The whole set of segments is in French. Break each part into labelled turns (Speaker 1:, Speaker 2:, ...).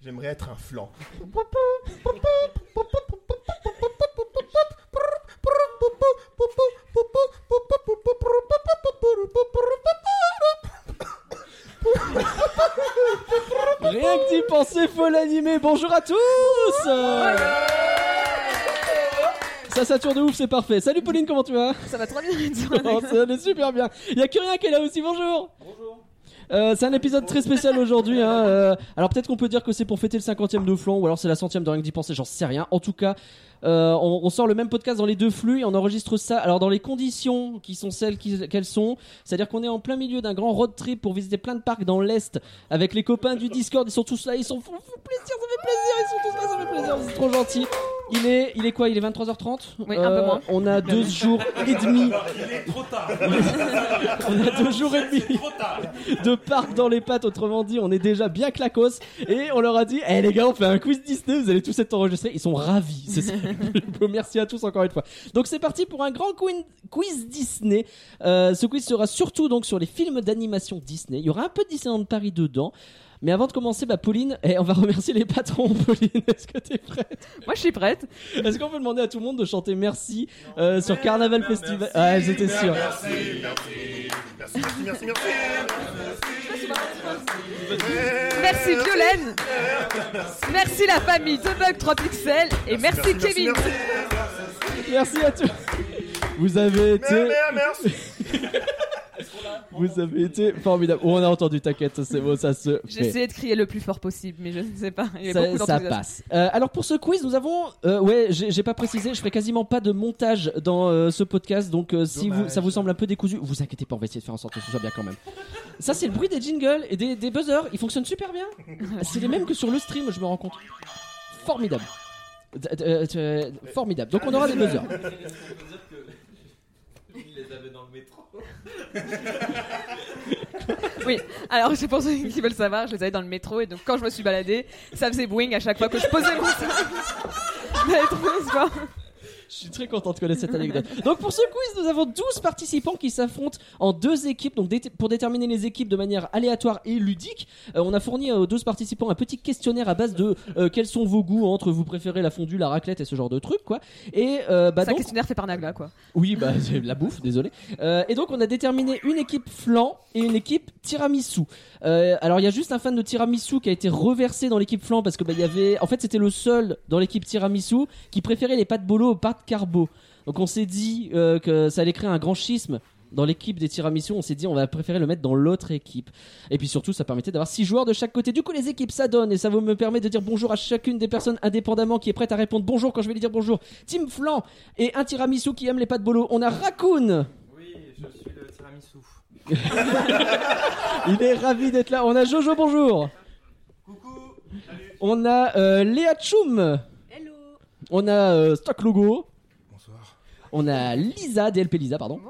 Speaker 1: J'aimerais être un flan.
Speaker 2: Rien que d'y penser, faut l'animer. Bonjour à tous Ça sature de ouf, c'est parfait. Salut Pauline, comment tu vas
Speaker 3: Ça va trop bien dire
Speaker 2: Oh, Ça allait super bien. Il y a Curien qui est là aussi, bonjour Euh, c'est un épisode très spécial aujourd'hui. hein, euh, alors peut-être qu'on peut dire que c'est pour fêter le 50e de Flon ou alors c'est la centième de Rien que d'y penser, j'en sais rien. En tout cas, euh, on, on sort le même podcast dans les deux flux et on enregistre ça. Alors dans les conditions qui sont celles qui- qu'elles sont, c'est-à-dire qu'on est en plein milieu d'un grand road trip pour visiter plein de parcs dans l'est avec les copains du Discord. Ils sont tous là, ils sont font font plaisir, ça fait plaisir, ils sont tous là, ça fait plaisir, c'est trop gentil. Il est, il est quoi Il est 23h30
Speaker 3: Oui, un peu moins.
Speaker 2: Euh, On a deux jours et demi.
Speaker 4: Il est trop tard.
Speaker 2: On a deux jours et demi
Speaker 4: C'est trop tard.
Speaker 2: de parc dans les pattes, autrement dit, on est déjà bien clacos. Et on leur a dit, eh les gars, on fait un quiz Disney, vous allez tous être enregistrés. Ils sont ravis, c'est ça. le plus beau. Merci à tous encore une fois. Donc c'est parti pour un grand queen- quiz Disney. Euh, ce quiz sera surtout donc sur les films d'animation Disney. Il y aura un peu de Disneyland Paris dedans. Mais avant de commencer, bah, Pauline, eh, on va remercier les patrons. Pauline, est-ce que t'es prête
Speaker 3: Moi, je suis prête.
Speaker 2: Est-ce qu'on peut demander à tout le monde de chanter merci euh, sur Carnaval Festival Ah, Ouais, j'étais sûr.
Speaker 1: Merci, merci, merci, merci.
Speaker 3: Merci Violaine. Merci la famille de Bug 3 Pixels. Et merci, Kevin.
Speaker 1: Merci,
Speaker 2: Merci à tous. Vous avez été.
Speaker 1: merci, merci.
Speaker 2: Vous avez été formidable. Oh, on a entendu, t'inquiète, ça, c'est beau, ça se
Speaker 3: J'ai
Speaker 2: fait.
Speaker 3: essayé de crier le plus fort possible, mais je ne sais pas. Il y avait
Speaker 2: Ça,
Speaker 3: beaucoup
Speaker 2: ça
Speaker 3: d'enthousiasme.
Speaker 2: passe. Euh, alors pour ce quiz, nous avons, euh, ouais, j'ai j'ai pas précisé, je ferai quasiment pas de montage dans euh, ce podcast, donc euh, si
Speaker 1: Dommage.
Speaker 2: vous, ça vous semble un peu décousu, vous inquiétez pas, on va essayer de faire en sorte que ce soit bien quand même. Ça c'est le bruit des jingles et des, des buzzers, ils fonctionnent super bien. C'est les mêmes que sur le stream, je me rends compte. Formidable. D- d- euh, t- euh, formidable. Donc on aura des buzzers.
Speaker 4: Il les avait dans le métro.
Speaker 3: Oui, alors je pense qu'ils veulent savoir, je les avais dans le métro et donc quand je me suis baladée, ça faisait boing à chaque fois que je posais mon sac. Dans les
Speaker 2: Bah
Speaker 3: transports.
Speaker 2: Je suis très contente de connaître cette anecdote. Donc pour ce quiz, nous avons 12 participants qui s'affrontent en deux équipes. Donc dé- pour déterminer les équipes de manière aléatoire et ludique, euh, on a fourni euh, aux 12 participants un petit questionnaire à base de euh, quels sont vos goûts entre vous préférez la fondue, la raclette et ce genre de trucs quoi. Et euh, bah
Speaker 3: C'est un
Speaker 2: donc
Speaker 3: questionnaire fait par Nagla, quoi.
Speaker 2: oui bah c'est la bouffe, désolé. Euh, et donc on a déterminé une équipe flan et une équipe tiramisu. Euh, alors il y a juste un fan de tiramisu qui a été reversé dans l'équipe flan parce que bah, il y avait en fait c'était le seul dans l'équipe tiramisu qui préférait les pâtes bolo aux pâtes carbo. Donc on s'est dit euh, que ça allait créer un grand schisme dans l'équipe des tiramisu, on s'est dit on va préférer le mettre dans l'autre équipe. Et puis surtout ça permettait d'avoir six joueurs de chaque côté. Du coup les équipes ça donne et ça vous me permet de dire bonjour à chacune des personnes indépendamment qui est prête à répondre bonjour quand je vais lui dire bonjour. Team flan et un tiramisu qui aime les pâtes bolo. On a Raccoon.
Speaker 4: Oui, je suis le tiramisu.
Speaker 2: Il est ravi d'être là. On a Jojo, bonjour.
Speaker 4: Coucou. Salut.
Speaker 2: On a euh, Léa Tchoum. Hello. On a euh, Stock Logo.
Speaker 1: Bonsoir.
Speaker 2: On a Lisa, DLP Lisa, pardon.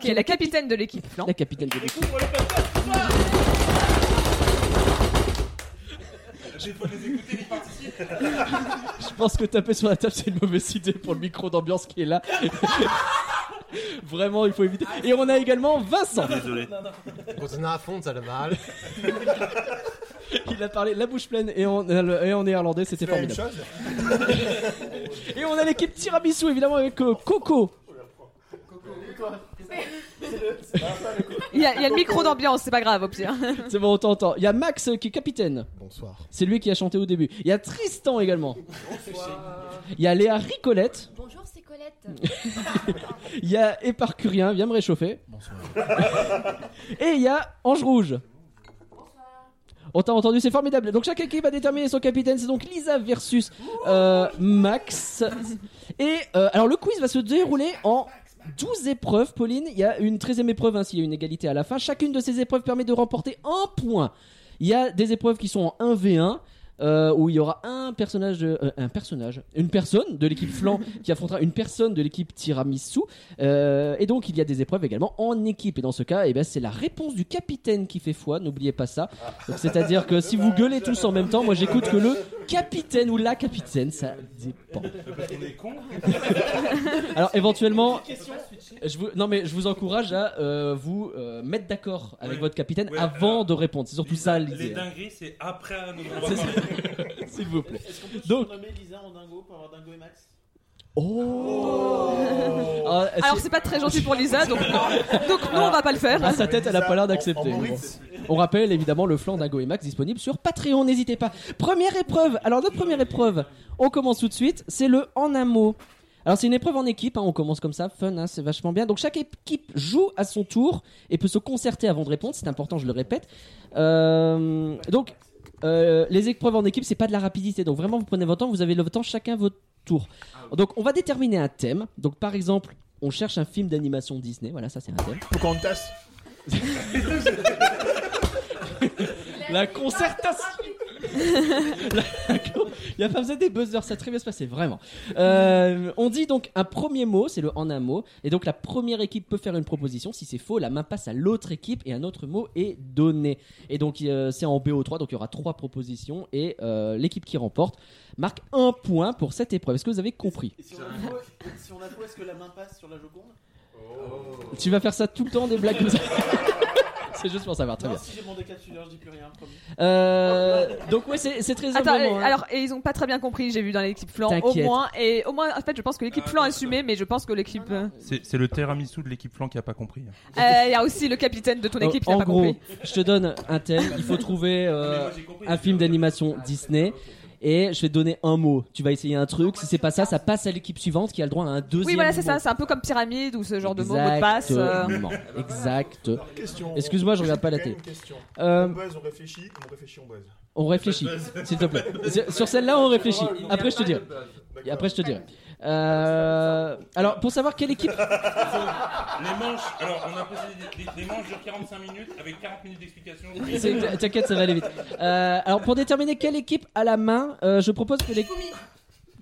Speaker 3: Qui est la capitaine de l'équipe flan.
Speaker 2: La capitaine de l'équipe.
Speaker 4: J'ai faut les écouter, les participants.
Speaker 2: Je pense que taper sur la table, c'est une mauvaise idée pour le micro d'ambiance qui est là. Vraiment, il faut éviter.
Speaker 4: Ah,
Speaker 2: Et on a également Vincent.
Speaker 4: Désolé.
Speaker 5: Continue à fond, ça le mal.
Speaker 2: Il a parlé la bouche pleine et on, et on est irlandais, c'était
Speaker 1: C'est la même
Speaker 2: formidable.
Speaker 1: chose.
Speaker 2: Et on a l'équipe tiramisu évidemment avec euh, Coco.
Speaker 3: Il y, a, il y a le micro d'ambiance, c'est pas grave au pire.
Speaker 2: C'est bon, on t'entend. Il y a Max euh, qui est capitaine.
Speaker 1: Bonsoir.
Speaker 2: C'est lui qui a chanté au début. Il y a Tristan également. Il y a Léa Ricolette.
Speaker 6: Bonjour, c'est Colette.
Speaker 2: Il y a Éparcurien, viens me réchauffer. Et il y a Ange Rouge. On t'a entendu, c'est formidable. Donc chaque équipe a déterminé son capitaine. C'est donc Lisa versus euh, Max. Et euh, alors le quiz va se dérouler en 12 épreuves, Pauline. Il y a une 13e épreuve, hein, s'il y a une égalité à la fin. Chacune de ces épreuves permet de remporter un point. Il y a des épreuves qui sont en 1v1. euh, où il y aura un personnage, de- euh, un personnage, une personne de l'équipe flan qui affrontera une personne de l'équipe tiramisu. Euh, et donc il y a des épreuves également en équipe. Et dans ce cas, eh ben, c'est la réponse du capitaine qui fait foi. N'oubliez pas ça. Donc, C'est-à-dire que si vous gueulez tous en même temps, moi j'écoute que le capitaine ou la capitaine, ça dépend.
Speaker 4: Parce qu'on est con.
Speaker 2: Alors éventuellement, je vous, non mais je vous encourage à euh, vous euh, mettre d'accord avec
Speaker 6: Ouais.
Speaker 2: votre capitaine
Speaker 6: Ouais,
Speaker 2: avant
Speaker 6: alors,
Speaker 2: de répondre. C'est surtout ça
Speaker 6: Les
Speaker 2: l'idée, hein,
Speaker 6: dingueries, c'est après nos
Speaker 2: C'est ça. s'il vous plaît.
Speaker 7: Est-ce qu'on peut se
Speaker 2: Donc-
Speaker 7: nommer Lisa en dingo pour avoir dingo et Max
Speaker 2: Oh. Ah, c'est-
Speaker 3: Alors c'est pas très gentil pour Lisa, donc non, donc non, on va pas le faire.
Speaker 2: à Ah, sa tête, elle a pas l'air d'accepter.
Speaker 1: En, en Maurice.
Speaker 2: On rappelle évidemment le flanc d'Ingo et Max disponible sur Patreon, n'hésitez pas. Première épreuve, alors notre première épreuve, on commence tout de suite, c'est le en un mot. Alors c'est une épreuve en équipe, hein, on commence comme ça, fun, hein, c'est vachement bien. Donc chaque équipe joue à son tour et peut se concerter avant de répondre, c'est important, je le répète. Euh, donc euh, les épreuves en équipe, c'est pas de la rapidité, donc vraiment vous prenez votre temps, vous avez le temps chacun votre tour. Donc on va déterminer un thème, donc par exemple on cherche un film d'animation Disney, voilà ça c'est un thème.
Speaker 1: Pocahontas.
Speaker 2: La concertation
Speaker 8: Ah,
Speaker 2: Il n'y a pas besoin des buzzers, ça a très bien se passer, vraiment. Euh, on dit donc un premier mot, c'est le en un mot, et donc la première équipe peut faire une proposition. Si c'est faux, la main passe à l'autre équipe et un autre mot est donné. Et donc euh, c'est en BO3, donc il y aura trois propositions, et euh, l'équipe qui remporte marque un point pour cette épreuve. Est-ce que vous avez compris
Speaker 7: Et si on a faux, si on a faux, est-ce que la main passe sur la Joconde
Speaker 2: Tu vas faire ça tout le temps, des blagues comme ça C'est juste pour savoir, très
Speaker 7: Non,
Speaker 2: bien.
Speaker 7: si j'ai mon décapsuleur, je dis plus rien, promis.
Speaker 2: Euh, donc ouais, c'est c'est très
Speaker 3: Attends,
Speaker 2: abondant,
Speaker 3: euh,
Speaker 2: hein.
Speaker 3: alors et ils ont pas très bien compris, j'ai vu dans l'équipe flanc au
Speaker 2: T'inquiète.
Speaker 3: moins et au moins en fait je pense que l'équipe flanc a assumé mais je pense que l'équipe euh,
Speaker 6: C'est c'est le tiramisu de l'équipe flanc qui a pas compris.
Speaker 3: euh, il y a aussi le capitaine de ton
Speaker 2: Donc,
Speaker 3: équipe qui
Speaker 2: Oh, en
Speaker 3: a pas
Speaker 2: gros,
Speaker 3: compris.
Speaker 2: je te donne un thème. Il faut trouver euh, un film d'animation Disney. Et je vais te donner un mot. Tu vas essayer un
Speaker 3: Ah,
Speaker 2: truc. Si c'est pas ça, ça passe à l'équipe suivante qui a le droit à un deuxième.
Speaker 3: Oui voilà, c'est ça,
Speaker 2: mot.
Speaker 3: c'est un peu comme pyramide ou ce genre de mot, mot de passe. euh.
Speaker 2: Exactement. Exact.
Speaker 1: Question.
Speaker 2: Euh, Excuse-moi, je regarde pas la
Speaker 1: Quand même
Speaker 2: télé.
Speaker 1: une question.
Speaker 2: Euh,
Speaker 1: On buzz, on réfléchit, on réfléchit, on buzz.
Speaker 2: on réfléchit, s'il te plaît. Sur- Sur celle-là, on réfléchit. Après, je te dirai. Et après, je te dirai. Euh, alors, pour savoir quelle équipe.
Speaker 6: Les manches, alors on a posé des, des- des manches de 45 minutes avec 40 minutes d'explication.
Speaker 2: C'est- T'inquiète, ça va aller vite. Euh, alors, pour déterminer quelle équipe a la main, euh, je propose que les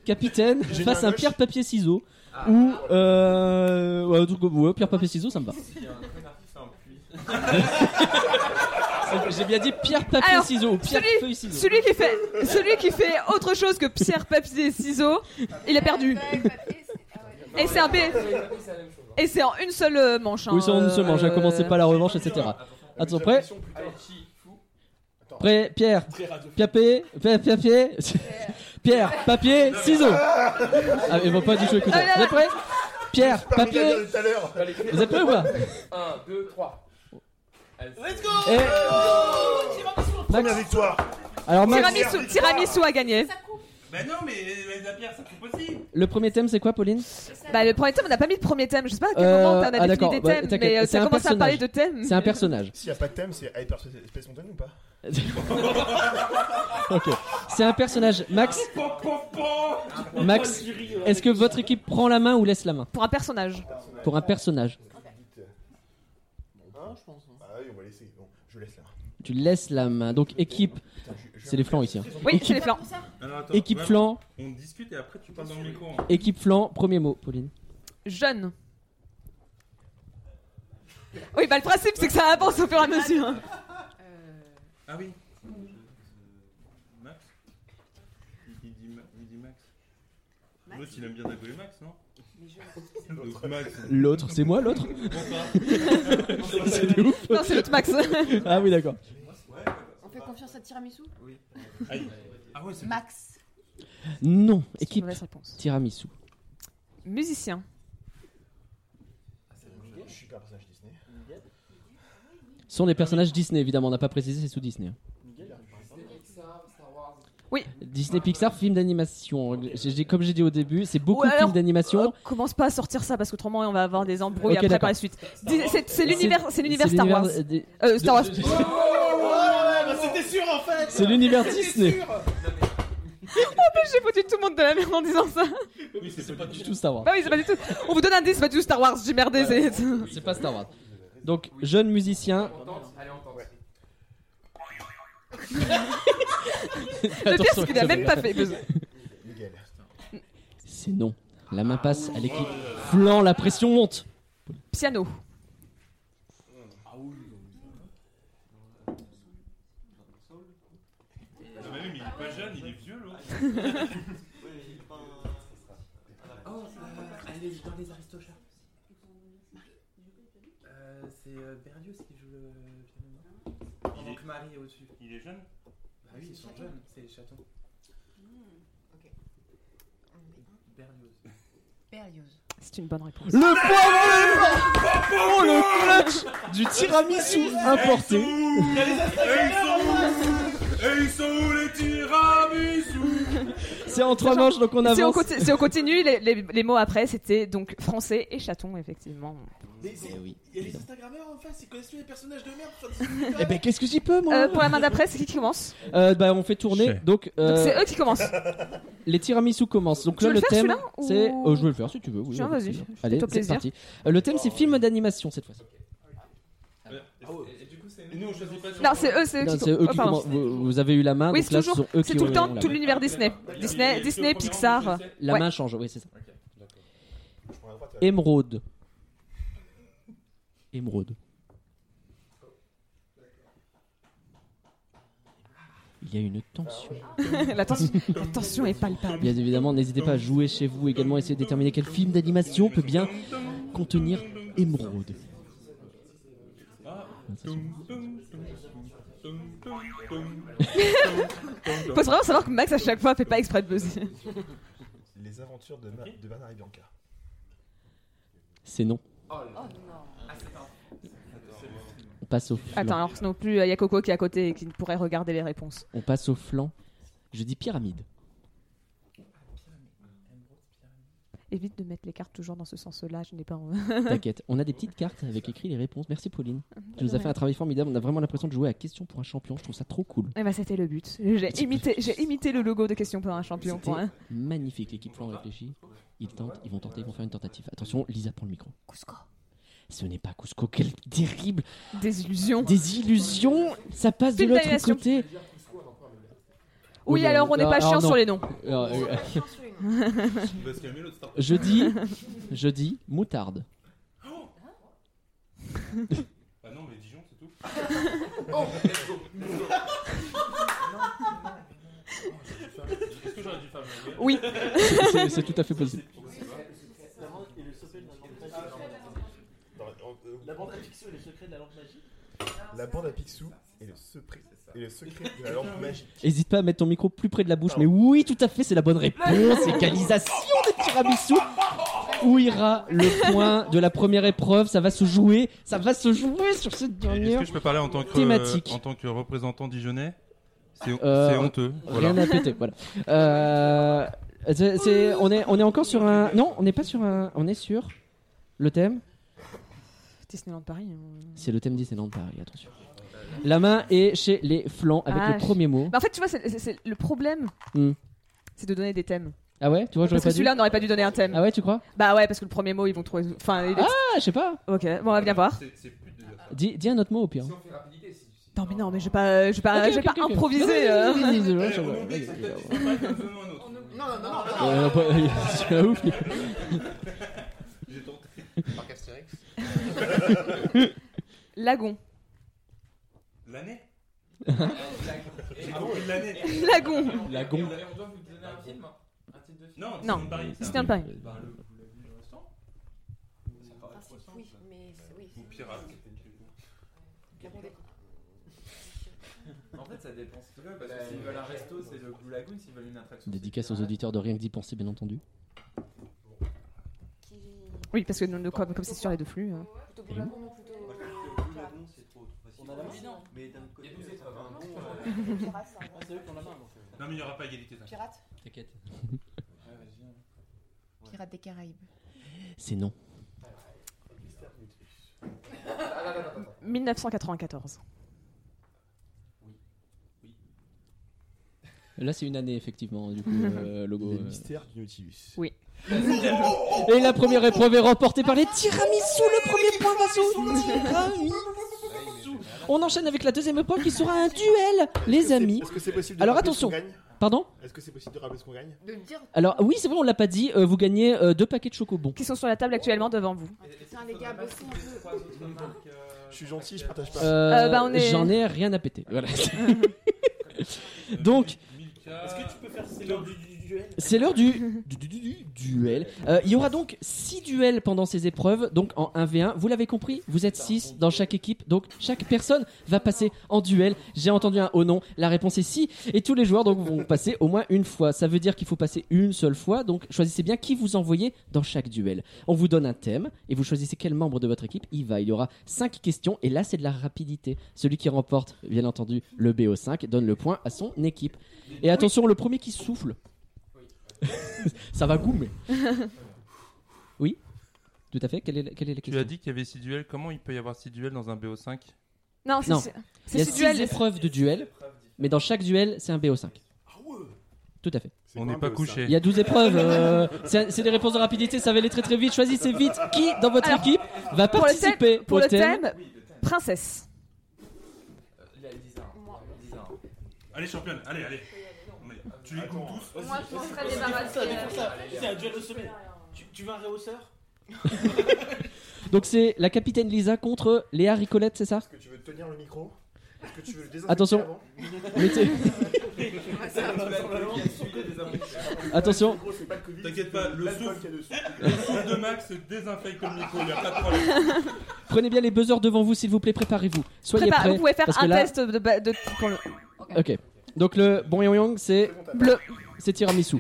Speaker 2: capitaines
Speaker 1: J'ai
Speaker 2: fassent
Speaker 1: mis un
Speaker 2: un
Speaker 1: gauche.
Speaker 2: pierre-papier-ciseaux. Ou. Euh, ouais, un truc comme- ouais, pierre-papier-ciseaux, ça me va.
Speaker 4: Il y a un connard qui fait un puits.
Speaker 2: J'ai bien dit
Speaker 3: Alors,
Speaker 2: pierre-papier-ciseaux ou pierre-feuille-ciseaux.
Speaker 3: Celui qui fait celui qui fait autre chose que pierre papier ciseaux, il a perdu.
Speaker 8: bah,
Speaker 3: Et c'est un B. Et c'est en une seule euh, manche. hein,
Speaker 2: Oui, ça, on ne se
Speaker 3: euh,
Speaker 2: mange,
Speaker 3: euh,
Speaker 2: commencez pas la revanche, etc. Attends, prêt Prêt, Pierre, Piapé, Pierre, Pierre, Pierre, Pierre, papier, ciseaux. Ah, ils vont pas du tout écouter.
Speaker 3: Ah, là, là.
Speaker 2: Vous êtes prêts Pierre,
Speaker 1: Parmi la
Speaker 2: papier,
Speaker 1: guerre de tout à l'heure.
Speaker 2: vous êtes prêts ou pas
Speaker 4: 1, 2, 3.
Speaker 7: Let's go
Speaker 2: Et-
Speaker 1: Première victoire.
Speaker 2: Alors Max,
Speaker 3: Tiramisu, tiramisu a gagné.
Speaker 6: Bah non, mais euh, la pierre, c'est pas possible.
Speaker 2: le premier thème c'est quoi Pauline
Speaker 3: Bah le premier thème, on n'a pas mis de premier thème. Je sais pas à quel
Speaker 2: Euh,
Speaker 3: moment on
Speaker 2: ah,
Speaker 3: a défini
Speaker 2: d'accord,
Speaker 3: des
Speaker 2: bah,
Speaker 3: thèmes,
Speaker 2: t'inquiète,
Speaker 3: mais euh,
Speaker 2: c'est
Speaker 3: ça
Speaker 2: un
Speaker 3: commence à parler de thèmes.
Speaker 2: C'est un personnage.
Speaker 1: S'il n'y a pas de thème, c'est Hyperspace Mountain ou pas
Speaker 2: Ok. C'est un personnage. Max,
Speaker 6: Pom, pom, pom.
Speaker 2: Max, est-ce que votre équipe prend la main ou laisse la main
Speaker 3: Pour un personnage.
Speaker 1: Hein,
Speaker 2: Pour un personnage.
Speaker 7: Hein, je pense. hein.
Speaker 1: Bah oui, on va laisser. Bon, je laisse là.
Speaker 2: Tu laisses la main. Donc équipe, c'est les flancs ici. hein.
Speaker 3: Oui, c'est les flancs.
Speaker 6: Alors, attends,
Speaker 2: Équipe
Speaker 6: vraiment,
Speaker 2: flanc,
Speaker 6: On discute et après tu parles dans le micro. hein.
Speaker 2: équipe flanc, premier mot Pauline.
Speaker 3: Jeune. Oui, bah le principe, c'est que ça avance au fur et à mesure.
Speaker 8: Euh,
Speaker 6: Ah oui. Max il, il dit, Ma- il dit Max. L'autre, il aime bien d'agouer Max, non L'autre Max.
Speaker 2: L'autre, c'est moi l'autre C'est de ouf.
Speaker 3: Non, c'est l'autre Max.
Speaker 2: Ah oui d'accord.
Speaker 8: On fait confiance à Tiramisu
Speaker 6: Ah ouais, c'est
Speaker 8: Max.
Speaker 2: Non,
Speaker 3: C'est une
Speaker 2: équipe
Speaker 3: mauvaise réponse.
Speaker 2: tiramisu.
Speaker 3: Musicien.
Speaker 1: Je suis pas un personnage Disney.
Speaker 2: Ce sont des personnages Disney évidemment, on n'a pas précisé c'est sous Disney. hein.
Speaker 3: Oui.
Speaker 2: Disney Pixar, film d'animation. J'ai- j'ai- Comme j'ai dit au début, c'est beaucoup
Speaker 3: Ouais,
Speaker 2: de
Speaker 3: alors,
Speaker 2: films d'animation.
Speaker 3: Euh, commence pas à sortir ça parce qu'autrement on va avoir des embrouilles
Speaker 2: Ok,
Speaker 3: après
Speaker 2: d'accord.
Speaker 3: par la suite. Dis- c'est- C'est l'univers, c'est l'univers
Speaker 2: C'est
Speaker 3: Star Wars.
Speaker 2: euh, des-
Speaker 3: Euh, Star Wars.
Speaker 2: de-
Speaker 7: Ah, c'était sûr en fait
Speaker 2: C'est l'univers Disney.
Speaker 3: J'ai foutu tout le monde de la merde en disant ça.
Speaker 2: C'est pas du tout Star Wars.
Speaker 3: Bah oui, c'est pas du tout. On vous donne un indice, c'est pas du tout Star Wars. J'ai merdé. c'est-
Speaker 2: C'est pas Star Wars. Donc, jeune musicien.
Speaker 3: Le pire, c'est qu'il a même pas fait.
Speaker 1: Miguel.
Speaker 2: C'est non. La main passe à l'équipe. Flan, la pression monte.
Speaker 3: Piano.
Speaker 6: le même Ah bah oui, mais il est pas jeune, il est vieux l'autre.
Speaker 7: Oui, ben. Oh, elle est dans les Aristochats. Euh, c'est euh, Berlioz qui joue le piano.
Speaker 4: Ah,
Speaker 6: Il
Speaker 7: non Pendant
Speaker 6: est-
Speaker 7: que Marie est au-dessus.
Speaker 6: Il est jeune
Speaker 7: Bah oui, ils sont
Speaker 8: Chaton. Hmm,
Speaker 7: jeunes, c'est les chatons. Berlioz.
Speaker 8: Berlioz.
Speaker 3: C'est une bonne réponse.
Speaker 2: Le poivre Oh le clutch du tiramisu importé
Speaker 6: Et ils sont où Et ils sont où les tiramisu
Speaker 2: C'est en trois manches donc on
Speaker 3: Si on,
Speaker 2: avance.
Speaker 3: conti- si on continue, les, les- les mots après, c'était donc français et chaton, effectivement.
Speaker 7: Mais c'est-
Speaker 2: Eh oui.
Speaker 7: Il y a les Instagrammeurs en face, ils connaissent tous les personnages de merde. ça me saoule
Speaker 2: Eh ben qu'est-ce que j'y peux moi
Speaker 3: Euh, pour la main d'après, c'est qui qui commence
Speaker 2: Euh, Bah on fait tourner
Speaker 6: Chez.
Speaker 2: donc, euh,
Speaker 3: Donc c'est eux qui commencent.
Speaker 2: les tiramisu commencent. Donc
Speaker 3: Tu
Speaker 2: là
Speaker 3: veux
Speaker 2: le
Speaker 3: le faire,
Speaker 2: thème
Speaker 3: celui-là, ou-
Speaker 2: c'est Euh, je veux le faire si tu veux. Oui,
Speaker 3: Tiens,
Speaker 2: avec
Speaker 3: vas-y,
Speaker 2: plaisir.
Speaker 3: fais-toi
Speaker 2: Allez c'est
Speaker 3: plaisir. Euh,
Speaker 2: parti. Euh, le thème c'est film d'animation cette fois.
Speaker 4: Et, et du coup, c'est nous. on choisit pas sur-
Speaker 3: Non, c'est eux, c'est eux
Speaker 2: Non,
Speaker 3: qui,
Speaker 2: c'est eux
Speaker 3: oh,
Speaker 2: qui
Speaker 3: pardon.
Speaker 2: commencent. Vous, vous avez eu la main.
Speaker 3: Oui,
Speaker 2: donc
Speaker 3: c'est
Speaker 2: là,
Speaker 3: toujours-
Speaker 2: ce sont eux
Speaker 3: c'est
Speaker 2: qui
Speaker 3: tout le
Speaker 2: ont-
Speaker 3: temps,
Speaker 2: ont la
Speaker 3: tout
Speaker 2: main.
Speaker 3: l'univers Disney.
Speaker 4: Il y a-
Speaker 3: Disney,
Speaker 4: il y a-
Speaker 3: Disney,
Speaker 4: au premier
Speaker 3: Pixar.
Speaker 4: rang, je sais.
Speaker 2: La
Speaker 3: Ouais.
Speaker 2: main change. Oui c'est ça.
Speaker 4: Ok, d'accord.
Speaker 1: Je prends la droite. euh,
Speaker 2: Émeraude. Émeraude. Il y a une tension.
Speaker 3: Oh, la, tension, la tension est palpable.
Speaker 2: Bien évidemment, n'hésitez pas à jouer chez vous également, essayer de déterminer quel film d'animation peut bien contenir Émeraude.
Speaker 3: Faut vraiment savoir que Max à chaque fois fait pas exprès de buzzer.
Speaker 1: Les aventures de, Ma- de Bernard et Bianca.
Speaker 2: C'est non.
Speaker 8: Oh non.
Speaker 2: On passe au flanc.
Speaker 3: Attends, alors non plus, euh, il y a Coco qui est à côté et qui ne pourrait regarder les réponses.
Speaker 2: On passe au flanc. Je dis pyramide.
Speaker 3: Évite de mettre les cartes toujours dans ce sens-là, je n'ai pas envie.
Speaker 2: T'inquiète, on a des petites cartes avec écrit les réponses. Merci Pauline. Tu nous as fait un travail formidable. On a vraiment l'impression de jouer à question pour un champion. Je trouve ça trop cool.
Speaker 3: Eh ben, c'était le but. J'ai imité, j'ai imité le logo de Question pour un champion.
Speaker 2: C'était
Speaker 3: Pour un.
Speaker 2: magnifique. L'équipe flanc réfléchit. Ils tentent, ils vont tenter, ils vont faire une tentative. Attention, Lisa prend le micro.
Speaker 8: Cusco.
Speaker 2: Ce n'est pas Cusco. Quelle terrible
Speaker 3: Désillusion.
Speaker 2: désillusion. Ça passe de
Speaker 3: Film
Speaker 2: l'autre
Speaker 3: d'animation.
Speaker 2: côté. Oh
Speaker 3: Oui, alors on n'est
Speaker 2: Non,
Speaker 3: pas
Speaker 2: alors
Speaker 3: chiant
Speaker 2: Ah, non.
Speaker 3: sur les noms.
Speaker 2: Alors,
Speaker 8: Oh,
Speaker 2: euh,
Speaker 6: Parce qu'il y a mieux l'autre star.
Speaker 2: Je dis, je dis moutarde.
Speaker 6: Ah non, mais Dijon, c'est tout. Est-ce que j'aurais dû faire ma gueule
Speaker 3: Oui.
Speaker 2: C'est c'est tout à fait possible.
Speaker 7: La bande- et le secret de la lampe magique.
Speaker 1: Dans la- euh, euh,
Speaker 7: Ah, La bande à pixels et le secret de la lampe magique.
Speaker 1: La bande à Picsou et le secret, et le secret de la lampe magique.
Speaker 2: Hésite pas à mettre ton micro plus près de la bouche, mais oui, tout à fait, c'est la bonne réponse. Égalisation des tiramisu. Où ira le point de la première épreuve Ça va se jouer, ça va se jouer sur cette
Speaker 6: Est-ce
Speaker 2: dernière.
Speaker 6: que je peux parler en tant que,
Speaker 2: Thématique.
Speaker 6: en tant que représentant dijonnais C'est
Speaker 2: Euh,
Speaker 6: c'est honteux. Voilà.
Speaker 2: Rien à péter, voilà. Euh, c'est- c'est- on, est, on est encore sur un. Non, on n'est pas sur un. On est sur. Le thème
Speaker 3: Disneyland Paris. on-
Speaker 2: C'est le thème Disneyland Paris, attention. La main est chez les flancs avec
Speaker 3: Ah,
Speaker 2: le premier mot.
Speaker 3: Bah, en fait, tu vois, c'est- c'est c'est- le problème,
Speaker 2: Hmm.
Speaker 3: c'est de donner des thèmes.
Speaker 2: Ah ouais, tu vois, j'aurais
Speaker 3: Parce
Speaker 2: pas
Speaker 3: que
Speaker 2: dû.
Speaker 3: celui-là, on n'aurait pas dû donner un thème.
Speaker 2: Ah ouais, tu crois
Speaker 3: Bah ouais, parce que le premier mot, ils vont trouver. Enfin, il est-
Speaker 2: Ah, je sais pas.
Speaker 3: ok, bon, on va bien voir.
Speaker 6: C'est- C'est plus de dire ça.
Speaker 2: Dis, dis un autre mot au pire.
Speaker 4: Si on fait rapidité, si- si-
Speaker 3: Non, mais non, mais je vais pas, je vais pas,
Speaker 2: Ok,
Speaker 3: je vais
Speaker 2: ok,
Speaker 3: pas
Speaker 2: ok, ok.
Speaker 3: improviser. euh.
Speaker 2: Vas-y, vas-y, vas-y,
Speaker 6: Eh, on
Speaker 2: vas-y, vas-y,
Speaker 6: oublie que
Speaker 2: vas-y,
Speaker 6: c'est
Speaker 2: vas-y,
Speaker 6: peut-être
Speaker 2: vas-y.
Speaker 6: une phrase, nous donnons un autre.
Speaker 8: Non, non, non, non.
Speaker 2: Euh, bah, euh, C'est pas ouf.
Speaker 6: J'ai tenté.
Speaker 5: Marc Astérix.
Speaker 3: euh. Lagon.
Speaker 6: L'année
Speaker 2: Ah,
Speaker 4: Blague.
Speaker 6: J'ai
Speaker 4: Et-
Speaker 6: compris l'année.
Speaker 3: Lagon.
Speaker 4: Et on-
Speaker 2: La
Speaker 4: et
Speaker 2: gonfle.
Speaker 4: on doit- On doit vous donner un film Un titre de film
Speaker 6: Non,
Speaker 3: Non.
Speaker 6: c'est Paris. ça.
Speaker 3: C'était un pain.
Speaker 4: Bah, le- vous l'avez vu récent Ça paraît poisson,
Speaker 8: Oui,
Speaker 4: ça.
Speaker 8: mais c'est- oui.
Speaker 6: Ou pirate.
Speaker 8: La bande est-
Speaker 4: En fait, ça dépend ce qu'ils veulent. Parce que s'ils veulent un resto, c'est le Blue Lagoon. S'ils veulent une attraction. c'est
Speaker 2: Dédicace aux
Speaker 4: Pirate.
Speaker 2: auditeurs de Rien que d'y penser, bien entendu.
Speaker 8: Qui...
Speaker 3: Oui, parce que nous, nous, comme comme c'est sur les deux flux. euh.
Speaker 8: Plutôt pour la bombe ou plutôt...
Speaker 7: On a la main. Mais d'un
Speaker 4: Il
Speaker 7: côté,
Speaker 4: y a douze
Speaker 7: ça fait
Speaker 4: épreuves,
Speaker 7: un
Speaker 4: hein.
Speaker 7: bon, euh,
Speaker 8: Pirate. hein.
Speaker 7: Ah, c'est eux qui ont la main. donc, euh.
Speaker 6: Non, mais il n'y aura pas égalité. ça.
Speaker 8: Pirate
Speaker 2: T'inquiète.
Speaker 8: Pirate des Caraïbes.
Speaker 2: C'est non.
Speaker 3: 1994.
Speaker 2: Là, c'est une année, effectivement, du coup, euh, logo.
Speaker 1: Les
Speaker 2: euh.
Speaker 1: mystères du Nautilus.
Speaker 3: Oui.
Speaker 2: Et la première épreuve est remportée par les tiramisu. Le premier point va sur tiramisu. On enchaîne avec la deuxième épreuve qui sera un duel, les amis.
Speaker 1: Est-ce que c'est possible de
Speaker 2: Alors,
Speaker 1: rappeler ce
Speaker 2: attention.
Speaker 1: qu'on gagne
Speaker 2: Pardon
Speaker 1: Est-ce que c'est possible de rappeler ce qu'on gagne
Speaker 8: De me dire...
Speaker 2: Alors, oui, c'est vrai, on l'a pas dit. euh, vous gagnez euh, deux paquets de chocobons.
Speaker 3: Qui sont sur la table actuellement devant vous.
Speaker 8: Ah, Putain, les gars, bossez un peu.
Speaker 4: Trois autres marques, euh,
Speaker 1: Je suis gentil, je partage pas.
Speaker 2: Euh,
Speaker 3: bah, on est-
Speaker 2: J'en ai rien à péter. Voilà. Donc,
Speaker 6: Euh,
Speaker 7: C'est l'heure du du duel.
Speaker 2: C'est l'heure du, du- du- du- du- duel. Euh, il y aura donc 6 duels pendant ces épreuves, donc en 1v1. Vous l'avez compris, vous êtes 6 dans chaque équipe, donc chaque personne va passer en duel. J'ai entendu un oh non, la réponse est si, et tous les joueurs donc vont passer au moins une fois. Ça veut dire qu'il faut passer une seule fois, donc choisissez bien qui vous envoyez dans chaque duel. On vous donne un thème, et vous choisissez quel membre de votre équipe y va. Il y aura 5 questions, et là c'est de la rapidité. Celui qui remporte, bien entendu, le BO5 donne le point à son équipe. Et attention, le premier qui souffle ça va goumer. oui Tout à fait. Quelle est la, quelle est la
Speaker 6: Tu as
Speaker 2: question
Speaker 6: dit qu'il y avait 6 duels. Comment il peut y avoir 6 duels dans un BO5
Speaker 3: Non,
Speaker 2: Non.
Speaker 3: c'est-
Speaker 2: Il y
Speaker 3: c'est
Speaker 2: a
Speaker 3: ce
Speaker 2: six
Speaker 3: duel.
Speaker 2: épreuves de duel, mais dans chaque duel, c'est un BO5. Tout à fait.
Speaker 1: C'est
Speaker 6: On
Speaker 1: quoi
Speaker 6: n'est
Speaker 1: un
Speaker 6: pas
Speaker 1: peu, ça
Speaker 6: couché.
Speaker 2: Il y a 12 épreuves. euh, c'est c'est des réponses de rapidité, ça va aller très très vite. Choisissez vite qui dans votre
Speaker 3: Alors,
Speaker 2: équipe va
Speaker 3: Pour le thème,
Speaker 2: participer
Speaker 3: pour
Speaker 2: au
Speaker 3: le
Speaker 2: thème.
Speaker 3: thème, princesse.
Speaker 4: Euh, il y a Lisa.
Speaker 8: Moi.
Speaker 4: Lisa.
Speaker 6: Allez, championne, allez, allez. On est- Tu les comptes tous
Speaker 8: Moi, je m'en serais
Speaker 7: débarrassée.
Speaker 8: débarrassée.
Speaker 7: Défonce ça, défonce ça. C'est un duel de sommet.
Speaker 4: hein.
Speaker 7: Tu, tu veux un rehausseur
Speaker 2: Donc c'est la capitaine Lisa contre Léa Ricolette, c'est ça
Speaker 1: Est-ce que tu veux tenir le micro Est-ce que tu veux le désinfecter
Speaker 2: Attention.
Speaker 1: avant
Speaker 2: Mettez- Attention,
Speaker 1: En gros, c'est pas le Covid.
Speaker 6: T'inquiète
Speaker 1: c'est
Speaker 6: pas, le
Speaker 1: l'alcool
Speaker 6: souffle.
Speaker 1: qu'il y a dessus.
Speaker 6: Le souffle de Max désinfecte le micro, il n'y a pas de problème.
Speaker 2: prenez bien les buzzers devant vous, s'il vous plaît, préparez-vous. Soyez
Speaker 3: Prépare-
Speaker 2: prêts.
Speaker 3: vous pouvez faire
Speaker 2: parce que
Speaker 3: un
Speaker 2: là-
Speaker 3: test de, ba- de- pour le
Speaker 2: Ok. Donc le bon yang yang, c'est
Speaker 1: C'est bon, t'as-
Speaker 3: bleu.
Speaker 2: c'est tiramisu.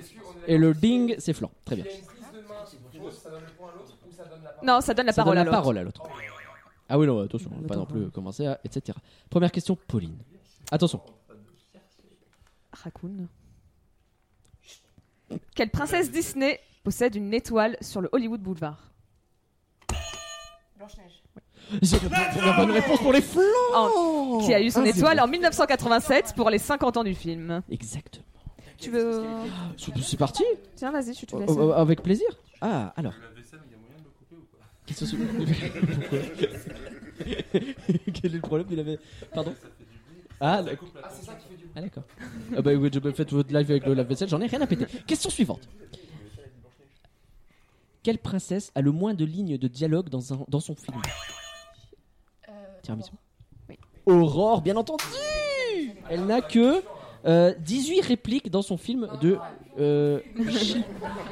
Speaker 2: Et le ding, c'est flan. Très bien.
Speaker 4: Il y a une prise de main qui pose, ça donne le point à l'autre ou ça donne la parole
Speaker 3: Non, ça donne la
Speaker 2: Ça
Speaker 3: parole
Speaker 2: donne
Speaker 3: à
Speaker 2: la
Speaker 3: l'autre.
Speaker 2: parole à l'autre. Ah oui, non, attention, on va pas non plus commencer à. etc. Première question, Pauline. Attention.
Speaker 3: Raccoon. Quelle princesse Disney possède une étoile sur le Hollywood Boulevard
Speaker 8: Blanche-Neige.
Speaker 2: C'est la bonne réponse pour les flans
Speaker 3: Qui a eu son
Speaker 2: Ah, c'est
Speaker 3: étoile
Speaker 2: bon.
Speaker 3: en 1987 pour les 50 ans du film.
Speaker 2: Exactement.
Speaker 3: Tu veux.
Speaker 2: Ah, C'est c'est parti
Speaker 3: Tiens, vas-y, je te
Speaker 2: Oh,
Speaker 3: laisse.
Speaker 2: oh, Avec plaisir Ah, alors.
Speaker 6: La vaisselle, il y a moyen de le couper ou pas
Speaker 2: qu'est-ce que c'est- Quel est le problème Il avait. Pardon Ah,
Speaker 6: Ça coupe la
Speaker 4: Ah, c'est ça qui fait du
Speaker 2: Ah d'accord. Ah bah oui, je- bah, faites votre live avec le lave-vaisselle, j'en ai rien à péter. Question suivante. Quelle princesse a le moins de lignes de dialogue dans, un- dans son film
Speaker 8: Euh,
Speaker 2: Tiramisu.
Speaker 8: bon.
Speaker 2: Aurore, bien entendu Elle n'a que euh, 18 répliques dans son film de... euh, oh.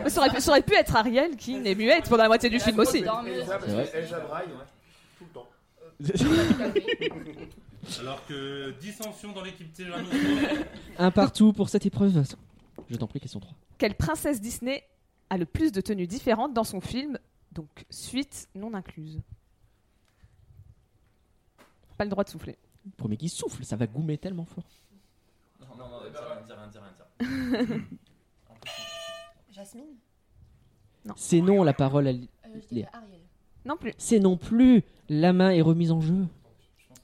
Speaker 3: Ça, aurait pu, ça aurait pu être Ariel qui n'est muette pendant la moitié du film aussi.
Speaker 1: Elsa, parce
Speaker 2: vrai.
Speaker 1: que Elsa braille tout le temps.
Speaker 6: Alors que dissension dans l'équipe Tyranno.
Speaker 2: un partout pour cette épreuve. Je t'en prie, question 3.
Speaker 3: Quelle princesse Disney a le plus de tenues différentes dans son film, donc suite non incluse Pas le droit de souffler.
Speaker 2: Premier qui souffle, ça va goumer tellement fort.
Speaker 4: Non, non, non, dire, rien, dire, rien, dire, rien, dire. En plus,
Speaker 8: Jasmine
Speaker 2: C'est non la parole, à Li-
Speaker 8: Euh, Je dirais
Speaker 2: Léa.
Speaker 8: Ariel.
Speaker 3: Non plus.
Speaker 2: c'est non plus la main est remise en jeu.
Speaker 4: je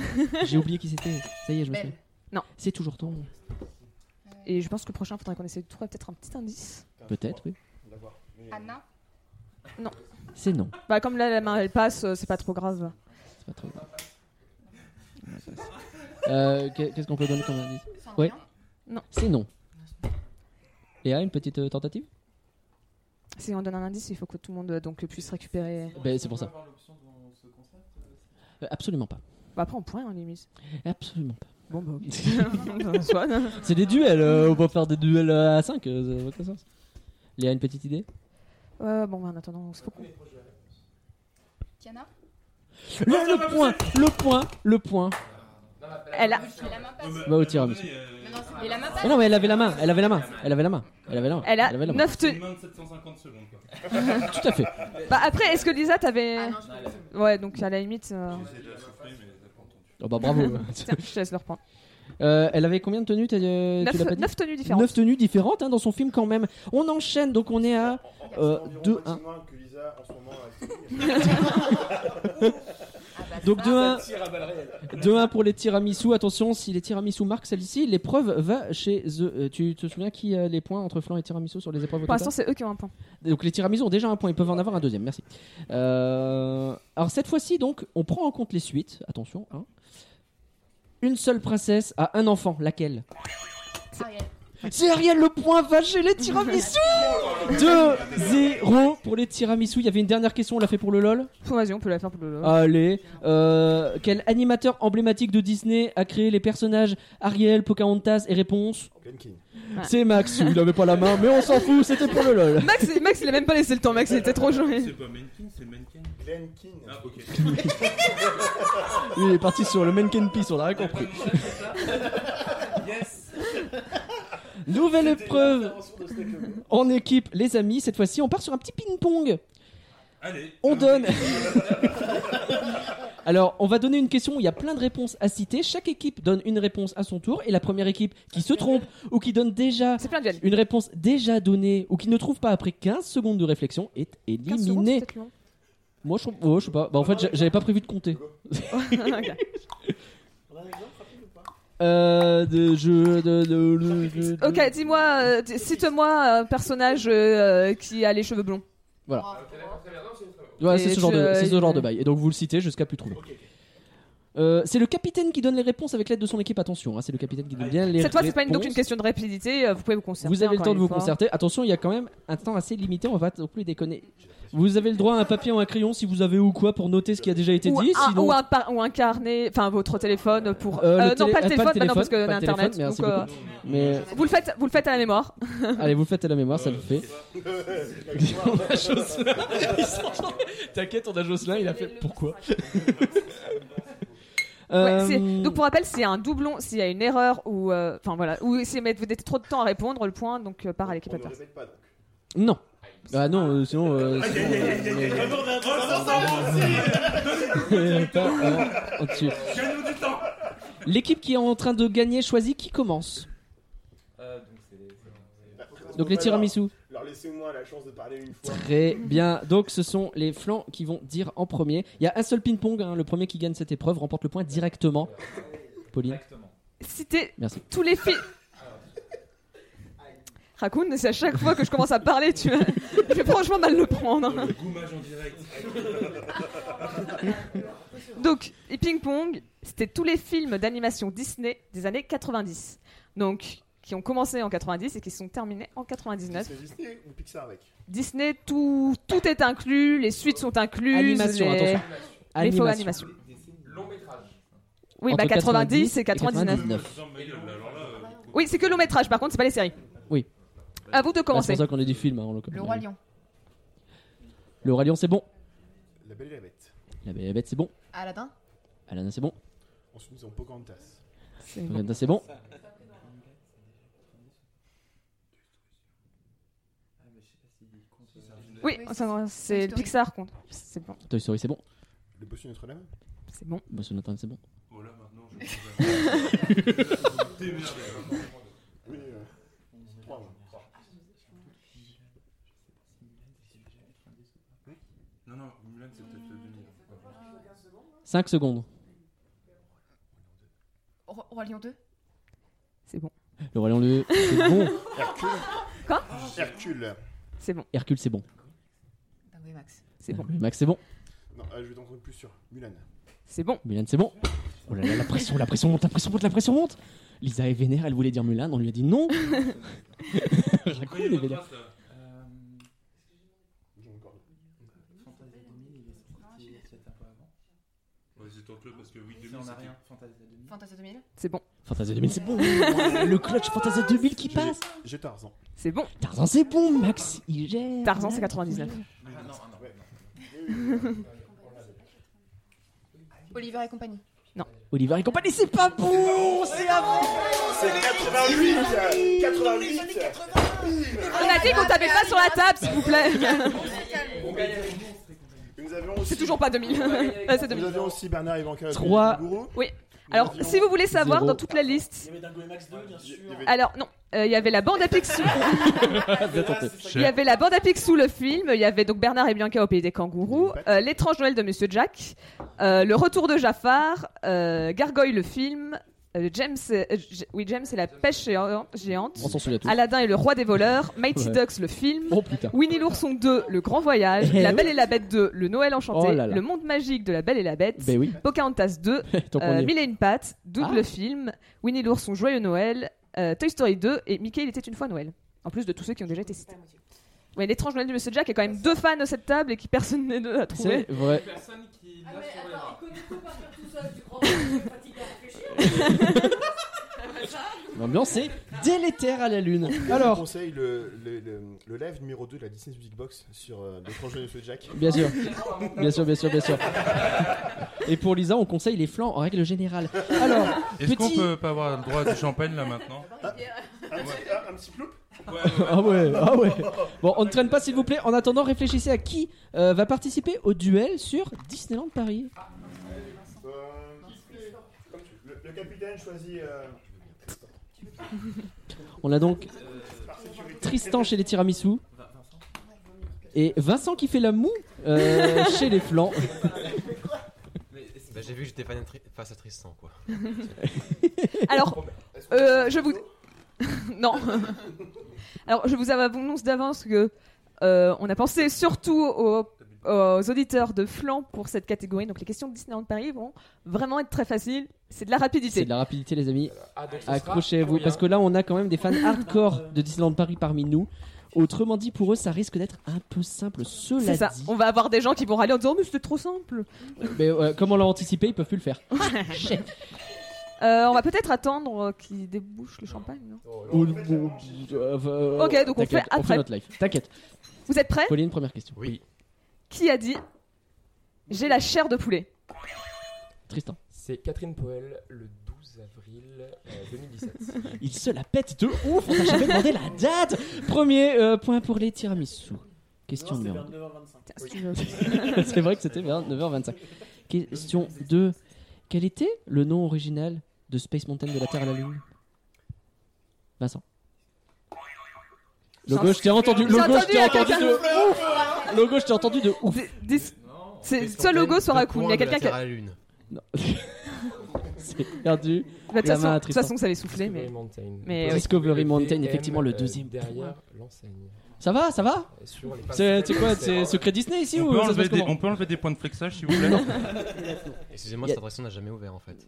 Speaker 4: pense que c'est-
Speaker 2: J'ai oublié qui c'était. Ça y est, je me
Speaker 8: Belle.
Speaker 2: souviens.
Speaker 3: Non.
Speaker 2: C'est toujours ton.
Speaker 3: Et je pense que le prochain, faudrait qu'on essaie de trouver peut-être un petit indice.
Speaker 2: Peut-être, oui.
Speaker 1: D'avoir. Mais-
Speaker 8: Anna
Speaker 2: C'est non.
Speaker 3: Bah, comme là, la main elle passe, euh, c'est pas trop grave.
Speaker 2: C'est pas très grave. Euh, qu'est- Qu'est-ce qu'on peut donner comme indice
Speaker 8: Enfin,
Speaker 2: Ouais.
Speaker 8: rien.
Speaker 2: C'est non. Léa, une petite euh, tentative
Speaker 3: Si on donne un indice, il faut que tout le monde euh, donc, puisse récupérer.
Speaker 2: Ben, c'est pour ça.
Speaker 4: On peut avoir l'option dans ce concept euh,
Speaker 2: Euh, Absolument pas.
Speaker 3: Bah, après, on pourrait, hein, limite.
Speaker 2: Absolument pas.
Speaker 3: Bon, bah, ok. Swan.
Speaker 2: C'est des duels. euh, on peut faire des duels euh, à 5. ça n'a aucun sens. Léa, une petite idée
Speaker 3: Ouais, bon, bah, en attendant, il faut qu'on.
Speaker 8: Tiana
Speaker 2: le, le point Le point Le point
Speaker 3: Elle a.
Speaker 8: Je dirais la main passe.
Speaker 2: Va au tiramisu.
Speaker 6: euh,
Speaker 8: Mais non, c'est- Mais la main passe
Speaker 2: Mais Ah non, mais elle avait la main. Elle avait la main. Elle avait la main. Elle avait la main.
Speaker 3: Elle a
Speaker 2: avait la main.
Speaker 3: 9
Speaker 6: C'est une
Speaker 3: tenues.
Speaker 6: main de 750 secondes quoi.
Speaker 2: Tout à fait.
Speaker 3: Bah après, est-ce que Lisa t'avais.
Speaker 8: Ah non, je
Speaker 4: Non,
Speaker 8: pense
Speaker 4: elle a-
Speaker 8: que-
Speaker 3: ouais, donc à la limite.
Speaker 2: Ah.
Speaker 3: euh,
Speaker 6: J'essaie de la souffler, mais elle n'a pas entendu.
Speaker 2: Oh bah bravo.
Speaker 3: Tiens, je te laisse leur point.
Speaker 2: Euh, elle avait combien de tenues t'as, euh, Tu l'as pas
Speaker 3: 9,
Speaker 2: dit
Speaker 3: tenues différentes.
Speaker 2: Neuf tenues différentes hein, dans son film quand même. On enchaîne, donc on est à... Euh,
Speaker 1: C'est environ
Speaker 2: 2,
Speaker 1: moitié
Speaker 2: 1.
Speaker 1: moins que Lisa en ce moment.
Speaker 8: Ah bah,
Speaker 2: Donc
Speaker 8: ça,
Speaker 2: 2-1
Speaker 7: Tire à balles réelles.
Speaker 2: 2-1 pour les tiramisu. Attention, si les tiramisu marquent celle-ci, l'épreuve va chez The. euh, tu te souviens qui a les points entre flan et tiramisu sur les épreuves au
Speaker 3: Pour
Speaker 2: total
Speaker 3: l'instant, c'est eux qui ont un point.
Speaker 2: Donc les tiramisu ont déjà un point, ils peuvent en avoir un deuxième. Merci. Euh, alors cette fois-ci, donc, on prend en compte les suites. Attention. hein. Une seule princesse a un enfant. Laquelle
Speaker 8: Ariel.
Speaker 2: C'est Ariel. Le point va chez les tiramisu. 2-0 pour les tiramisu. Il y avait une dernière question, on l'a fait pour le LOL.
Speaker 3: Vas-y, on peut la faire pour le lol.
Speaker 2: Allez. Euh, quel animateur emblématique de Disney a créé les personnages Ariel, Pocahontas et Réponse
Speaker 1: Glen King.
Speaker 2: C'est Max. Il avait pas la main, mais on s'en fout, c'était pour le LOL.
Speaker 3: Max, Max, il a même pas laissé le temps. Max, il était trop joué.
Speaker 6: C'est pas Menkin, c'est Menken.
Speaker 1: Glen King.
Speaker 6: Ah, ok.
Speaker 2: Il est parti sur le Menken Peace, on a rien compris.
Speaker 4: Yes
Speaker 2: Nouvelle épreuve en équipe, les amis. Cette fois-ci, on part sur un petit ping-pong.
Speaker 6: Allez.
Speaker 2: On donne. Alors, on va donner une question. Il y a plein de réponses à citer. Chaque équipe donne une réponse à son tour. Et la première équipe qui se trompe ou qui donne déjà
Speaker 3: C'est plein de jeunes.
Speaker 2: une réponse déjà donnée ou qui ne trouve pas après 15 secondes de réflexion est
Speaker 3: 15 secondes, c'est
Speaker 2: éliminée.
Speaker 3: peut-être long.
Speaker 2: Moi, je, trouve- ouais, je sais pas. Bah, en fait, j'a- j'avais pas prévu de compter.
Speaker 3: Ok.
Speaker 7: On a un exemple rapide ou pas
Speaker 2: Euh, de jeu, de, de- de- de- de-
Speaker 3: Ok, dis-moi, euh, d- cite-moi un personnage euh, qui a les cheveux blonds.
Speaker 2: Ouais, c'est
Speaker 3: Et euh,
Speaker 2: ce genre de,
Speaker 3: je-
Speaker 2: c'est ce genre de bail. Et donc vous le citez jusqu'à plus trouver. Euh, c'est le capitaine qui donne les réponses avec l'aide de son équipe. Attention, hein, c'est le capitaine qui donne bien les
Speaker 3: Cette fois, c'est pas une, donc une
Speaker 2: réponses.
Speaker 3: question de rapidité. euh, Vous pouvez vous concerter.
Speaker 2: Vous avez le
Speaker 3: encore
Speaker 2: temps de
Speaker 3: une
Speaker 2: vous
Speaker 3: fois.
Speaker 2: concerter. Attention, il y a quand même un temps assez limité. On va pas non plus déconner. Vous avez le droit à un papier ou un crayon si vous avez ou quoi pour noter ce qui a déjà été
Speaker 3: Ou,
Speaker 2: dit.
Speaker 3: un,
Speaker 2: sinon,
Speaker 3: ou, un par- ou un carnet, enfin votre téléphone
Speaker 2: Euh,
Speaker 3: pour.
Speaker 2: le
Speaker 3: euh, non,
Speaker 2: télé-
Speaker 3: pas
Speaker 2: ah,
Speaker 3: le téléphone, maintenant parce que
Speaker 2: pas le
Speaker 3: l'internet.
Speaker 2: téléphone, merci
Speaker 3: donc, euh,
Speaker 2: beaucoup. Mais
Speaker 3: vous le faites, vous le faites à la mémoire.
Speaker 2: allez, vous le faites à la mémoire, ça le fait. on a Jocelyn. Ils sont- T'inquiète, on a Jocelyn. Il a fait pourquoi
Speaker 3: Ouais, c'est-
Speaker 2: Euh,
Speaker 3: donc pour rappel, s'il y a un doublon, s'il y a une erreur ou euh, enfin voilà, ou si vous mettez trop de temps à répondre, le point donc euh, part à l'équipe
Speaker 1: On ne
Speaker 3: adverse.
Speaker 1: répète pas donc.
Speaker 2: Non.
Speaker 7: Bah
Speaker 2: Ah non, euh, sinon. euh, sinon,
Speaker 7: Ah
Speaker 2: euh, euh, pas, euh, au-dessus. L'équipe qui est en train de gagner choisit qui commence.
Speaker 4: Ah, donc c'est.
Speaker 1: Bah, faut qu'on
Speaker 2: Donc
Speaker 1: se
Speaker 2: les
Speaker 1: prépare.
Speaker 2: tiramisu.
Speaker 1: Alors laissez-moi la chance de parler une fois.
Speaker 2: Très bien. Donc ce sont les flancs qui vont dire en premier. Il y a un seul ping-pong. hein. Le premier qui gagne cette épreuve remporte le point directement. Pauline,
Speaker 4: Exactement.
Speaker 3: Citez
Speaker 2: merci.
Speaker 3: tous les films. Raccoon, c'est à chaque fois que je commence à parler, tu vas- je vais franchement mal le prendre.
Speaker 6: Le goumage en direct.
Speaker 3: Donc, et Ping Pong, c'était tous les films d'animation Disney des années 90. Donc, qui ont commencé en 90 et qui sont terminés en 99.
Speaker 1: Disney, Disney ou Pixar avec
Speaker 3: Disney, tout, tout est inclus, les suites sont incluses.
Speaker 2: Animation,
Speaker 3: les...
Speaker 2: attention.
Speaker 3: les faux
Speaker 2: Animation.
Speaker 3: animations.
Speaker 4: Long métrage.
Speaker 3: Oui,
Speaker 2: Entre
Speaker 3: bah 90 et
Speaker 2: 99.
Speaker 3: 99. Oui, c'est que long métrage, par contre, c'est pas les séries.
Speaker 2: Oui.
Speaker 3: À vous de
Speaker 2: Ah, C'est
Speaker 3: commencer.
Speaker 2: pour ça qu'on a dit film. hein, en l'occurrence.
Speaker 8: Le roi lion.
Speaker 2: Le roi lion, c'est bon.
Speaker 1: La Belle et la Bête.
Speaker 2: La Belle et la Bête, c'est bon.
Speaker 8: Aladdin.
Speaker 2: Alana, c'est bon.
Speaker 1: Ensuite nous avons Pocahontas.
Speaker 3: C'est-
Speaker 2: Pocahontas, c'est bon.
Speaker 3: Oui, ça- c'est
Speaker 8: Story.
Speaker 3: Pixar contre. C'est bon,
Speaker 2: Toy Story, c'est bon.
Speaker 1: Le Bossu Notre-Dame.
Speaker 3: c'est bon.
Speaker 2: Bah, Sonatane, c'est bon.
Speaker 6: Oh là maintenant, je. Démerde.
Speaker 1: Oui. euh, trois, ouais.
Speaker 6: Non, non, Mulan, c'est peut-être le demi.
Speaker 2: 5 secondes.
Speaker 8: Ro- Roi lion 2.
Speaker 3: C'est bon.
Speaker 2: Le roi lion, le- c'est bon.
Speaker 1: Hercule.
Speaker 3: Quoi
Speaker 1: Hercule.
Speaker 3: C'est bon.
Speaker 2: Hercule, c'est bon.
Speaker 8: Bah oui Max.
Speaker 3: C'est bon.
Speaker 2: Max, c'est bon.
Speaker 1: Non, euh, je vais t'en trouver plus sûr. Mulan.
Speaker 3: C'est bon.
Speaker 2: Mulan, c'est bon. Oh là là, la pression, la pression monte, la pression monte, la pression monte. Lisa est vénère, elle voulait dire Mulan, on lui a dit non. Raccoon est vénère.
Speaker 4: Euh,
Speaker 1: J'en ai encore deux.
Speaker 4: Fantasia 2000, il est sorti peut-être un peu avant.
Speaker 6: Vas-y, tente-le parce que oui,
Speaker 4: Si
Speaker 6: 2000,
Speaker 4: on a
Speaker 6: c'était-
Speaker 4: rien, Fantasia 2000.
Speaker 8: Fantasy 2000.
Speaker 3: C'est bon.
Speaker 2: Fantasia 2000, c'est bon. Le clutch Fantasia 2000 qui passe.
Speaker 1: J'ai Tarzan.
Speaker 3: C'est bon.
Speaker 2: Tarzan, c'est bon, Max, il gère.
Speaker 3: Tarzan, c'est 99.
Speaker 4: Ah non, ah non.
Speaker 8: Oliver et compagnie.
Speaker 2: Oliver et compagnie, c'est pas bon, c'est avant.
Speaker 1: C'est 88 euh, 88
Speaker 3: On a dit qu'on tapait pas sur la
Speaker 8: Ah,
Speaker 3: table, s'il vous plaît.
Speaker 4: On gagne avec monstres et compagnie.
Speaker 1: Nous avions aussi,
Speaker 3: C'est toujours pas 2000. Ouais, c'est
Speaker 1: nous
Speaker 3: 2000.
Speaker 1: avions aussi Bernard et Vanca.
Speaker 2: Trois.
Speaker 3: Alors, si vous voulez savoir,
Speaker 2: Zéro.
Speaker 3: dans toute la liste.
Speaker 7: Il y avait Dingo et Max 2, bien sûr. Ah,
Speaker 3: Alors, non. euh, Il y avait la bande à Picsou.
Speaker 2: Bien tenté.
Speaker 3: Il y avait la bande à Picsou, le film. Il y avait donc Bernard et Bianca au pays des kangourous. euh, L'étrange Noël de Monsieur Jack. euh, le retour de Jafar. euh, Gargoyle, le film. euh, James, euh, J- oui, James et la pêche géant- géante.
Speaker 2: On s'en souvient tous.
Speaker 3: Aladdin et le roi des voleurs. Mighty
Speaker 2: Ouais.
Speaker 3: Ducks, le film.
Speaker 2: Oh putain.
Speaker 3: Winnie l'ourson 2, Le Grand Voyage,
Speaker 2: Eh
Speaker 3: La
Speaker 2: oui.
Speaker 3: Belle et la Bête 2, Le Noël enchanté,
Speaker 2: Oh là là.
Speaker 3: Le Monde magique de La Belle et la Bête,
Speaker 2: Ben oui,
Speaker 3: Pocahontas 2,
Speaker 2: tant qu'on
Speaker 3: euh,
Speaker 2: y est.
Speaker 3: Mille et une pattes, double
Speaker 2: Ah.
Speaker 3: film, Winnie l'ourson joyeux Noël, euh, Toy Story 2 et Mickey il était une fois Noël. En plus de tous ceux qui ont déjà été cités. Ouais, l'étrange Noël de Monsieur Jack, il y a quand même deux fans de cette table et qui personne n'est de à trouver.
Speaker 2: C'est vrai.
Speaker 4: Personne qui
Speaker 9: Ah
Speaker 4: l'a
Speaker 9: mais
Speaker 4: sur les
Speaker 9: attends,
Speaker 4: bras.
Speaker 9: il connaît tout par cœur tout seul, tu crois que
Speaker 3: Ah.
Speaker 9: c'est fatigué à réfléchir
Speaker 2: L'ambiance est délétère à la lune.
Speaker 1: Alors. Je vous
Speaker 2: Alors,
Speaker 1: conseille le, le, le- le live numéro 2 de la Disney Music Box sur euh, l'étrange de Monsieur Jack.
Speaker 2: bien sûr, bien sûr, bien sûr, bien sûr. Et pour Lisa, on conseille les flancs en règle générale. Alors,
Speaker 6: Est-ce qu'on
Speaker 2: Petit-
Speaker 6: peut pas avoir le droit de champagne là maintenant
Speaker 3: Ah.
Speaker 1: Un petit ploup
Speaker 2: ah ouais, ah ouais. Bon, on ne traîne pas, s'il vous plaît. En attendant, réfléchissez à qui euh, va participer au duel sur Disneyland Paris.
Speaker 1: Euh, le, le capitaine choisit. euh,
Speaker 2: On a donc Tristan chez les tiramisu et Vincent qui fait la moue euh, chez les flancs.
Speaker 4: Mais c'est-
Speaker 5: Bah, j'ai vu que j'étais fan de Tri- face à Tristan, quoi.
Speaker 3: Alors,
Speaker 1: est-ce qu'on-
Speaker 3: euh, je vous. non. Alors, je vous annonce d'avance que euh, on a pensé surtout aux, aux auditeurs de flanc pour cette catégorie. Donc, les questions de Disneyland Paris vont vraiment être très faciles. C'est de la rapidité.
Speaker 2: C'est de la rapidité, les amis.
Speaker 5: Ah, donc ce sera
Speaker 2: Accrochez-vous
Speaker 5: combien
Speaker 2: parce que là, on a quand même des fans hardcore de Disneyland Paris parmi nous. Autrement dit, pour eux, ça risque d'être un peu simple. Cela
Speaker 3: C'est ça.
Speaker 2: dit,
Speaker 3: On va avoir des gens qui vont râler en disant mais c'était trop simple.
Speaker 2: mais euh, comme on l'a anticipé, ils peuvent plus le faire.
Speaker 3: Euh, on va peut-être attendre euh, qu'il débouche le champagne. non
Speaker 7: Oh
Speaker 2: Ou- ou- euh,
Speaker 3: Ok, donc on
Speaker 2: t'inquiète,
Speaker 3: fait après.
Speaker 2: notre live. T'inquiète.
Speaker 3: Vous êtes prêts
Speaker 2: Pauline, première question.
Speaker 5: Oui.
Speaker 3: Qui a dit j'ai la chair de poulet
Speaker 2: Tristan.
Speaker 7: C'est Catherine Poel le 12 avril euh, 2017.
Speaker 2: Il se la pète de ouf, on t'a jamais demandé la date Premier euh, point pour les tiramisu. Question
Speaker 7: Non, c'est
Speaker 2: numéro
Speaker 7: 29h25.
Speaker 3: Tiens, si tu veux.
Speaker 2: deux. C'est vrai que c'était vers 9h25. Question 2. Quel était le nom original de Space Mountain de la Terre à la Lune Vincent. Logo, je t'ai entendu.
Speaker 3: J'ai
Speaker 2: Logo, je t'ai
Speaker 3: entendu,
Speaker 2: entendu de ouf. Logo, je t'ai entendu de ouf.
Speaker 3: Dis- dis-
Speaker 4: Non.
Speaker 3: C'est
Speaker 5: Tristan
Speaker 3: soit logo,
Speaker 5: gagne
Speaker 3: soit
Speaker 5: deux
Speaker 3: Raccoon. Il y a
Speaker 5: points de
Speaker 3: quelqu'un
Speaker 5: la
Speaker 3: qui.
Speaker 5: Terre
Speaker 3: a-
Speaker 5: à la Lune.
Speaker 2: Non. C'est perdu.
Speaker 3: Bah, De toute
Speaker 2: La
Speaker 3: façon-
Speaker 2: main à
Speaker 3: de toute façon, ça avait soufflé,
Speaker 7: Discovery
Speaker 3: mais.
Speaker 7: Mountain.
Speaker 3: Mais euh,
Speaker 7: Posez
Speaker 2: oui. Discovery
Speaker 7: le
Speaker 2: Mountain,
Speaker 7: DM,
Speaker 2: effectivement, le
Speaker 7: euh,
Speaker 2: deuxième
Speaker 7: Derrière l'enseigne.
Speaker 2: Ça va, ça va
Speaker 7: Euh, sur les
Speaker 2: C'est
Speaker 7: passerelles,
Speaker 2: c'est quoi C'est secret Disney ici
Speaker 6: on,
Speaker 2: ou
Speaker 6: peut
Speaker 2: ça se
Speaker 6: enlever
Speaker 2: passe
Speaker 6: des,
Speaker 2: comment
Speaker 6: on peut enlever des points de flexage s'il vous plaît
Speaker 5: Excusez-moi,
Speaker 2: Y a-
Speaker 5: cette adresse n'a jamais ouvert en fait.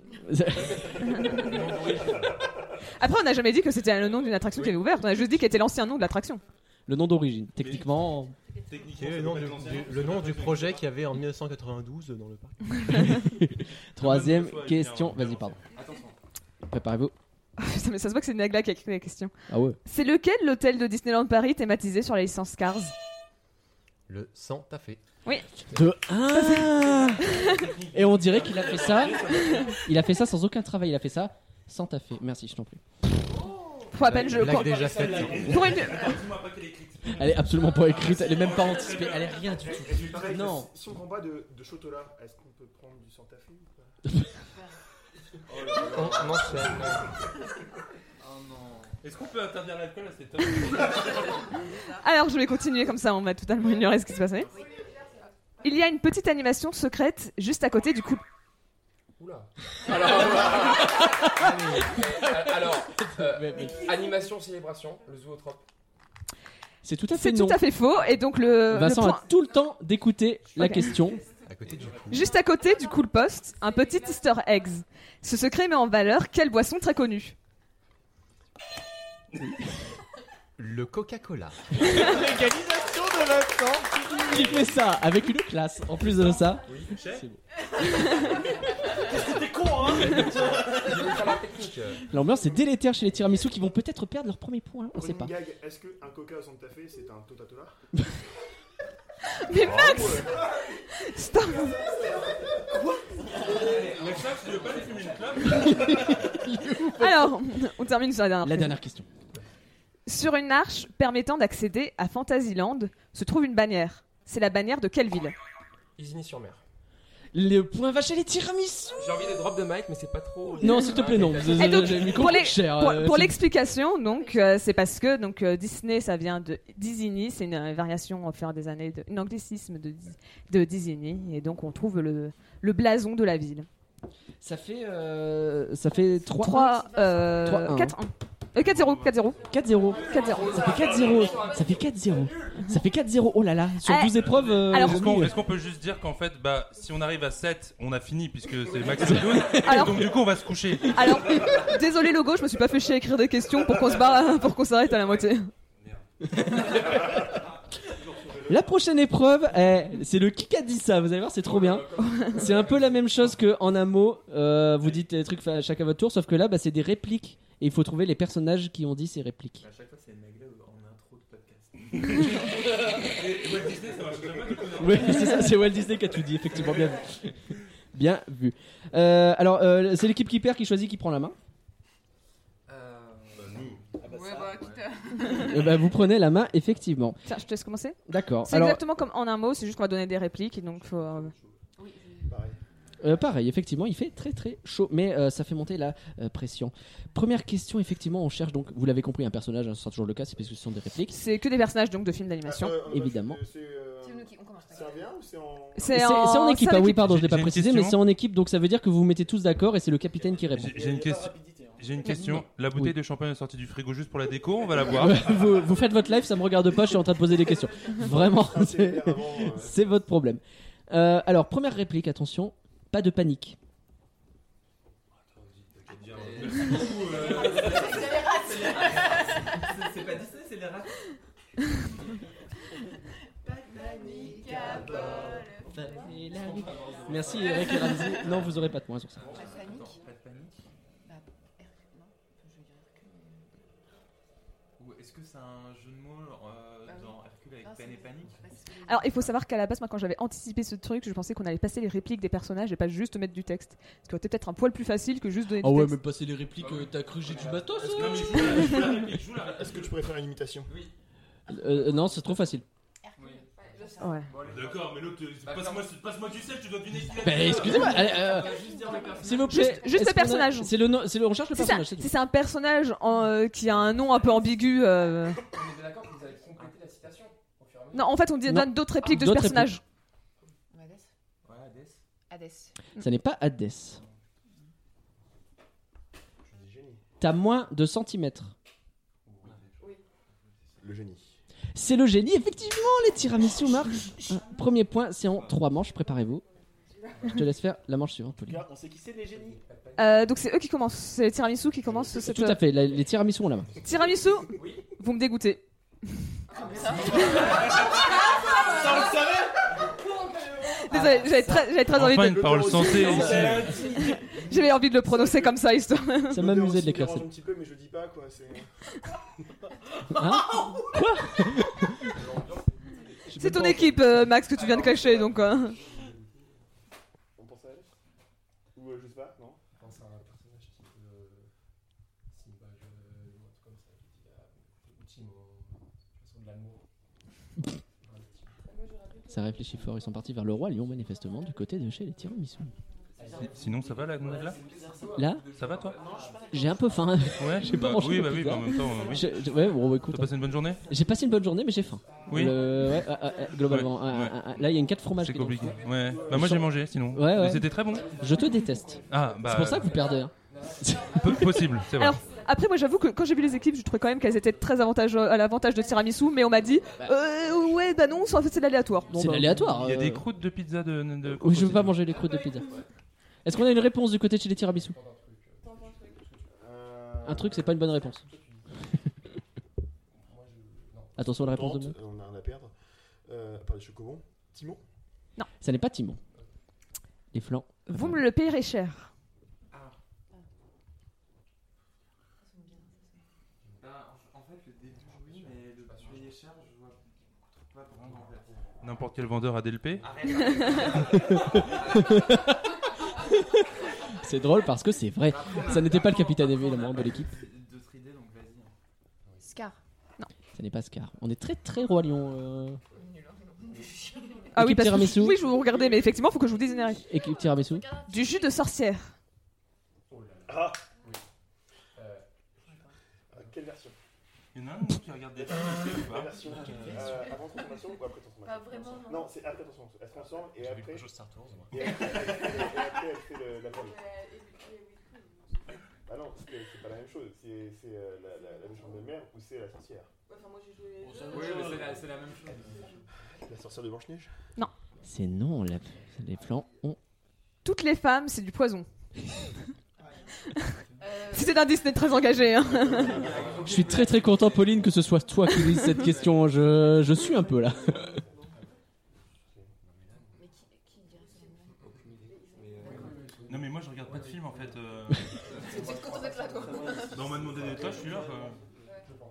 Speaker 3: Après, on n'a jamais dit que c'était le nom d'une attraction qui avait ouverte. On a juste dit qu'elle était l'ancien nom de l'attraction.
Speaker 2: Le nom d'origine, techniquement.
Speaker 6: Techniquement,
Speaker 5: Quel est
Speaker 6: ça
Speaker 5: le nom
Speaker 6: peut
Speaker 5: du,
Speaker 6: être hein, l'ancien.
Speaker 5: du- le nom du projet qu'il y avait en 1992 dans le parc
Speaker 2: Troisième
Speaker 6: Bonne fois,
Speaker 2: question.
Speaker 6: bien, bien
Speaker 2: Vas-y, pardon.
Speaker 4: Attention.
Speaker 2: Préparez-vous.
Speaker 3: Putain, mais ça se voit que c'est Nagla qui a écrit la question.
Speaker 2: Ah ouais.
Speaker 3: C'est lequel l'hôtel de Disneyland Paris thématisé sur la licence Cars
Speaker 5: Le Santa Fe.
Speaker 2: De 1 Et on dirait qu'il a fait ça. Il a fait ça sans aucun travail. Il a fait ça sans taffer. Merci, je t'en prie.
Speaker 5: Ah,
Speaker 3: Faut à peine je.
Speaker 5: Blague
Speaker 3: Pour,
Speaker 5: déjà faite.
Speaker 3: pour une-
Speaker 4: Dis-moi pas qu'elle écrit.
Speaker 2: Elle est absolument pas écrite. Elle est même pas anticipée. Elle est rien du tout.
Speaker 1: Et pareil,
Speaker 2: Non.
Speaker 1: Si on prend pas de, de Chotola, est-ce qu'on peut prendre du Santa Fe ou pas
Speaker 5: On on enchaîne.
Speaker 4: Oh non.
Speaker 6: Est-ce qu'on peut interdire l'alcool à cet homme
Speaker 3: Alors, je vais continuer comme ça, on va totalement ignorer ce qui se passait. Il y a une petite animation secrète juste à côté du coup.
Speaker 7: Oula. Alors, Allez. Euh, alors, euh, animation célébration, le zootrope.
Speaker 2: C'est tout à fait
Speaker 3: C'est
Speaker 2: non.
Speaker 3: tout à fait faux. Et donc, le. le
Speaker 2: Vincent
Speaker 3: point-
Speaker 2: a tout le temps d'écouter la
Speaker 3: Ok.
Speaker 2: question.
Speaker 5: À côté du coup.
Speaker 3: Juste à côté du cool post, un petit easter egg. Ce secret met en valeur quelle boisson très connue
Speaker 5: Le Coca-Cola.
Speaker 2: Il fait ça avec une classe. En plus de ça,
Speaker 6: Chef
Speaker 2: C'est-
Speaker 5: Je vais faire la technique.
Speaker 7: euh,
Speaker 2: l'ambiance est délétère chez les tiramisu qui vont peut-être perdre leur premier point. hein, On sait
Speaker 1: Running
Speaker 2: pas.
Speaker 1: Gag, est-ce qu'un coca au Santa Fe c'est un Totatola
Speaker 3: Mais
Speaker 6: Ah,
Speaker 3: Max Stop
Speaker 6: Mais ça, tu veux pas lui fumer une clope
Speaker 3: Alors, on termine sur la dernière.
Speaker 2: La
Speaker 3: phrase.
Speaker 2: dernière question.
Speaker 3: Sur une arche permettant d'accéder à Fantasyland se trouve une bannière. C'est la bannière de quelle ville
Speaker 7: Isigny-sur-Mer.
Speaker 2: Le point va chez les tiramisu.
Speaker 7: J'ai envie des drops de mic, mais c'est pas trop.
Speaker 2: Non, s'il te plaît, non.
Speaker 3: Et Eh, donc,
Speaker 2: J'ai mis
Speaker 3: pour
Speaker 2: combien
Speaker 3: les-
Speaker 2: de cher,
Speaker 3: Pour,
Speaker 2: euh,
Speaker 3: pour
Speaker 2: c'est-
Speaker 3: l'explication, donc euh, c'est parce que donc euh, Disney, ça vient de Disney, c'est une euh, variation au fur et à des années, de, un anglicisme de, Dis- de Disney, et donc on trouve le, le blason de la ville.
Speaker 2: Ça fait, euh, ça fait 3,
Speaker 3: 3, euh,
Speaker 2: Trois, un.
Speaker 3: 4, 1. Euh, 4-0, 4-0.
Speaker 2: 4-0.
Speaker 3: 4-0.
Speaker 2: Ça fait 4-0. Ça fait 4-0. Ça fait 4-0. Oh là là. Sur
Speaker 3: Eh,
Speaker 2: 12 épreuves. euh,
Speaker 3: alors-
Speaker 2: j'ai
Speaker 6: Est-ce qu'on
Speaker 2: mis, euh,
Speaker 6: est-ce qu'on peut juste dire qu'en fait, bah, si on arrive à 7, on a fini puisque c'est max de 12
Speaker 3: Alors-
Speaker 6: Donc du coup, on va se coucher.
Speaker 3: Alors, désolé logo, je me suis pas fait chier à écrire des questions pour qu'on se barre, pour qu'on s'arrête à la moitié.
Speaker 2: La prochaine épreuve, eh, c'est le qui a dit ça. Vous allez voir, c'est trop bien. C'est un peu la même chose que en un mot. euh, vous dites les trucs fa- chacun à votre tour, sauf que là, bah, c'est des répliques. Et il faut trouver les personnages qui ont dit ces répliques.
Speaker 4: À chaque fois, c'est une magla en intro de podcast.
Speaker 6: Et Walt Disney, ça marche très bien.
Speaker 2: Oui, c'est ça, c'est Walt Disney qui a tout dit, effectivement. Bien vu. Bien vu. Euh, alors, euh, c'est l'équipe qui perd qui choisit qui prend la main.
Speaker 6: Bah, nous.
Speaker 8: Ouais, bah, quitte à-
Speaker 2: Euh, bah, vous prenez la main, effectivement.
Speaker 3: Tiens, je te laisse commencer.
Speaker 2: D'accord.
Speaker 3: C'est
Speaker 2: Alors,
Speaker 3: exactement comme en un mot, c'est juste qu'on va donner des répliques et donc faut. euh,
Speaker 2: euh, pareil, effectivement, il fait très très chaud, mais euh, ça fait monter la euh, pression. Première question, effectivement, on cherche donc, vous l'avez compris, un personnage, hein, ce sera toujours le cas, c'est parce que ce sont des répliques.
Speaker 3: C'est que des personnages donc de films d'animation.
Speaker 1: Euh,
Speaker 2: évidemment.
Speaker 1: C'est euh,
Speaker 3: Ah.
Speaker 8: C'est nous qui- on commence.
Speaker 1: c'est un bien ou c'est en.
Speaker 2: C'est c'est en équipe,
Speaker 3: c'est
Speaker 2: ah
Speaker 3: en
Speaker 2: oui, pardon, je l'ai
Speaker 6: J'ai-
Speaker 2: pas
Speaker 6: j'ai une
Speaker 2: précisé, mais
Speaker 6: question.
Speaker 2: c'est en équipe, donc ça veut dire que vous vous mettez tous d'accord et c'est le capitaine qui répond.
Speaker 6: J'ai j'ai une question.
Speaker 7: hein.
Speaker 6: J'ai une question. La bouteille de champagne est sortie du frigo juste pour la déco, on va la boire.
Speaker 2: vous, vous faites votre live, ça me regarde pas, je suis en train de poser des questions. Vraiment,
Speaker 1: Ah, c'est
Speaker 2: c'est-
Speaker 1: clair, avant, euh,
Speaker 2: c'est votre problème. Euh, alors, première réplique, attention, pas de panique.
Speaker 4: Euh, C'est- C'est pas Disney, c'est les rats.
Speaker 2: Merci Eric et Ramsey. Non, vous aurez pas de points sur ça.
Speaker 8: Pas de panique.
Speaker 4: Pas de panique.
Speaker 8: Bah, R- non, je dirais que-
Speaker 4: Ou est-ce que c'est un jeu de mots euh,
Speaker 8: Bah oui.
Speaker 4: dans Hercule avec
Speaker 8: Non,
Speaker 4: peine
Speaker 8: c'est-
Speaker 4: et panique
Speaker 8: parce que-
Speaker 3: Alors, il faut savoir qu'à la base, moi, quand j'avais anticipé ce truc, je pensais qu'on allait passer les répliques des personnages et pas juste mettre du texte. Ce qui aurait été peut-être un poil plus facile que juste donner
Speaker 2: Ah
Speaker 3: du texte.
Speaker 2: passer les répliques, euh, t'as cru que j'ai du bateau
Speaker 4: Est-ce que tu joues la- joue la réplique, joue la
Speaker 1: Est-ce
Speaker 4: réplique.
Speaker 1: que tu pourrais faire une imitation
Speaker 2: Euh, Non, c'est trop facile.
Speaker 3: Ouais.
Speaker 4: Bon, allez,
Speaker 6: D'accord, mais l'autre, euh,
Speaker 4: Bah,
Speaker 6: passe-moi passe du sel, tu dois deviner qui l'a
Speaker 2: Bah,
Speaker 6: dit.
Speaker 2: excusez-moi, allez, euh,
Speaker 4: on va juste dire le personnage.
Speaker 2: s'il vous plaît.
Speaker 3: Juste- juste
Speaker 2: est-ce
Speaker 3: le
Speaker 2: qu'on a-
Speaker 3: personnage.
Speaker 2: C'est le nom, c'est le, on cherche le
Speaker 3: Si c'est un-
Speaker 2: personnage, c'est
Speaker 3: si
Speaker 2: tout.
Speaker 3: c'est un personnage en, euh, qui a un nom un peu ambigu. euh,
Speaker 5: On est bien d'accord que vous avez complété la citation au fur et à mesure.
Speaker 3: Non, en fait, on dit-
Speaker 2: Non.
Speaker 3: donne d'autres répliques de ce
Speaker 2: D'autres
Speaker 3: personnage.
Speaker 8: On va Hadès
Speaker 4: Ouais, Hadès.
Speaker 8: Hadès.
Speaker 2: Ça n'est pas Hades.
Speaker 1: Je dis génie.
Speaker 2: T'as moins de centimètres.
Speaker 1: Le génie.
Speaker 2: C'est le génie, effectivement, les tiramisu marchent. Un Premier point, c'est en trois manches, préparez-vous. Je te laisse faire la manche suivante, Pauline.
Speaker 5: on sait qui c'est les génies.
Speaker 3: Euh, donc, c'est eux qui commencent. C'est Tiramisu qui commence cette. euh,
Speaker 2: Tout à fait, la- les tiramisu ont la main.
Speaker 3: Tiramisu Vous me dégoûtez.
Speaker 5: Ça, on le savait
Speaker 2: Ah,
Speaker 3: Désolé, j'avais très, j'avais très envie
Speaker 6: Enfin,
Speaker 3: de.
Speaker 6: une parole sensée ici.
Speaker 3: J'avais envie de le prononcer comme ça, histoire.
Speaker 2: Ça
Speaker 1: L'odeur
Speaker 2: m'amusait
Speaker 1: aussi
Speaker 2: de l'écrire.
Speaker 1: dérange
Speaker 2: cette-
Speaker 1: un petit peu, mais je dis pas quoi. c'est-
Speaker 3: C'est ton équipe, euh, Max, que tu viens de cacher, donc. euh,
Speaker 1: On pense à la lettre Ou euh, je sais pas, non
Speaker 5: Je pense à un personnage qui peut. euh, Simba, je. ou un truc comme ça, qui dit ah, la. Ultimo. euh, façon de l'amour. Un ultimo.
Speaker 2: Ça réfléchit fort, ils sont partis vers le roi Lyon, manifestement, du côté de chez les tiramisu.
Speaker 6: Sinon, ça va la gonade là
Speaker 2: Là,
Speaker 6: Ça va toi
Speaker 2: j'ai un peu faim.
Speaker 6: Ouais,
Speaker 2: J'ai pas
Speaker 6: bah,
Speaker 2: mangé
Speaker 6: Oui,
Speaker 2: de
Speaker 6: bah oui,
Speaker 2: pizza.
Speaker 6: bah, en même temps, euh, oui.
Speaker 2: Je- je- ouais, bon, bah, écoute,
Speaker 6: T'as passé une bonne journée
Speaker 2: hein. j'ai passé une bonne journée, mais j'ai faim.
Speaker 6: Oui.
Speaker 2: Le- ouais, ah, ah, ah, globalement,
Speaker 6: Ouais,
Speaker 2: ah,
Speaker 6: ouais.
Speaker 2: ah, ah, là il y a une 4 fromages.
Speaker 6: C'est
Speaker 2: qui est dans le
Speaker 6: compliqué. Ouais. Bah moi j'ai mangé sinon.
Speaker 2: Ouais, ouais.
Speaker 6: Mais C'était très bon.
Speaker 2: fond. Je te déteste.
Speaker 6: Ah bah.
Speaker 2: c'est pour ça que vous perdez. hein.
Speaker 6: peu- possible, c'est vrai.
Speaker 3: Alors, Après, moi, j'avoue que quand j'ai vu les équipes, je trouvais quand même qu'elles étaient très avantage, euh, à l'avantage de tiramisu, mais on m'a dit, euh, ouais, bah non, ça, en fait, c'est de l'aléatoire. Bon,
Speaker 2: c'est
Speaker 3: bah,
Speaker 2: aléatoire.
Speaker 6: Il y a
Speaker 2: euh.
Speaker 6: des croûtes de pizza de. de coco,
Speaker 2: Oui, je veux pas
Speaker 6: sinon.
Speaker 2: manger les croûtes de pizza. Est-ce qu'on a une réponse du côté de chez les tiramisu
Speaker 1: Euh,
Speaker 2: Un truc, c'est pas une bonne réponse. Attention à la réponse de
Speaker 1: Tente, On a rien à perdre. Euh, à part les chocobons. Timon
Speaker 2: Ça n'est pas Timon. Les flancs.
Speaker 3: Vous me le payerez cher.
Speaker 4: Bah, en en fait, le début, oui, mais le payer cher, je vois pas vraiment en fait.
Speaker 6: N'importe quel vendeur à DLP.
Speaker 4: Arrête, arrête.
Speaker 2: C'est drôle parce que c'est vrai. Ça n'était pas le capitaine évidemment de l'équipe.
Speaker 4: D'autres idées, donc vas-y.
Speaker 8: Scar.
Speaker 2: Ça n'est pas Scar. On est très très roi lion. euh,
Speaker 3: hein, Ah oui,
Speaker 2: Équipe
Speaker 3: parce que
Speaker 2: tiramisu.
Speaker 3: je- oui, je vous regardais, mais effectivement, faut que je vous dise une arrêt.
Speaker 2: Équipe tiramisu.
Speaker 3: Du jus de sorcière.
Speaker 5: Oh là
Speaker 1: Ah
Speaker 5: là. Euh,
Speaker 1: Euh, Quelle version
Speaker 6: Il y en a un de nous qui regarde des films aussi, ou
Speaker 1: La
Speaker 6: pas
Speaker 1: version euh, avant transformation ou après transformation
Speaker 9: Pas vraiment, non.
Speaker 1: Non, c'est après transformation. Elle se transforme et
Speaker 5: J'ai vu
Speaker 1: après.
Speaker 5: quelque chose, ça retourne. moi.
Speaker 1: Et après, elle fait- et après, elle fait le- la pomme. Ah non, parce que c'est pas la même chose. C'est c'est, euh, la, la, la méchante belle-mère ou c'est la sorcière
Speaker 4: Oui, mais c'est la, c'est la même chose.
Speaker 1: La sorcière de Blanche-Neige
Speaker 2: C'est non, la- les flancs ont.
Speaker 3: Toutes les femmes, c'est du poison. C'était un Disney très engagé. hein.
Speaker 2: Je suis très très content, Pauline, que ce soit toi qui lise cette question. Je, je suis un peu là.
Speaker 6: en fait. euh,
Speaker 8: C'est content d'être là, toi.
Speaker 6: bah, on m'a demandé des tâches, je suis là. enfin,
Speaker 5: Je pense.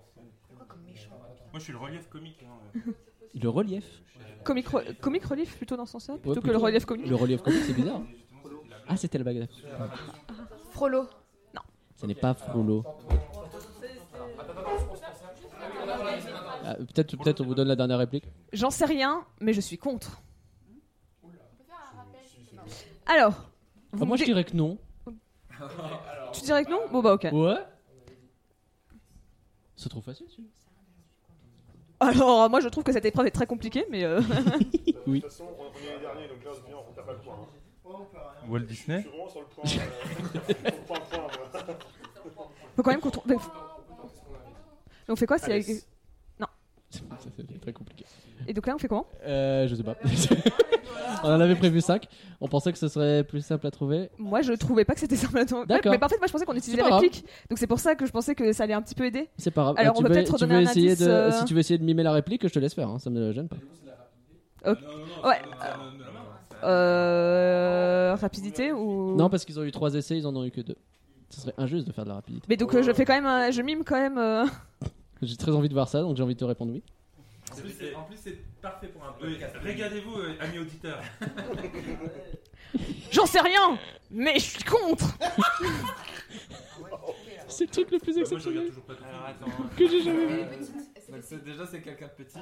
Speaker 8: Pourquoi comme méchant
Speaker 6: Moi, je suis le relief comique. hein.
Speaker 2: Le relief.
Speaker 3: Comic, re- comic relief plutôt dans ce sens-là, plutôt que
Speaker 2: plutôt.
Speaker 3: le relief comique.
Speaker 2: Le relief comique, c'est bizarre. Ah, c'était le bagarre.
Speaker 8: Frollo.
Speaker 2: Ce n'est pas Frollo. Ah, peut-être, peut-être, on vous donne la dernière réplique.
Speaker 3: J'en sais rien, mais je suis contre.
Speaker 9: rappel.
Speaker 3: Alors, vous
Speaker 2: Ah, moi,
Speaker 3: me
Speaker 2: je
Speaker 3: dé-
Speaker 2: dirais que non.
Speaker 3: tu dirais que non Bon bah ok.
Speaker 2: Ouais. C'est trop facile. celui-là.
Speaker 3: Alors, moi je trouve que cette épreuve est très compliquée, mais euh,
Speaker 2: Oui.
Speaker 1: De toute façon, on on est les derniers, donc là, on se dit, on tape pas le point. hein.
Speaker 6: Walt
Speaker 1: Je
Speaker 6: Disney
Speaker 1: suis vraiment sur le point. euh, sur le point, point, moi.
Speaker 3: faut quand même qu'on trouve. Mais on fait quoi si
Speaker 1: Allez.
Speaker 2: Ça fait très compliqué.
Speaker 3: Et donc là on fait comment
Speaker 2: Euh, je sais pas. on en avait prévu 5. On pensait que ce serait plus simple à trouver.
Speaker 3: Moi je trouvais pas que c'était simple. à trouver.
Speaker 2: D'accord.
Speaker 3: Mais en fait moi je pensais qu'on utilisait
Speaker 2: pas
Speaker 3: les
Speaker 2: grave.
Speaker 3: répliques, donc c'est pour ça que je pensais que ça allait un petit peu aider.
Speaker 2: C'est pas grave.
Speaker 3: Alors,
Speaker 2: Euh,
Speaker 3: on
Speaker 2: tu
Speaker 3: va
Speaker 2: veux-
Speaker 3: peut-être
Speaker 2: tu
Speaker 3: redonner
Speaker 2: veux
Speaker 3: un
Speaker 2: essayer
Speaker 3: indice,
Speaker 2: de-
Speaker 3: euh.
Speaker 2: Si tu veux essayer de mimer la réplique, je te laisse faire. hein, Ça me gêne pas.
Speaker 3: Ok.
Speaker 6: Non, non, non,
Speaker 3: Ouais,
Speaker 6: ça- ça- non, non.
Speaker 3: Euh, rapidité ou
Speaker 2: Non, parce qu'ils ont eu 3 essais, ils en ont eu que 2. Ce serait injuste de faire de la rapidité.
Speaker 3: Mais donc euh, je fais quand même, un- je mime quand même. euh,
Speaker 2: J'ai très envie de voir ça, donc j'ai envie de te répondre oui.
Speaker 4: En plus, c'est- En plus, c'est parfait pour un
Speaker 6: Oui,
Speaker 4: podcast.
Speaker 6: Regardez-vous, euh, amis auditeurs.
Speaker 3: J'en sais rien, mais je suis contre.
Speaker 2: C'est le truc le plus
Speaker 6: Bah, moi, je regarde
Speaker 2: exceptionnel
Speaker 6: toujours pas tout
Speaker 4: Alors,
Speaker 6: ça.
Speaker 4: attends.
Speaker 2: que j'ai jamais vu.
Speaker 4: Euh,
Speaker 8: Petite.
Speaker 4: donc, c'est- Ah, déjà, c'est quelqu'un de petit.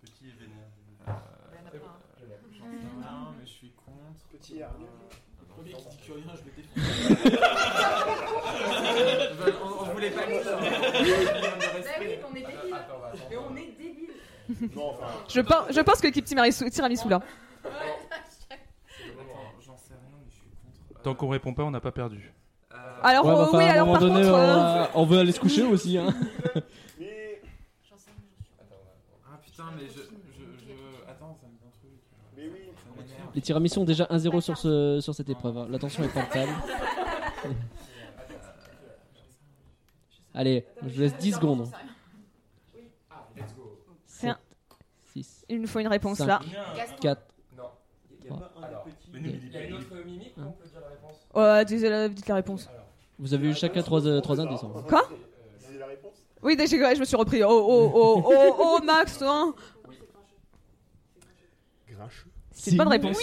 Speaker 6: Petit et vénère.
Speaker 4: J'en sais rien, Euh, mais je suis contre.
Speaker 1: Petit hargneux.
Speaker 4: Le premier qui dit que rien, je me défends. on, on voulait pas le
Speaker 9: Bah
Speaker 4: dire.
Speaker 9: oui, mais on est débiles. Mais on est débiles.
Speaker 1: Non, enfin,
Speaker 3: Je pense, je pense que Kip Tiramisu, tiramisu là.
Speaker 4: Attends, j'en sais rien, mais je suis contre. Euh,
Speaker 6: Tant qu'on répond pas, on n'a pas perdu.
Speaker 4: euh,
Speaker 3: Alors
Speaker 2: Ouais,
Speaker 3: euh,
Speaker 2: bah, enfin,
Speaker 3: oui,
Speaker 2: à un
Speaker 3: alors
Speaker 2: moment
Speaker 3: par
Speaker 2: donné,
Speaker 3: contre.
Speaker 2: on,
Speaker 3: euh,
Speaker 2: va- on veut aller se coucher aussi. Hein.
Speaker 1: mais,
Speaker 8: J'en sais rien, j'en suis
Speaker 4: Ah putain, mais je, je, je. Attends, ça me dit un truc.
Speaker 1: mais oui.
Speaker 4: Ça m'énerve.
Speaker 2: Les tiramisu ont déjà 1-0 sur, ce, sur cette épreuve. hein. La tension est portable. Allez, je vous laisse 10 secondes.
Speaker 3: C'est un-
Speaker 2: 6,
Speaker 3: Il nous faut une réponse
Speaker 2: Cinq.
Speaker 3: là.
Speaker 8: Gaston.
Speaker 2: 4.
Speaker 5: Non.
Speaker 7: Il y a pas un
Speaker 5: Alors.
Speaker 7: des petits.
Speaker 6: Mais nous,
Speaker 2: Yeah.
Speaker 6: mais
Speaker 5: Il y a
Speaker 6: des-
Speaker 5: une autre mimique où on peut dire la réponse
Speaker 3: Ouais, dites la, dites la réponse.
Speaker 5: Alors,
Speaker 2: Vous avez eu chacun 3 indices. hein.
Speaker 3: Quoi
Speaker 5: c'est, euh,
Speaker 1: Vous avez la réponse
Speaker 3: Oui, déjà, ouais, je me suis repris. Oh, oh, oh, oh, oh, Max, hein.
Speaker 1: Grincheux.
Speaker 3: C'est une bonne réponse.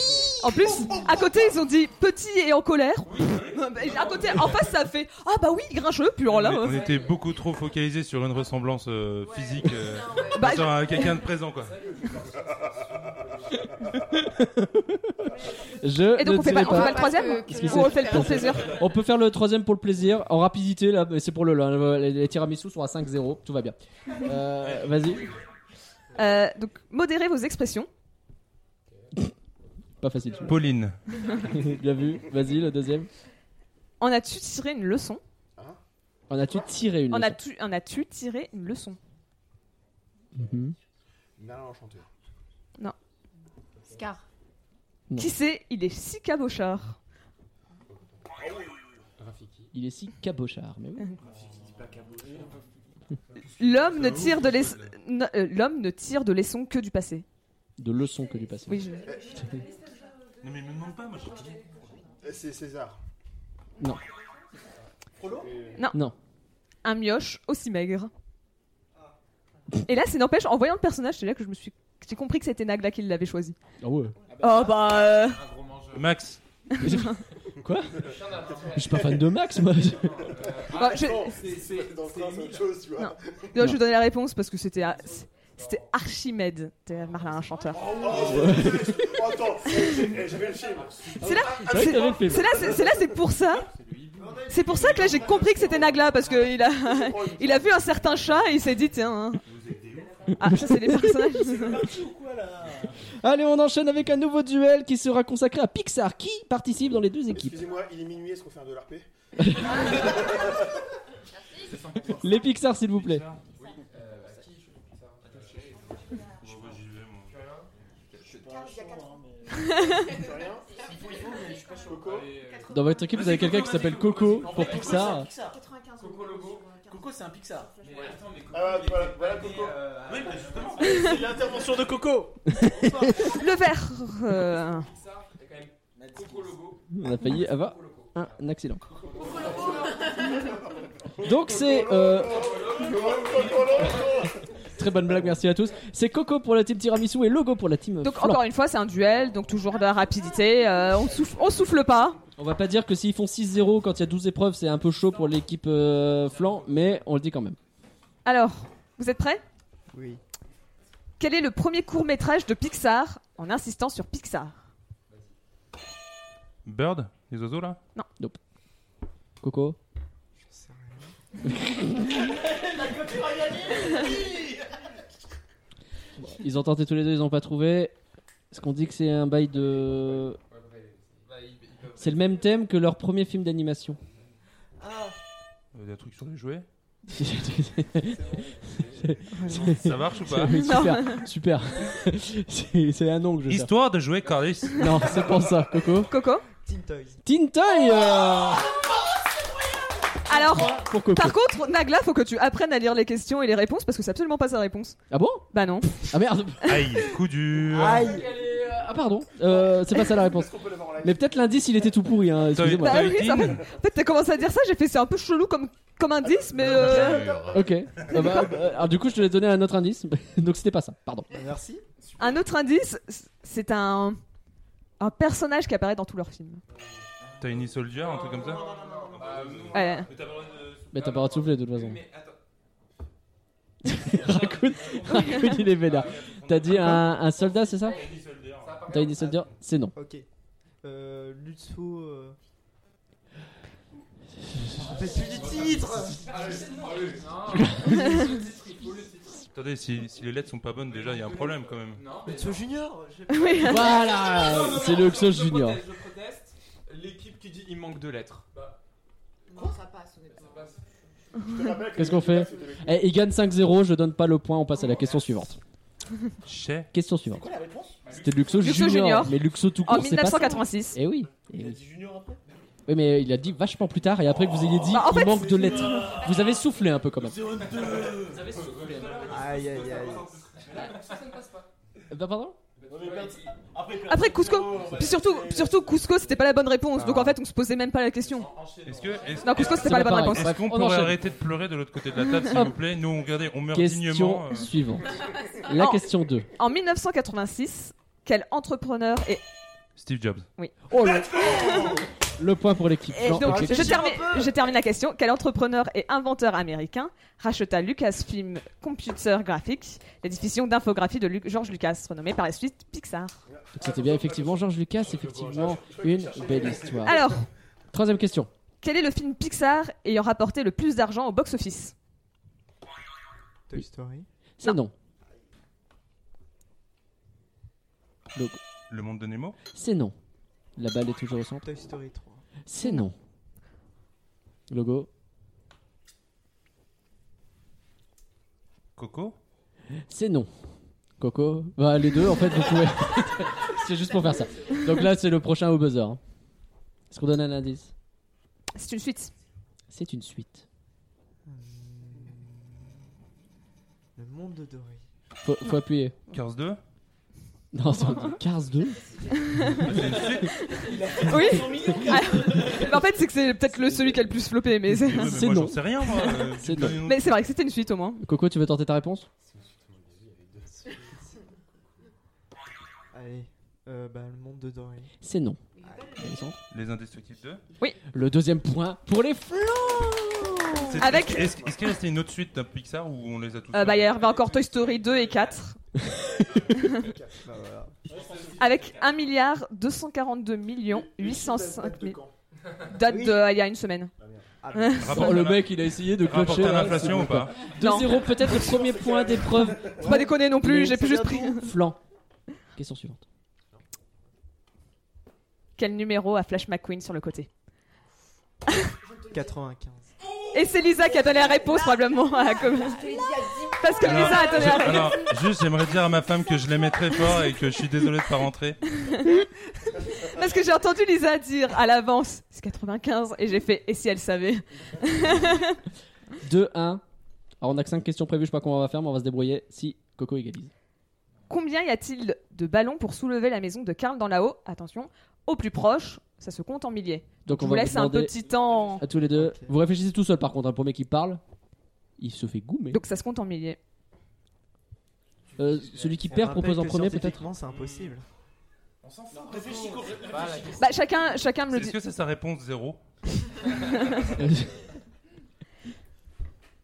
Speaker 3: En plus, à côté, ils ont dit petit et en colère. Et à côté, en face, ça fait Ah bah oui, grincheux, puis alors là.
Speaker 6: on
Speaker 3: euh,
Speaker 6: était beaucoup trop focalisés sur une ressemblance euh, physique. euh,
Speaker 3: Bah,
Speaker 6: sur un- quelqu'un de présent, quoi.
Speaker 2: Je
Speaker 3: Et donc,
Speaker 2: ne
Speaker 3: on fait pas,
Speaker 2: dirai pas.
Speaker 3: on fait pas
Speaker 2: Euh,
Speaker 3: le troisième
Speaker 8: Qu'est-ce que
Speaker 3: Ou on le
Speaker 8: c'est
Speaker 3: fait le pour plaisir
Speaker 2: On peut faire le troisième pour le plaisir. En rapidité, là, mais c'est pour le LOL. Les, les tiramisu sont à 5-0. Tout va bien. Euh, Vas-y.
Speaker 3: Euh, Donc, modérez vos expressions.
Speaker 2: Pas facile. celui-là.
Speaker 6: Pauline.
Speaker 2: bien vu. Vas-y, le deuxième.
Speaker 3: En as-tu tiré une leçon
Speaker 2: En as-tu tiré une
Speaker 3: En
Speaker 2: leçon
Speaker 3: as-tu en as-tu tiré une leçon
Speaker 2: Mhm.
Speaker 1: Merlin l'enchanteur.
Speaker 8: Scar.
Speaker 2: Non.
Speaker 3: Qui sait, il est si cabochard.
Speaker 5: Rafiki.
Speaker 2: Il est si cabochard. Mais oui.
Speaker 3: L'homme ne tire de les- n- euh, l'homme ne tire de leçons que du passé.
Speaker 2: De leçons que du passé.
Speaker 3: Oui, je-
Speaker 6: Non, mais me demande pas, moi, j'ai
Speaker 1: Eh, C'est César.
Speaker 2: Non.
Speaker 1: Frollo
Speaker 2: Non.
Speaker 3: un mioche aussi maigre. Et là, c'est n'empêche, en voyant le personnage, c'est là que je me suis. J'ai compris que c'était Nagla qui l'avait choisi.
Speaker 2: Ah ouais.
Speaker 3: Oh bah. euh,
Speaker 4: Un gros mangeur.
Speaker 6: Max.
Speaker 2: Je suis pas fan de Max, moi.
Speaker 4: Ah,
Speaker 3: bah, je,
Speaker 1: Non,
Speaker 4: C'est- c'est-
Speaker 1: dans le train, Ah, c'est
Speaker 4: c'est
Speaker 1: autre chose, tu vois.
Speaker 3: Non. non, je vais donner la réponse parce que c'était. à- C'était Archimède, de Marlin, un chanteur.
Speaker 1: Oh, oh, attends, eh, j'ai- eh, j'ai vu le film.
Speaker 3: C'est là,
Speaker 2: Ouais,
Speaker 3: c'est
Speaker 2: t'avais le film.
Speaker 3: c'est là, c'est- c'est là, c'est pour ça. C'est pour ça que là j'ai compris que c'était Nagla parce que il a, il a vu un certain chat et il s'est dit tiens. hein. Ah ça c'est les personnages.
Speaker 2: Allez, on enchaîne avec un nouveau duel qui sera consacré à Pixar. Qui participe dans les deux équipes
Speaker 1: Excusez-moi, il est minuit, est-ce qu'on fait un de l'RP
Speaker 2: Les Pixar, s'il vous plaît.
Speaker 5: Euh, à qui je fais ça
Speaker 6: Bon, bah, j'y vais, moi.
Speaker 7: hein,
Speaker 1: C'est rien Coco
Speaker 5: euh,
Speaker 2: Dans votre équipe, vous avez quelqu'un qui s'appelle Coco pour Pixar.
Speaker 4: Coco Logo.
Speaker 7: Coco, c'est un Pixar. bah,
Speaker 4: Mais attends, mais Coco,
Speaker 1: Ah,
Speaker 4: il était
Speaker 1: voilà, voilà,
Speaker 4: pas né,
Speaker 1: Coco.
Speaker 4: euh,
Speaker 7: Ah
Speaker 4: à-
Speaker 6: Oui, bah, justement.
Speaker 7: C'est l'intervention de Coco.
Speaker 3: Le vert. euh,
Speaker 5: Pixar, il y a quand même
Speaker 4: Coco Logo.
Speaker 2: On a failli avoir
Speaker 4: Coco Loco.
Speaker 2: un accident. Donc c'est euh, très bonne blague, merci à tous. C'est Coco pour la team tiramisu et Logo pour la team.
Speaker 3: Donc
Speaker 2: Flan.
Speaker 3: encore une fois, c'est un duel, donc toujours de la rapidité. euh, on, souffle, on souffle pas.
Speaker 2: On va pas dire que s'ils font 6-0 quand il y a 12 épreuves, c'est un peu chaud pour l'équipe euh, Flan, mais on le dit quand même.
Speaker 3: Alors, vous êtes prêts
Speaker 1: Oui.
Speaker 3: Quel est le premier court métrage de Pixar En insistant sur Pixar.
Speaker 6: Bird Les oiseaux là
Speaker 2: Coco Ils ont tenté tous les deux, ils ont pas trouvé. Est-ce qu'on dit que c'est un bail de. C'est le même thème que leur premier film d'animation.
Speaker 6: Il y a des trucs sur les jouets Ça marche ou pas
Speaker 2: Oui, super, super. c'est c'est un nom que je cherche.
Speaker 6: Histoire de jouer Cordis.
Speaker 2: Non, c'est pour ça, Coco.
Speaker 3: Coco
Speaker 7: Team Toys.
Speaker 2: Tintoy euh,
Speaker 3: Alors,
Speaker 2: Pour Coco.
Speaker 3: par contre, Nagla, faut que tu apprennes à lire les questions et les réponses parce que c'est absolument pas sa réponse.
Speaker 2: Ah bon
Speaker 3: Bah non.
Speaker 2: Ah merde
Speaker 6: Aïe, coup dur.
Speaker 2: Aïe Ah pardon, euh, c'est pas ça la réponse. Mais peut-être l'indice il était tout pourri, hein, excusez-moi.
Speaker 3: Bah oui,
Speaker 6: Toy
Speaker 3: ça
Speaker 6: Team.
Speaker 3: En fait, t'as commencé à dire ça, j'ai fait c'est un peu chelou comme, comme indice, mais. euh,
Speaker 2: Ok. Ah bah, bah, alors du coup, je te l'ai donné un autre indice, donc c'était pas ça, pardon.
Speaker 7: Bah, Merci.
Speaker 3: Un autre indice, c'est un. Un personnage qui apparaît dans tous leurs films.
Speaker 6: Tiny Soldier, un truc comme ça
Speaker 4: Bah, euh,
Speaker 6: Bah,
Speaker 3: Ouais.
Speaker 6: Mais t'as pas le droit de-
Speaker 2: Mais t'as pas le droit de souffler de toute façon.
Speaker 4: Mais attends.
Speaker 2: Raconte, raconte, il est vénère. T'as dit un, un soldat, c'est ça
Speaker 6: Tiny Soldier.
Speaker 4: hein.
Speaker 2: T'as dit soldat
Speaker 4: Ah,
Speaker 2: C'est non.
Speaker 7: Ok. Euh, Lutfo. Euh... Je me rappelle plus du titre.
Speaker 4: Ah,
Speaker 6: Attendez, si, si les lettres sont pas bonnes, déjà, il y a un problème quand même.
Speaker 4: Non, mais
Speaker 7: Lutfo Junior. je-
Speaker 3: Oui.
Speaker 4: Non, non,
Speaker 2: Voilà
Speaker 4: non,
Speaker 2: Ah, C'est
Speaker 4: non,
Speaker 2: le Xos
Speaker 4: je
Speaker 2: Junior.
Speaker 4: proteste, Je proteste. L'équipe qui dit il manque de lettres.
Speaker 8: Non, ça passe, honnêtement.
Speaker 4: Bah,
Speaker 2: Qu'est-ce qu'on fait Eh, il gagne 5-0, je donne pas le point, on passe à la question suivante.
Speaker 6: Chez.
Speaker 2: Question suivante. C'était Luxo,
Speaker 3: Luxo
Speaker 2: Junior,
Speaker 3: Junior.
Speaker 2: Mais Luxo tout court,
Speaker 3: En
Speaker 2: c'est pas ça.
Speaker 3: 1986.
Speaker 2: Eh oui. eh
Speaker 7: Il a
Speaker 2: oui.
Speaker 7: dit Junior après
Speaker 2: Oui, mais il a dit vachement plus tard, et après que vous ayez dit,
Speaker 3: Bah, en
Speaker 2: il
Speaker 3: fait-
Speaker 2: manque de lettres. Vous avez soufflé un peu quand même.
Speaker 7: Aïe aïe aïe.
Speaker 2: Euh, bah, pardon
Speaker 3: Après
Speaker 4: Oh,
Speaker 3: Cusco. Puis surtout, puis surtout Cusco, c'était pas la bonne réponse. Donc en fait, on se posait même pas la question.
Speaker 6: Est-ce que. Est
Speaker 3: Non, Cusco,
Speaker 2: Ah.
Speaker 3: c'était
Speaker 2: C'est
Speaker 3: pas la
Speaker 2: pas
Speaker 3: bonne
Speaker 2: pareil.
Speaker 3: réponse.
Speaker 6: est-ce Bah, qu'on
Speaker 2: Bref, on
Speaker 6: pourrait
Speaker 2: enchaîne.
Speaker 6: arrêter de pleurer de l'autre côté de la table, s'il vous plaît Nous, regardez, on meurt dignement.
Speaker 2: Question
Speaker 6: euh.
Speaker 2: suivante. La
Speaker 3: Non.
Speaker 2: question 2.
Speaker 3: En 1986, quel entrepreneur est.
Speaker 6: Steve Jobs.
Speaker 2: Oh là Le point pour l'équipe.
Speaker 3: Et
Speaker 2: Jean,
Speaker 3: donc,
Speaker 2: ok.
Speaker 3: je, termine, je termine la question. Quel entrepreneur et inventeur américain racheta Lucasfilm Computer Graphics, la diffusion d'infographie de Lu- George Lucas, renommée par la suite Pixar
Speaker 2: Donc C'était bien effectivement Georges Lucas, effectivement une belle histoire.
Speaker 3: Alors,
Speaker 2: Troisième question.
Speaker 3: quel est le film Pixar ayant rapporté le plus d'argent au box-office
Speaker 7: Toy Story.
Speaker 2: C'est non. Donc,
Speaker 6: Le monde de Nemo
Speaker 2: c'est non. La balle est toujours au centre.
Speaker 7: Toy Story 3.
Speaker 2: C'est non. Logo.
Speaker 6: Coco
Speaker 2: C'est non. Coco. Bah, les deux, en fait, vous pouvez. c'est juste pour faire ça. Donc là, c'est le prochain au buzzer. hein. Est-ce qu'on donne un indice
Speaker 3: C'est une suite.
Speaker 2: C'est une suite.
Speaker 7: Le monde de Dory.
Speaker 2: Faut, faut appuyer.
Speaker 6: Cars 2
Speaker 2: Non, c'est Cars 2.
Speaker 3: Oui Ah, mais En fait, c'est que c'est peut-être le celui qui a le plus floppé, mais c'est.
Speaker 6: Ouais, mais
Speaker 2: C'est
Speaker 6: moi,
Speaker 2: non.
Speaker 6: J'en sais rien, moi. euh,
Speaker 2: C'est
Speaker 6: tu me donnes une autre-
Speaker 3: Mais c'est vrai que c'était une suite au moins.
Speaker 2: Coco, tu veux tenter ta réponse
Speaker 7: Allez. Euh, bah, le monde de Dory.
Speaker 2: C'est non.
Speaker 6: Les Indestructibles 2
Speaker 2: Le deuxième point pour les flancs.
Speaker 6: C'est-
Speaker 3: Avec-
Speaker 6: Est-ce est-ce qu'il restait une autre suite d'un Pixar ou on les a tous
Speaker 3: Euh, bah, il y avait encore Toy Story 2 et 4,
Speaker 7: Bah voilà.
Speaker 3: avec 1 milliard 242 millions 805 000. Date
Speaker 7: Oui.
Speaker 3: de, euh, il y a une semaine.
Speaker 7: Ah, bah,
Speaker 6: Rapport
Speaker 2: Oh, le
Speaker 6: à la-
Speaker 2: mec, il a essayé de
Speaker 6: Rapporté
Speaker 2: clocher.
Speaker 6: à
Speaker 2: là,
Speaker 6: l'inflation
Speaker 2: c'est
Speaker 6: ou pas
Speaker 2: bon.
Speaker 3: Non.
Speaker 2: 2-0, peut-être le premier point d'épreuve.
Speaker 3: Faut pas déconner non
Speaker 2: Mais
Speaker 3: plus, j'ai plus
Speaker 7: c'est
Speaker 3: juste pris.
Speaker 2: Flan. Question suivante.
Speaker 3: Quel numéro a Flash McQueen sur le côté
Speaker 7: 95.
Speaker 3: Et c'est Lisa qui a donné la réponse probablement à la com-
Speaker 8: Ah, Je te l'ai dit à 10
Speaker 3: Parce
Speaker 7: Ah.
Speaker 3: que
Speaker 6: Alors,
Speaker 3: Lisa a donné la
Speaker 6: j'ai-
Speaker 3: réponse.
Speaker 6: alors, juste, j'aimerais dire à ma femme que je l'aimais très fort et que je suis désolé de pas rentrer.
Speaker 3: Parce que j'ai entendu Lisa dire à l'avance c'est 95 et j'ai fait et si elle savait
Speaker 2: 2-1. Alors, on a que 5 questions prévues, je sais pas comment on va faire, mais on va se débrouiller si Coco égalise.
Speaker 3: Combien y a-t-il de ballons pour soulever la maison de Karl dans la haut Attention, au plus proche, ça se compte en milliers.
Speaker 2: Donc
Speaker 3: Je
Speaker 2: on
Speaker 3: vous
Speaker 2: va
Speaker 3: laisse un
Speaker 2: demander
Speaker 3: petit temps.
Speaker 2: à tous les deux.
Speaker 7: Ok.
Speaker 2: Vous réfléchissez tout seul par contre, un premier qui parle, il se fait goumer.
Speaker 3: Donc ça se compte en milliers.
Speaker 2: Euh, celui qui
Speaker 7: Eh
Speaker 2: perd propose en premier peut-être
Speaker 7: ben, c'est impossible.
Speaker 4: On s'en fout.
Speaker 7: Réfléchis, cours,
Speaker 4: Bah, la
Speaker 7: réfléchis.
Speaker 3: Bah, chacun, chacun me le
Speaker 6: Est-ce
Speaker 3: dit.
Speaker 6: que c'est sa réponse zéro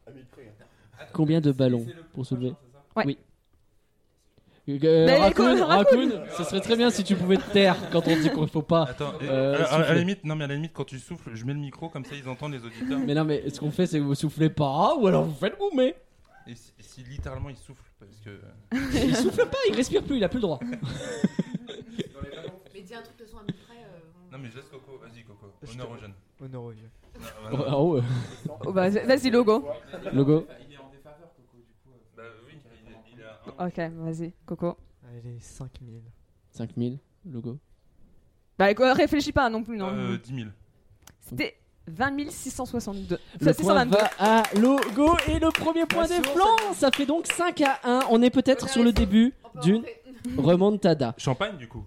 Speaker 1: À mille près. hein.
Speaker 2: Combien de ballons
Speaker 4: C'est le
Speaker 2: pour soulever
Speaker 4: prochain, c'est ça
Speaker 2: Euh, Raccoon,
Speaker 3: écoute,
Speaker 2: Raccoon, ce serait très bien si tu pouvais te taire quand on dit qu'il faut pas.
Speaker 6: Attends, et-
Speaker 2: Euh,
Speaker 6: à- à, à
Speaker 2: souffler.
Speaker 6: la limite, non mais à la limite, quand tu souffles, je mets le micro comme ça, ils entendent les auditeurs.
Speaker 2: Mais non, mais ce qu'on fait, c'est que vous soufflez pas ou alors vous faites goumer.
Speaker 6: Et si, et si littéralement ils soufflent, parce que euh,
Speaker 2: Il souffle pas, il respire plus, il a plus le droit.
Speaker 4: Dans les ballons.
Speaker 9: Mais dis un truc de son à mille près. euh, on-
Speaker 6: non mais je laisse Coco, vas-y Coco,
Speaker 7: Je
Speaker 6: honneur
Speaker 7: te-
Speaker 6: aux jeunes.
Speaker 7: Honneur aux vieux.
Speaker 6: Non, bah,
Speaker 2: Oh,
Speaker 6: non.
Speaker 2: oh, euh,
Speaker 3: Oh, bah, vas-y, logo.
Speaker 4: Il est en
Speaker 2: Logo.
Speaker 4: défa- Ah, Il est en défaveur, Coco, du coup. euh,
Speaker 6: Bah oui, il, est- il a
Speaker 2: Ah,
Speaker 6: un.
Speaker 3: Ok, vas-y, Coco.
Speaker 7: Allez, 5000.
Speaker 2: 5000, logo.
Speaker 3: Bah, écoute, réfléchis pas non plus, non.
Speaker 6: Euh, 10 000.
Speaker 3: C'était 20 662.
Speaker 2: Le
Speaker 3: Ça,
Speaker 2: point
Speaker 3: 622.
Speaker 2: va à logo et le premier point des flancs. Ça fait donc 5 à 1. On est peut-être
Speaker 9: On est
Speaker 2: sur le
Speaker 9: resté.
Speaker 2: début
Speaker 9: on peut
Speaker 2: d'une
Speaker 9: rentrer.
Speaker 2: remontada.
Speaker 6: Champagne du coup.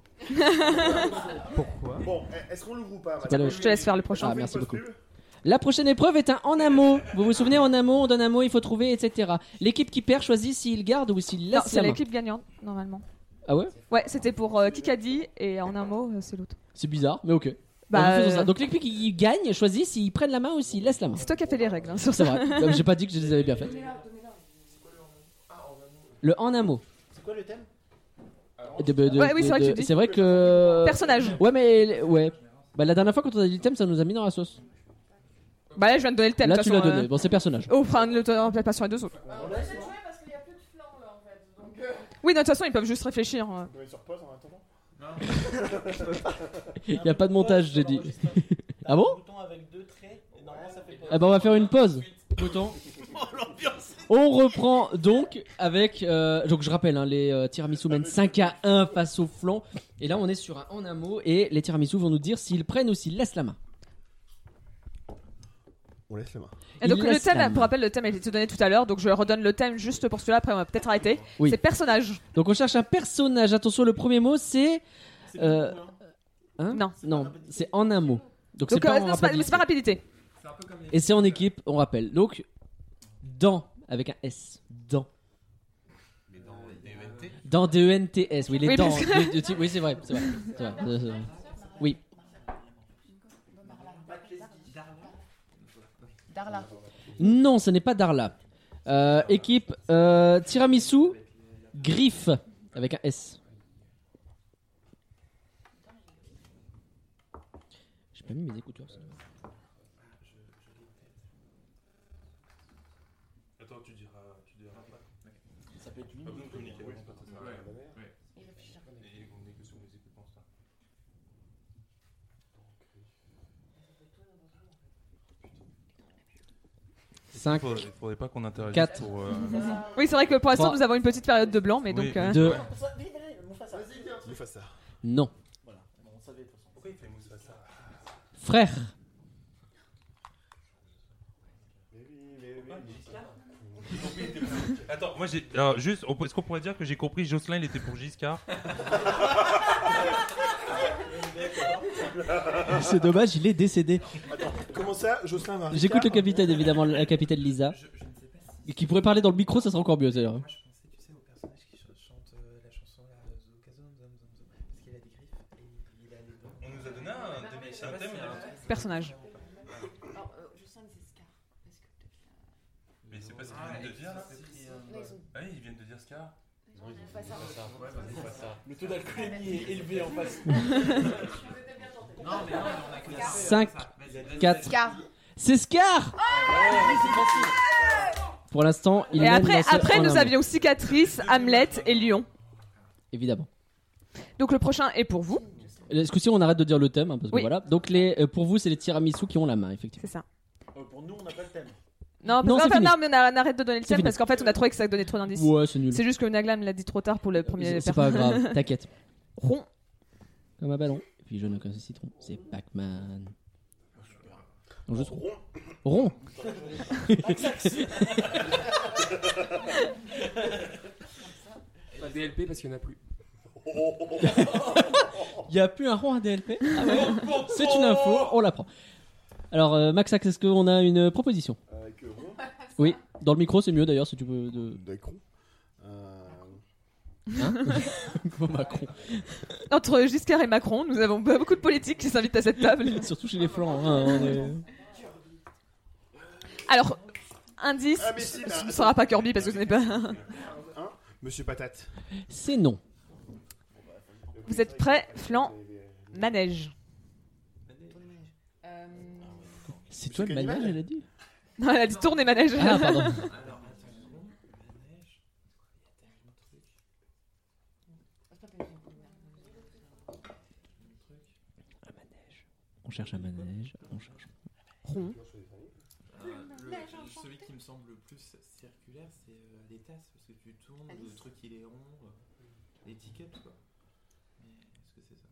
Speaker 7: Pourquoi
Speaker 1: Bon, eh, est-ce qu'on l'ouvre ou pas
Speaker 2: C'est pas
Speaker 1: madame
Speaker 2: le-
Speaker 3: Je te laisse faire le
Speaker 1: On
Speaker 3: prochain.
Speaker 1: fait
Speaker 2: Ah,
Speaker 1: une
Speaker 2: merci
Speaker 1: pause
Speaker 2: beaucoup.
Speaker 1: pub
Speaker 2: La prochaine épreuve est un en un mot. Vous vous souvenez, en un mot, on donne un mot, il faut trouver, etc. L'équipe qui perd choisit s'il garde ou s'il
Speaker 3: Non,
Speaker 2: laisse
Speaker 3: c'est
Speaker 2: sa main.
Speaker 3: l'équipe gagnante, normalement.
Speaker 2: Ah ouais
Speaker 3: Ouais, c'était pour euh, Kikadi, et en un mot, euh, c'est l'autre.
Speaker 2: C'est bizarre, mais ok.
Speaker 3: Bah,
Speaker 2: Bon, faisons ça.
Speaker 3: euh,
Speaker 2: Donc l'équipe qui gagne choisit s'ils prennent la main ou s'ils laissent la main.
Speaker 3: c'est toi qui as fait les règles, hein, sur
Speaker 2: C'est
Speaker 3: ça.
Speaker 2: vrai. Non, mais J'ai pas dit que je les avais bien faites.
Speaker 9: Donnez-leur, donnez-leur.
Speaker 2: Le en un mot.
Speaker 1: C'est quoi le thème
Speaker 2: De- de- de-
Speaker 3: Ouais, oui, c'est vrai que
Speaker 2: de-
Speaker 3: tu dis.
Speaker 2: C'est vrai que.
Speaker 3: Personnage.
Speaker 2: Ouais, mais ouais. Bah, la dernière fois, quand on a dit le thème, ça nous a mis dans la sauce.
Speaker 3: Bah, là, je viens de donner le thème.
Speaker 2: Là,
Speaker 3: de
Speaker 2: tu
Speaker 3: toute
Speaker 2: l'as
Speaker 3: façon,
Speaker 2: donné.
Speaker 3: euh.
Speaker 2: Bon, c'est personnage.
Speaker 3: Oh, enfin, le temps, peut-être pas sur les deux autres.
Speaker 9: Alors, Euh, on va peut-être jouer parce qu'il n'y a plus de flanc là en fait. Donc, euh,
Speaker 3: Oui, non, de toute façon, ils peuvent juste réfléchir. hein.
Speaker 1: On va mettre sur pause en attendant
Speaker 2: Il y a pas de montage, j'ai dit. Ah bon
Speaker 7: bouton avec deux traits, et normalement ça fait pause.
Speaker 2: Ah bah, on va faire une pause.
Speaker 1: Oh,
Speaker 2: On reprend donc avec. euh, donc, je rappelle, hein, les euh, tiramisu mènent 5 à 1 face au flanc. Et là, on est sur un en un mot. Et les tiramisu vont nous dire s'ils prennent ou s'ils laissent la main.
Speaker 1: On laisse la main.
Speaker 3: Et
Speaker 2: Il
Speaker 3: donc, le
Speaker 2: laisse la
Speaker 3: thème,
Speaker 2: main.
Speaker 3: pour rappel, le thème a été donné tout à l'heure, donc je redonne le thème juste pour celui-là, après on va peut-être arrêter.
Speaker 2: Oui.
Speaker 3: C'est personnage.
Speaker 2: Donc, on cherche un personnage. Attention, le premier mot, c'est. euh, hein
Speaker 3: Non.
Speaker 2: Non, c'est en un mot. Donc, c'est
Speaker 3: Donc,
Speaker 2: pas,
Speaker 3: euh,
Speaker 2: en
Speaker 3: non, c'est pas,
Speaker 2: rapidité.
Speaker 3: c'est pas rapidité.
Speaker 4: C'est un peu comme les.
Speaker 2: Et c'est en équipe, on rappelle. Donc, dans, avec un S. Dans.
Speaker 4: Mais dans
Speaker 6: Euh,
Speaker 4: les UNT.
Speaker 2: Dans E D-E-N-T-S. Oui, les
Speaker 3: Oui,
Speaker 2: dents.
Speaker 3: parce
Speaker 2: de- de type- oui, c'est vrai. C'est vrai. c'est vrai, c'est vrai. Oui.
Speaker 8: Darla.
Speaker 2: Non, ce n'est pas Darla. Euh, équipe euh, Tiramisu, Griffe, avec un S. J'ai pas mis mes écouteurs. ça.
Speaker 6: Attends, tu diras, tu diras
Speaker 4: Ah,
Speaker 6: pas. Ah,
Speaker 7: Ça peut être
Speaker 6: Pas besoin de communiquer. Ouais, c'est pas ça.
Speaker 4: Ouais.
Speaker 6: Et on est que sur les écoutes pour ça.
Speaker 2: Cinq,
Speaker 6: Faudrait, faudrait pas qu'on interagisse
Speaker 2: Quatre.
Speaker 6: pour. euh,
Speaker 3: Oui, c'est vrai que pour l'instant,
Speaker 2: Trois.
Speaker 3: nous avons une petite période de blanc, mais
Speaker 6: Oui,
Speaker 3: donc. euh,
Speaker 2: deux.
Speaker 1: Nous fasse ça.
Speaker 2: Non.
Speaker 7: On savait de toute façon.
Speaker 6: Pourquoi il fait mousse à ça
Speaker 2: Frère,
Speaker 1: Mais oui, mais oui.
Speaker 6: Attends, moi j'ai. Alors juste, on peut- est-ce qu'on pourrait dire que j'ai compris Jocelyn il était pour Giscard
Speaker 2: c'est dommage, il est décédé.
Speaker 1: Attends, comment ça Jocelyn va
Speaker 2: J'écoute le
Speaker 1: Ricard
Speaker 2: capitaine, évidemment, la capitaine Lisa.
Speaker 4: Je, je ne sais pas si.
Speaker 2: Et Qui pourrait parler dans le micro, ça serait encore mieux, d'ailleurs.
Speaker 4: Moi, je pensais, tu sais, au personnage qui ch- chante euh, la chanson là, euh, Zokazo, Zom, Zom, Zom, parce qu'il a des griffes et il a des dents.
Speaker 6: On nous a donné un,
Speaker 4: Ah, Je sais pas si il y a un truc-
Speaker 3: Personnage.
Speaker 9: alors, euh, je sens les escarres. Parce que depuis là.
Speaker 6: Mais c'est pas ce qu'ils
Speaker 4: Ah,
Speaker 6: viennent de dire là
Speaker 9: Là,
Speaker 4: euh,
Speaker 9: ils ont-
Speaker 6: Ah oui, ils viennent de dire Scar.
Speaker 9: ils ont pas ça.
Speaker 4: bah,
Speaker 7: Le taux d'alcoolémie est élevé en face.
Speaker 9: Vous êtes bien tentés.
Speaker 4: Non, mais non, mais on a que ça.
Speaker 2: Cinq,
Speaker 4: Vas-y, vas-y.
Speaker 2: quatre.
Speaker 8: Scar.
Speaker 2: C'est Scar Pour l'instant, il
Speaker 3: Et
Speaker 2: mène
Speaker 3: après,
Speaker 2: dans ce
Speaker 3: après
Speaker 2: en un
Speaker 3: nous
Speaker 2: mot,
Speaker 3: avions Cicatrice, Hamlet et Lyon.
Speaker 2: Évidemment.
Speaker 3: Donc, le prochain est pour vous.
Speaker 2: Est-ce que si on arrête de dire le thème hein, parce que
Speaker 3: Oui.
Speaker 2: voilà. Donc les, euh, pour vous, c'est les tiramisu qui ont la main, effectivement.
Speaker 3: C'est ça.
Speaker 7: Euh, pour nous, on n'a pas le thème.
Speaker 3: Non, parce
Speaker 2: Non,
Speaker 3: qu'en
Speaker 2: c'est
Speaker 3: fait,
Speaker 2: fini.
Speaker 3: non, mais on, a- on arrête de donner le
Speaker 2: C'est
Speaker 3: thème
Speaker 2: fini.
Speaker 3: parce qu'en fait, on a trouvé que ça donnait trop d'indices.
Speaker 2: Ouais, c'est nul.
Speaker 3: C'est juste que Nagla me l'a dit trop tard pour le premier
Speaker 2: C'est- C'est pas
Speaker 3: personnage.
Speaker 2: grave, t'inquiète.
Speaker 3: Rond.
Speaker 2: Comme un ballon. Et puis je ne connais citron. C'est Pac-Man. Non, juste rond. Rond.
Speaker 5: Pas DLP parce qu'il n'y en a plus.
Speaker 2: Il n'y a plus un rond à DLP. Ah ouais. C'est une info, on la prend. Alors, euh, Maxax, est-ce qu'on a une proposition
Speaker 1: Avec euh, Ron,
Speaker 2: Oui, dans le micro, c'est mieux d'ailleurs si tu peux. De...
Speaker 1: Dacron. Euh,
Speaker 2: Oh, Macron.
Speaker 3: Entre Giscard et Macron, nous avons beaucoup de politiques qui s'invitent à cette table.
Speaker 2: Surtout chez les flancs. hein, on est-
Speaker 3: Alors, indice,
Speaker 1: Ah, mais si,
Speaker 3: ce
Speaker 1: bah,
Speaker 3: ne sera pas Kirby parce que ce n'est pas.
Speaker 1: hein Monsieur Patate.
Speaker 2: C'est non.
Speaker 3: Vous êtes prêts, flan, manège.
Speaker 8: Euh,
Speaker 2: C'est
Speaker 1: Monsieur
Speaker 2: toi le
Speaker 1: Cannibal
Speaker 2: manège, elle a dit
Speaker 3: Non, elle a dit tourne et manège.
Speaker 2: Ah, pardon.
Speaker 4: Alors, attends une seconde. La neige.
Speaker 8: c'est pas possible.
Speaker 2: On cherche un manège. On cherche...
Speaker 3: Rond.
Speaker 8: Ah,
Speaker 4: Le- Euh, Celui qui me semble le plus circulaire, c'est euh, les tasses, parce que tu tournes, le
Speaker 8: Alice.
Speaker 4: truc il est rond, euh, l'étiquette quoi. Mais est-ce que c'est ça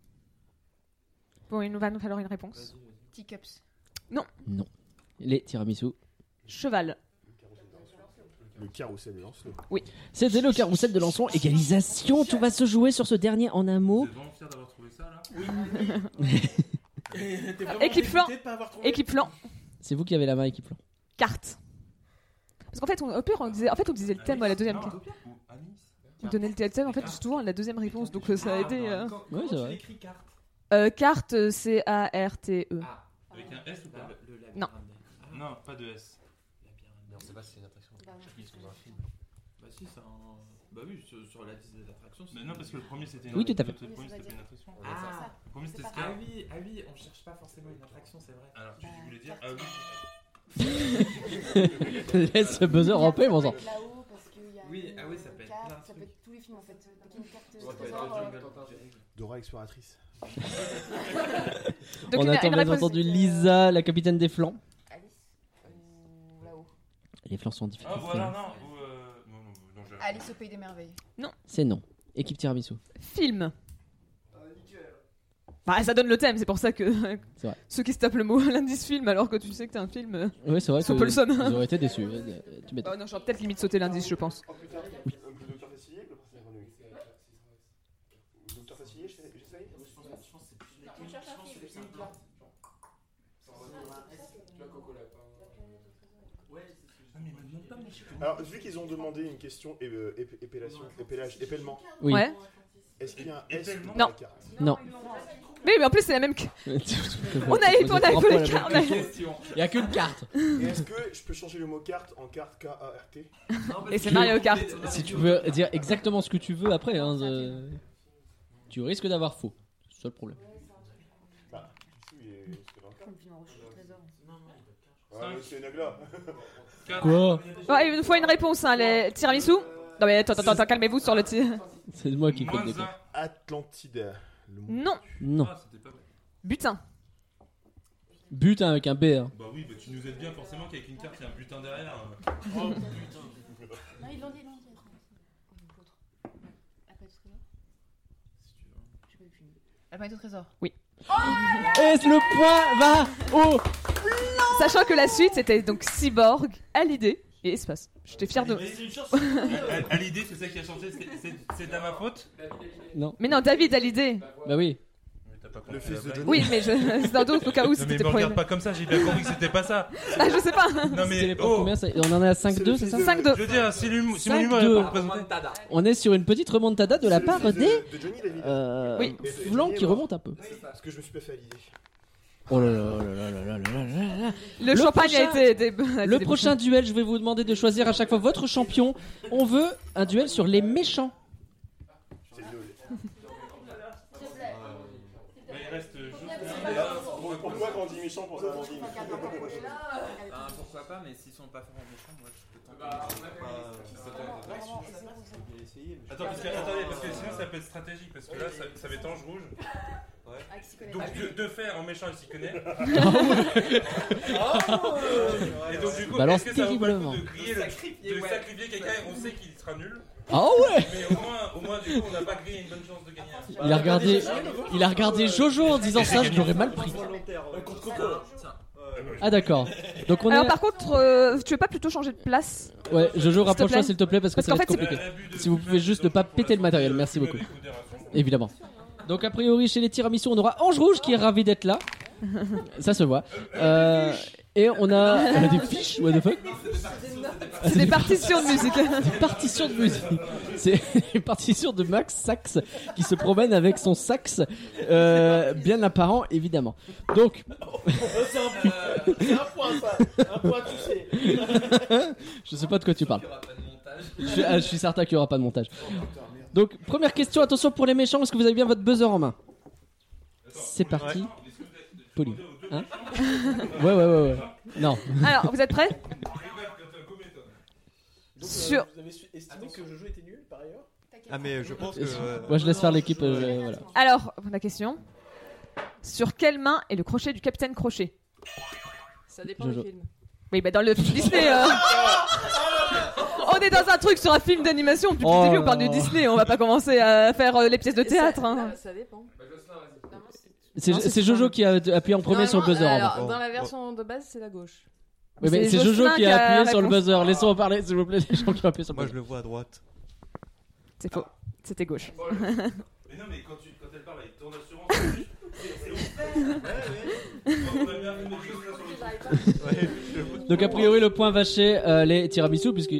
Speaker 3: Bon, il nous va nous falloir une réponse.
Speaker 4: Vas-y, vas-y.
Speaker 8: Teacups.
Speaker 2: Non. Les tiramisu.
Speaker 3: Cheval.
Speaker 1: Le carrousel de Lancelot.
Speaker 2: C'était le carrousel de Lançon. Égalisation. Tout va se jouer sur ce dernier en un
Speaker 6: Vous
Speaker 2: mot.
Speaker 6: êtes vraiment fiers d'avoir trouvé ça là
Speaker 4: Et t'es vraiment
Speaker 3: Équipe flanc.
Speaker 4: dégoûté de pas avoir trouvé
Speaker 3: Équipe flanc.
Speaker 2: C'est vous qui avez la main, équipe plan.
Speaker 3: Carte. Parce qu'en fait, on, au pire, on disait, en fait, on disait le thème à la
Speaker 4: Ah,
Speaker 3: deuxième carte.
Speaker 6: Ou Alice
Speaker 3: On donnait le thème, en fait, souvent à la deuxième réponse, donc euh, ça a
Speaker 4: Ah,
Speaker 3: été.
Speaker 4: non,
Speaker 3: euh.
Speaker 4: quand-
Speaker 2: Ouais,
Speaker 4: Comment
Speaker 2: c'est
Speaker 4: tu
Speaker 2: vrai.
Speaker 4: l'écris carte
Speaker 3: Euh, carte, euh, C-A-R-T-E.
Speaker 4: Ah,
Speaker 6: Avec un S ou pas
Speaker 4: le, le- la
Speaker 3: Non.
Speaker 4: pyramide. Ah,
Speaker 6: Non, pas de S.
Speaker 4: la pyramide.
Speaker 5: Mais on sait pas si c'est une attraction.
Speaker 8: Bah,
Speaker 5: Je sais
Speaker 8: non.
Speaker 5: plus, c'est dans un film.
Speaker 4: Bah si, c'est un. Bah oui, sur, sur la liste des attractions. c'est-
Speaker 6: Mais non, parce que le premier c'était une
Speaker 2: Oui, tout à fait.
Speaker 6: Le premier c'était pas une attraction.
Speaker 4: Ah.
Speaker 8: C'est ça.
Speaker 6: Le premier c'était
Speaker 8: C'est
Speaker 4: Ah
Speaker 6: Scar.
Speaker 4: oui, ah oui, on cherche pas forcément une attraction, c'est vrai.
Speaker 6: Alors, tu
Speaker 8: Bah,
Speaker 6: voulais dire. Ah
Speaker 8: carte.
Speaker 6: oui.
Speaker 2: Laisse le buzzer en paix, mon sang.
Speaker 8: Ça peut être là-haut, parce qu'il y a
Speaker 4: Oui,
Speaker 8: une
Speaker 4: ah oui, ça peut être
Speaker 8: carte,
Speaker 4: plein de
Speaker 8: ça peut
Speaker 4: trucs.
Speaker 8: être tous les films en fait. Donc une carte
Speaker 4: Ouais,
Speaker 8: trésor,
Speaker 4: bah,
Speaker 8: euh,
Speaker 4: Jungle Jungle.
Speaker 1: Dora exploratrice.
Speaker 3: Donc
Speaker 2: on
Speaker 3: une-
Speaker 2: attend
Speaker 3: une
Speaker 2: bien
Speaker 3: réponse-
Speaker 2: entendu
Speaker 8: c'est, euh,
Speaker 2: Lisa, la capitaine des flancs.
Speaker 8: Alice ou là-haut.
Speaker 2: Les flancs sont en difficulté.
Speaker 6: Ah, ou alors non. Ou. euh, Non, non, non, j'ai.
Speaker 8: Alice au pays des merveilles.
Speaker 2: C'est non. Équipe tiramisu.
Speaker 3: Film.
Speaker 4: Ah,
Speaker 3: Bah, ça donne le thème, c'est pour ça que
Speaker 2: C'est vrai.
Speaker 3: ceux qui se tapent le mot l'indice film alors que tu sais que t'es un film. euh,
Speaker 2: Ouais, c'est vrai.
Speaker 3: Sous
Speaker 2: que
Speaker 3: Paulson.
Speaker 2: Ils auraient été déçus. Euh, Tu m'étonnes.
Speaker 3: Oh non, j'aurais peut-être limite sauté l'indice, je pense.
Speaker 1: Oh putain, le docteur Facilier, le prince Le docteur Facilier, j'essaye
Speaker 7: Je pense que- je pense que c'est plus la
Speaker 9: on cherche
Speaker 7: je
Speaker 9: un
Speaker 7: pense que
Speaker 9: film.
Speaker 7: c'est une carte. Tu vois, Coco Lapin. Ouais, c'est ce que je
Speaker 6: Ah, mais me demande pas, mais je peux-
Speaker 1: Alors, vu qu'ils ont demandé une question et, euh, ép- épellation, épellage, épellement,
Speaker 2: Oui.
Speaker 3: Ouais.
Speaker 1: est-ce qu'il y a un S
Speaker 6: Épellement
Speaker 1: dans la carte
Speaker 2: Non.
Speaker 3: Oui, mais en plus, c'est la même. que-
Speaker 2: on
Speaker 3: On a eu, on a eu les
Speaker 2: cartes.
Speaker 3: cartes. on a eu-
Speaker 4: Question.
Speaker 2: Il y a qu'une carte.
Speaker 1: Et Est-ce que je peux changer le mot carte en carte K-A-R-T
Speaker 3: Et c'est Mario Kart.
Speaker 2: Si tu veux dire exactement ce que tu veux après, hein, euh, tu risques d'avoir faux. C'est le seul problème.
Speaker 8: Comme film en recherche du trésor.
Speaker 6: Ouais, mais
Speaker 1: c'est Nagla.
Speaker 6: Quatre.
Speaker 2: Quoi
Speaker 3: Ouais, il nous faut une réponse, hein, les tiramisu. Non, mais attends, attends, attends, calmez-vous sur le tir.
Speaker 2: C'est moi qui compte
Speaker 6: Moins
Speaker 2: des
Speaker 6: un.
Speaker 2: comptes.
Speaker 1: Atlantide. Le monde.
Speaker 3: Non,
Speaker 2: Non.
Speaker 6: Ah, c'était pas bon.
Speaker 3: butin.
Speaker 2: Butin avec un B. hein.
Speaker 6: Bah oui, bah tu nous aides bien forcément qu'avec une carte, il y a un butin derrière. hein.
Speaker 1: Oh,
Speaker 8: Non, ils l'ont dit, ils l'ont dit. Ou l'autre. La planète au trésor J'ai pas vu le film. La planète au trésor.
Speaker 2: Et le point va au.
Speaker 3: Sachant que la suite, c'était donc cyborg, l'idée et espace. J'étais fier de.
Speaker 6: Mais- À, à l'idée, c'est ça qui a changé, c'est- c'est c'est de ma faute
Speaker 2: Non.
Speaker 3: Mais non, David, l'idée.
Speaker 2: Bah oui.
Speaker 6: Mais t'as pas
Speaker 1: Le fils de Johnny.
Speaker 3: Oui, mais je... c'est un doute au
Speaker 2: Ah
Speaker 3: cas où
Speaker 6: Non, mais
Speaker 3: c'était
Speaker 6: me regarde
Speaker 3: problème.
Speaker 6: pas comme ça, j'ai bien compris que c'était pas ça.
Speaker 3: Ah, je sais pas.
Speaker 6: Non,
Speaker 2: C'était les
Speaker 6: mais
Speaker 2: points
Speaker 6: oh,
Speaker 2: combien ça On en est à 5-2, c'est ça
Speaker 3: 5-2.
Speaker 6: je veux dire, si, l'hum- si mon
Speaker 2: Cinq,
Speaker 6: humour
Speaker 2: deux.
Speaker 6: est pas représenté.
Speaker 2: On est sur une petite remontada de la part des.
Speaker 1: De Johnny David.
Speaker 2: Euh,
Speaker 3: Oui.
Speaker 2: Flan qui remonte un peu.
Speaker 1: Parce que je me suis pas fait à l'idée.
Speaker 2: Oh là là oh là là là là là là là là.
Speaker 3: Le,
Speaker 2: Le
Speaker 3: champagne
Speaker 2: prochain-
Speaker 3: a été. dé- a été
Speaker 2: Le
Speaker 3: débouché.
Speaker 2: prochain duel, je vais vous demander de choisir à chaque fois votre champion. On veut un duel sur les méchants.
Speaker 1: C'est nul.
Speaker 9: S'il te plaît. S'il te
Speaker 6: Bah, il
Speaker 9: plaît.
Speaker 6: reste juste.
Speaker 8: Ah,
Speaker 9: Combien de temps
Speaker 1: Pourquoi quand on dit méchant pour ça on dit
Speaker 4: Ah, pourquoi pas, mais s'ils sont pas forts en méchant, moi je peux tenter.
Speaker 8: Ah,
Speaker 6: Attends, parce que, attendez, parce que sinon ça peut être stratégique, parce que là ça, ça va être ange rouge. Donc de, de faire en méchant il s'y connaît. Et donc du coup,
Speaker 2: Balance
Speaker 6: est-ce que ça vaut pas le coup
Speaker 2: terriblement.
Speaker 6: de griller, le- de sacrifier quelqu'un On sait qu'il sera nul,
Speaker 2: Ah ouais
Speaker 6: mais au moins, au moins du coup on n'a pas grillé une bonne chance de gagner.
Speaker 2: Il a regardé, il a regardé Jojo en disant ça, je l'aurais mal pris. Ah d'accord. Donc on
Speaker 3: Alors
Speaker 2: est.
Speaker 3: par contre, euh, tu veux pas plutôt changer de place
Speaker 2: Ouais, Jojo,
Speaker 3: te
Speaker 2: rapproche-toi
Speaker 3: plaît.
Speaker 2: s'il te plaît parce que
Speaker 3: Parce
Speaker 2: ça va
Speaker 3: qu'en
Speaker 2: être
Speaker 3: fait,
Speaker 6: Hmm
Speaker 2: compliqué. Si vous pouvez juste ne pas péter le matériel, merci beaucoup. évidemment. Donc a priori chez les tiramisu, on aura Ange Rouge qui est ravi d'être là. Ça se voit. Euh, et on a, on a des fiches, what the fuck
Speaker 3: C'est des partitions de musique.
Speaker 2: Des partitions de musique. C'est une partition de Max Sax qui se promène avec son sax, euh, bien apparent évidemment. Donc,
Speaker 7: C'est un point, euh, c'est un point ça. Un point touché.
Speaker 2: je sais pas de quoi tu parles.
Speaker 5: Il n'y aura pas de montage.
Speaker 2: Je suis, ah, je suis certain qu'il n'y aura pas de montage. Donc, première question, attention pour les méchants, est-ce que vous avez bien votre buzzer en main C'est parti. Poli. Hein Ouais, ouais, ouais, ouais. Non.
Speaker 3: Alors, vous êtes prêts
Speaker 7: Donc, euh,
Speaker 3: Sur-
Speaker 7: vous avez su- estimé que Jojo était nul par ailleurs
Speaker 8: Ah, mais
Speaker 1: je pense
Speaker 2: Moi, je laisse faire l'équipe. euh, je- voilà.
Speaker 3: Alors, la question. Sur quelle main est le crochet du capitaine Crochet
Speaker 9: Ça dépend
Speaker 2: Jojo.
Speaker 9: du film.
Speaker 3: Oui, bah dans le film Disney. euh. On est dans un truc sur un film d'animation. Depuis
Speaker 2: Oh
Speaker 3: le début, on
Speaker 2: là
Speaker 3: parle du
Speaker 2: là.
Speaker 3: Disney. On va pas commencer à faire euh, les pièces de théâtre.
Speaker 9: Ça,
Speaker 3: hein.
Speaker 9: ça- ça dépend.
Speaker 5: Bah, Jocelyn, vas-y.
Speaker 9: Normalement, c'est-
Speaker 2: C'est
Speaker 9: Non, c'est
Speaker 2: c'est Jojo qui a appuyé en premier sur le buzzer. en
Speaker 9: Normalement,
Speaker 2: bas.
Speaker 9: alors,
Speaker 1: bas.
Speaker 9: dans la version de base, c'est la gauche.
Speaker 2: Oui, mais
Speaker 3: c'est
Speaker 2: c'est Jojo
Speaker 3: Jocelyn
Speaker 2: qui a
Speaker 3: qui a
Speaker 2: appuyé sur le
Speaker 3: réponse.
Speaker 2: buzzer. Laissons en parler, s'il vous plaît, les gens qui ont appuyé sur le buzzer.
Speaker 1: le vois à droite.
Speaker 3: C'est faux. C'était gauche.
Speaker 6: Oh, le- Mais non, mais quand, tu, quand elle parle avec ton assurance, c'est juste- c'est c'est ouf. Ouais, ouais. On a bien fait des choses là sur le truc.
Speaker 2: Donc a priori le point va chez euh, les tiramisu puisque.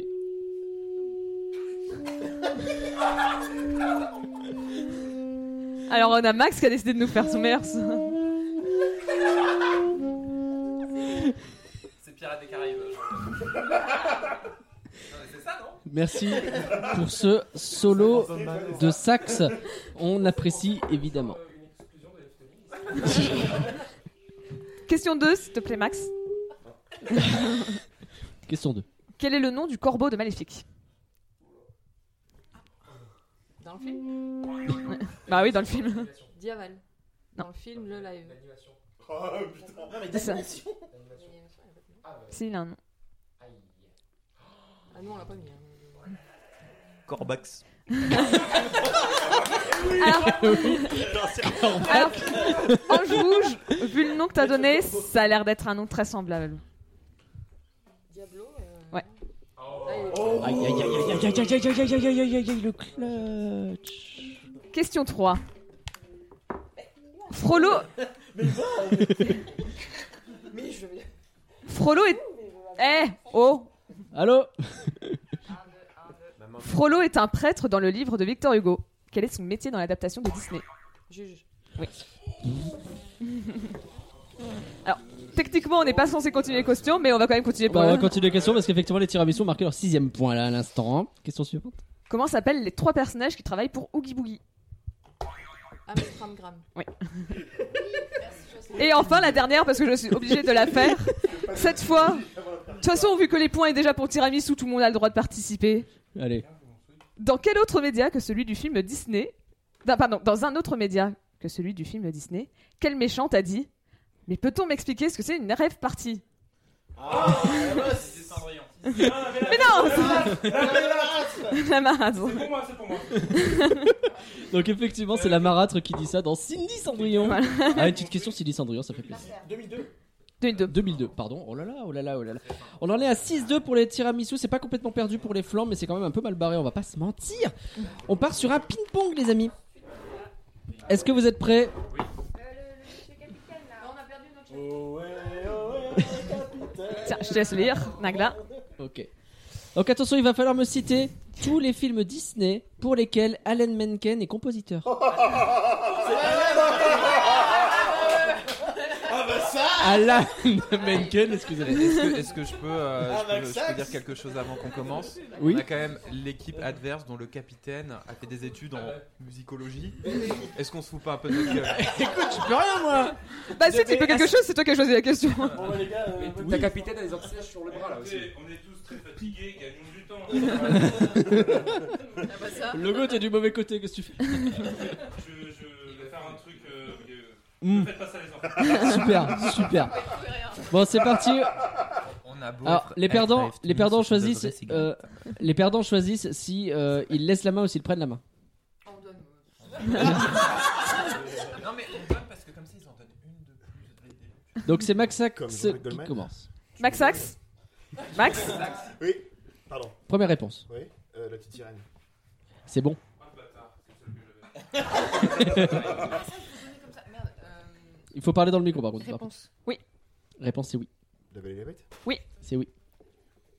Speaker 3: Alors, on a Max qui a décidé de nous faire son meilleur. son.
Speaker 5: C'est Pirates des Caraïbes. genre. non, mais c'est ça, non
Speaker 2: Merci pour ce
Speaker 7: Ah,
Speaker 2: solo de sax. On apprécie évidemment.
Speaker 5: Une explosion de l'Efteling.
Speaker 3: Question 2, s'il te plaît, Max.
Speaker 2: Question 2.
Speaker 3: Quel est le nom du corbeau de Maléfique
Speaker 9: Dans le film
Speaker 3: Bah oui, dans le film.
Speaker 5: L'animation.
Speaker 9: Diaval.
Speaker 3: Non.
Speaker 9: Dans le film, le live.
Speaker 5: L'animation.
Speaker 1: Oh putain.
Speaker 7: Non, mais
Speaker 3: C'est ça.
Speaker 7: destination.
Speaker 5: L'animation. Ah, ouais.
Speaker 3: Si, il a un nom.
Speaker 5: Aïe.
Speaker 9: Ah, nous, on l'a pas mis. hein.
Speaker 1: Corbax.
Speaker 3: Alors, Ange Rouge, vu le nom que t'as donné, ça a l'air d'être un nom très semblable.
Speaker 9: Diablo. euh,
Speaker 3: Ouais.
Speaker 5: Oh.
Speaker 9: Ah, il est-
Speaker 2: Aïe aïe aïe aïe aïe aïe aïe aïe aïe aïe aïe aïe aïe aïe le clutch.
Speaker 3: Question 3. Frollo,
Speaker 9: Mais je vais.
Speaker 3: Frollo est... Eh, oh
Speaker 2: Allô
Speaker 3: Frollo est un prêtre dans le livre de Victor Hugo. Quel est son métier dans l'adaptation de Disney
Speaker 9: Juge.
Speaker 3: Techniquement, on n'est pas censé continuer les questions, mais on va quand même continuer pour...
Speaker 2: Bah, On va continuer les questions parce qu'effectivement les tiramisu ont marqué leur sixième point là à l'instant. hein. Question suivante.
Speaker 3: Comment s'appellent les trois personnages qui travaillent pour Oogie Boogie
Speaker 9: Ah, Amstramgram.
Speaker 3: Et enfin, la dernière, parce que je suis obligée de la faire. Cette fois, de toute façon, vu que les points est déjà pour Tiramisu, tout le monde a le droit de participer.
Speaker 2: Allez.
Speaker 3: Dans quel autre média que celui du film Disney Non, Pardon, dans un autre média que celui du film Disney, quel méchant t'a dit Mais peut-on m'expliquer ce que c'est une rêve partie
Speaker 7: Ah, la
Speaker 5: Ah,
Speaker 7: meuf.
Speaker 5: c'est Cendrillon.
Speaker 2: Ah,
Speaker 3: Mais non
Speaker 7: La meuf.
Speaker 3: c'est La marâtre.
Speaker 6: C'est pour moi, c'est pour moi.
Speaker 2: Donc effectivement c'est la marâtre qui dit ça dans Cindy Cendrillon.
Speaker 3: Voilà.
Speaker 2: Ah une petite question Cindy Cendrillon ça fait plaisir.
Speaker 9: Euh,
Speaker 7: 2002.
Speaker 3: 2002.
Speaker 2: 2002, pardon. Oh là là, oh là là, oh là là. On en est à 6-2 pour les tiramisu. C'est pas complètement perdu pour les flancs, mais c'est quand même un peu mal barré. On va pas se mentir. On part sur un ping-pong, les amis. Est-ce que vous êtes prêts
Speaker 9: Non, on a perdu notre chat.
Speaker 7: Oh ouais, oh ouais, capitaine.
Speaker 3: Tiens, je te laisse lire, Nagla.
Speaker 2: Ok. Donc attention, il va falloir me citer tous les films Disney pour lesquels Alan Menken est compositeur.
Speaker 7: Ah bah ça.
Speaker 2: Alan Menken, excusez-moi.
Speaker 10: Est-ce que, est-ce que je peux, euh,
Speaker 7: Ah,
Speaker 10: je peux-
Speaker 7: Max
Speaker 10: je peux
Speaker 7: Sachs.
Speaker 10: dire quelque chose avant qu'on commence
Speaker 2: Oui.
Speaker 10: On a quand même l'équipe adverse dont le capitaine a fait des études en musicologie. Est-ce qu'on se fout pas un peu de notre gueule
Speaker 2: Je peux rien, moi
Speaker 3: Bah si, tu peux quelque chose, c'est toi qui as choisi la question.
Speaker 7: Bon bah les gars, euh, bonne-
Speaker 5: Ta capitaine a des orcillages sur le bras là aussi.
Speaker 6: Écoutez, on est tous très fatigués, gagnons du temps.
Speaker 9: Ah, bah ça.
Speaker 2: Le go, t'es du mauvais côté, qu'est-ce que tu fais
Speaker 6: Je, je vais faire un truc. Euh, euh,
Speaker 2: Hmm.
Speaker 6: Ne faites pas ça, les enfants. Ah,
Speaker 2: Super, super. Bon, c'est parti.
Speaker 10: On a beau
Speaker 2: Alors,
Speaker 10: être
Speaker 2: Ah, les perdants,
Speaker 10: être
Speaker 2: les perdants
Speaker 10: ce que devrait
Speaker 2: choisissent,
Speaker 10: signifier.
Speaker 2: euh, les perdants choisissent si euh, ils laissent la main ou s'ils prennent la main.
Speaker 9: On donne. euh,
Speaker 10: Non mais on donne parce que comme ça ils en donnent une de plus. dès le début.
Speaker 2: Donc c'est Max Sax
Speaker 1: Comme Jean-Luc
Speaker 2: qui
Speaker 1: Goldman.
Speaker 2: commence.
Speaker 3: Max Axe Max
Speaker 1: Oui. Pardon.
Speaker 2: Première réponse.
Speaker 1: Oui. Euh, la petite sirène.
Speaker 2: C'est bon.
Speaker 8: Euh,
Speaker 2: Il faut parler dans le micro par contre. par
Speaker 8: Réponse.
Speaker 2: contre.
Speaker 3: Oui.
Speaker 2: Réponse c'est oui.
Speaker 1: La belle et la bête
Speaker 3: Oui.
Speaker 2: C'est oui.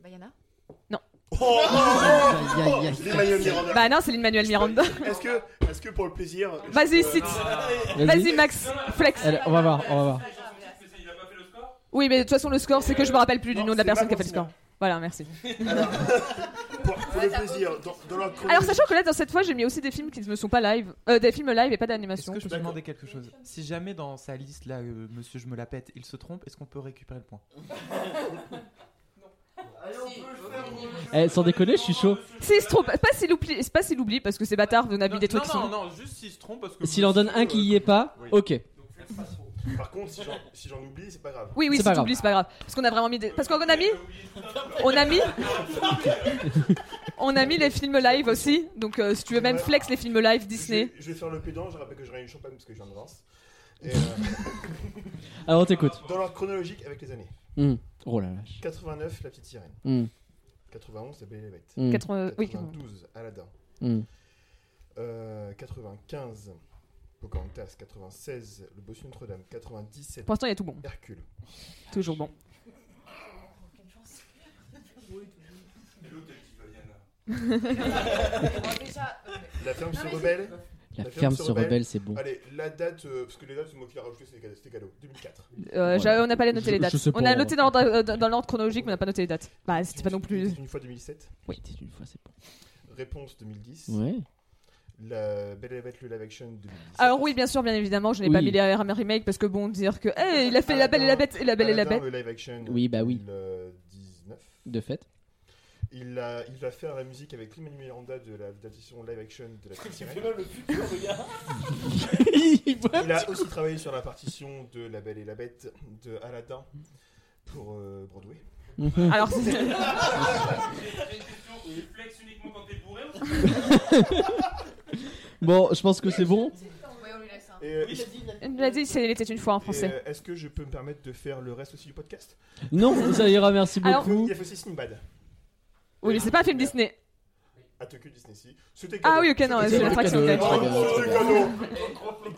Speaker 8: Bayana
Speaker 1: Oh
Speaker 2: Aïe, aïe, aïe.
Speaker 1: C'est Emmanuel Miranda.
Speaker 3: Bah non, c'est l'Emmanuel Miranda.
Speaker 1: Est-ce que, est-ce que pour le plaisir. euh, je
Speaker 3: Vas-y,
Speaker 1: peux-
Speaker 3: cite.
Speaker 2: Vas-y.
Speaker 3: Vas-y, Max. Flex.
Speaker 2: Allez, on va voir, on va voir.
Speaker 3: Oui, mais de toute façon, le score, c'est que je me rappelle plus du
Speaker 1: Non,
Speaker 3: nom de la
Speaker 1: c'est
Speaker 3: personne
Speaker 1: pas
Speaker 3: qui a fait le score.
Speaker 1: Martina.
Speaker 3: Voilà, merci.
Speaker 1: Pour, pour le plaisir, dans, dans leur
Speaker 3: Alors, sachant que là, dans cette fois, j'ai mis aussi des films qui ne sont pas live. Euh, des films live et pas
Speaker 10: Est-ce
Speaker 3: d'animation.
Speaker 10: que je peux demander quelque chose Si jamais dans sa liste, là, euh, monsieur, je me la pète, il se trompe, est-ce qu'on peut récupérer le point
Speaker 2: Eh, sans déconner, je suis chaud.
Speaker 3: S'il se trompe, pas s'il oublie, pas s'il oublie, parce que c'est bâtard de
Speaker 10: Non,
Speaker 3: n'habiller des trucs qui
Speaker 10: non,
Speaker 3: sont.
Speaker 10: non, non, juste s'il se trompe, parce que. euh,
Speaker 2: S'il en donne un qui y est pas,
Speaker 10: Oui.
Speaker 2: ok.
Speaker 1: Par contre, si j'en, si j'en oublie, c'est pas grave.
Speaker 3: Oui, oui,
Speaker 2: C'est
Speaker 3: si
Speaker 2: pas
Speaker 3: tu oublies, c'est pas grave. Parce qu'on a vraiment mis des. Parce qu'on a mis. On a mis. On a mis les films live aussi. Donc, euh, si tu veux même flex les films live Disney.
Speaker 1: Je, je vais faire le pédant, je rappelle que j'aurai une champagne parce que je viens de Reims. Et, euh,
Speaker 2: Alors Ah, on t'écoute.
Speaker 1: dans l'ordre chronologique avec les années
Speaker 2: Hmm. Oh la vache.
Speaker 1: 89, La petite sirène.
Speaker 2: Hmm.
Speaker 1: 91, La belle et la bête.
Speaker 2: Hmm.
Speaker 3: 80... euh, Oui,
Speaker 1: 92, Aladdin.
Speaker 2: Hmm.
Speaker 1: Euh, 95, Pocahontas. 96, Le Bossu Notre-Dame. 97,
Speaker 3: pour l'instant, il y a tout bon.
Speaker 1: Hercule.
Speaker 3: Toujours bon.
Speaker 8: Déjà, euh,
Speaker 1: La ferme
Speaker 8: Non,
Speaker 1: se
Speaker 8: mais c'est-
Speaker 1: rebelle.
Speaker 2: La ferme se rebelle, c'est bon.
Speaker 1: Allez, la date, euh, parce que les dates, c'est moi qui l'ai rajouté, c'est cadeau- c'était cadeau. 2004.
Speaker 3: Euh,
Speaker 2: Ouais.
Speaker 3: j'avais- On n'a pas noté
Speaker 2: Je-
Speaker 3: les dates.
Speaker 2: je sais pas,
Speaker 3: On
Speaker 2: moi.
Speaker 3: a noté dans l'ordre euh, dans l'ordre chronologique, mais on n'a pas noté les dates. Bah, c'était pas non plus.
Speaker 1: Une fois 2007.
Speaker 2: Oui, t'es une fois, c'est bon.
Speaker 1: Réponse 2010.
Speaker 2: Ouais.
Speaker 1: La Belle et la Bête, le live action 2017.
Speaker 3: Alors oui, bien sûr, bien évidemment, je n'ai pas
Speaker 2: Oui.
Speaker 3: mis les RM remake parce que bon, dire que Eh, il a fait la belle et la bête et la belle et la
Speaker 1: Aladdin,
Speaker 3: bête.
Speaker 1: Le live action.
Speaker 2: Oui, bah oui.
Speaker 1: 2019.
Speaker 2: De fait.
Speaker 1: Il a, il a fait la musique avec Lin-Manuel Miranda de la d'addition live action de la Petite Sirène. Il a aussi travaillé sur la partition de La Belle et la Bête de Aladdin pour euh, Broadway.
Speaker 3: Alors c'est-
Speaker 6: Tu flexes uniquement quand t'es bourré ou
Speaker 2: bon, je pense que c'est bon.
Speaker 8: ouais, on lui laisse un.
Speaker 1: Et, euh, est-ce-
Speaker 3: Ah, il nous l'a dit, c'est- il était une fois en
Speaker 1: et,
Speaker 3: français.
Speaker 1: euh, est-ce que je peux me permettre de faire le reste aussi du podcast
Speaker 2: Non, ça ira, merci
Speaker 3: Alors-
Speaker 2: beaucoup.
Speaker 1: Il a fait aussi Sinbad.
Speaker 3: Oui, mais c'est pas un film Disney.
Speaker 1: À Tokyo Disney Sea. C'était
Speaker 3: Ah
Speaker 1: cadeau.
Speaker 3: oui, ok, non,
Speaker 1: C'était
Speaker 3: c'est
Speaker 1: cadeau.
Speaker 3: l'attraction
Speaker 2: cadeau,
Speaker 3: de
Speaker 2: l'attraction.
Speaker 1: Oh, c'était cadeau.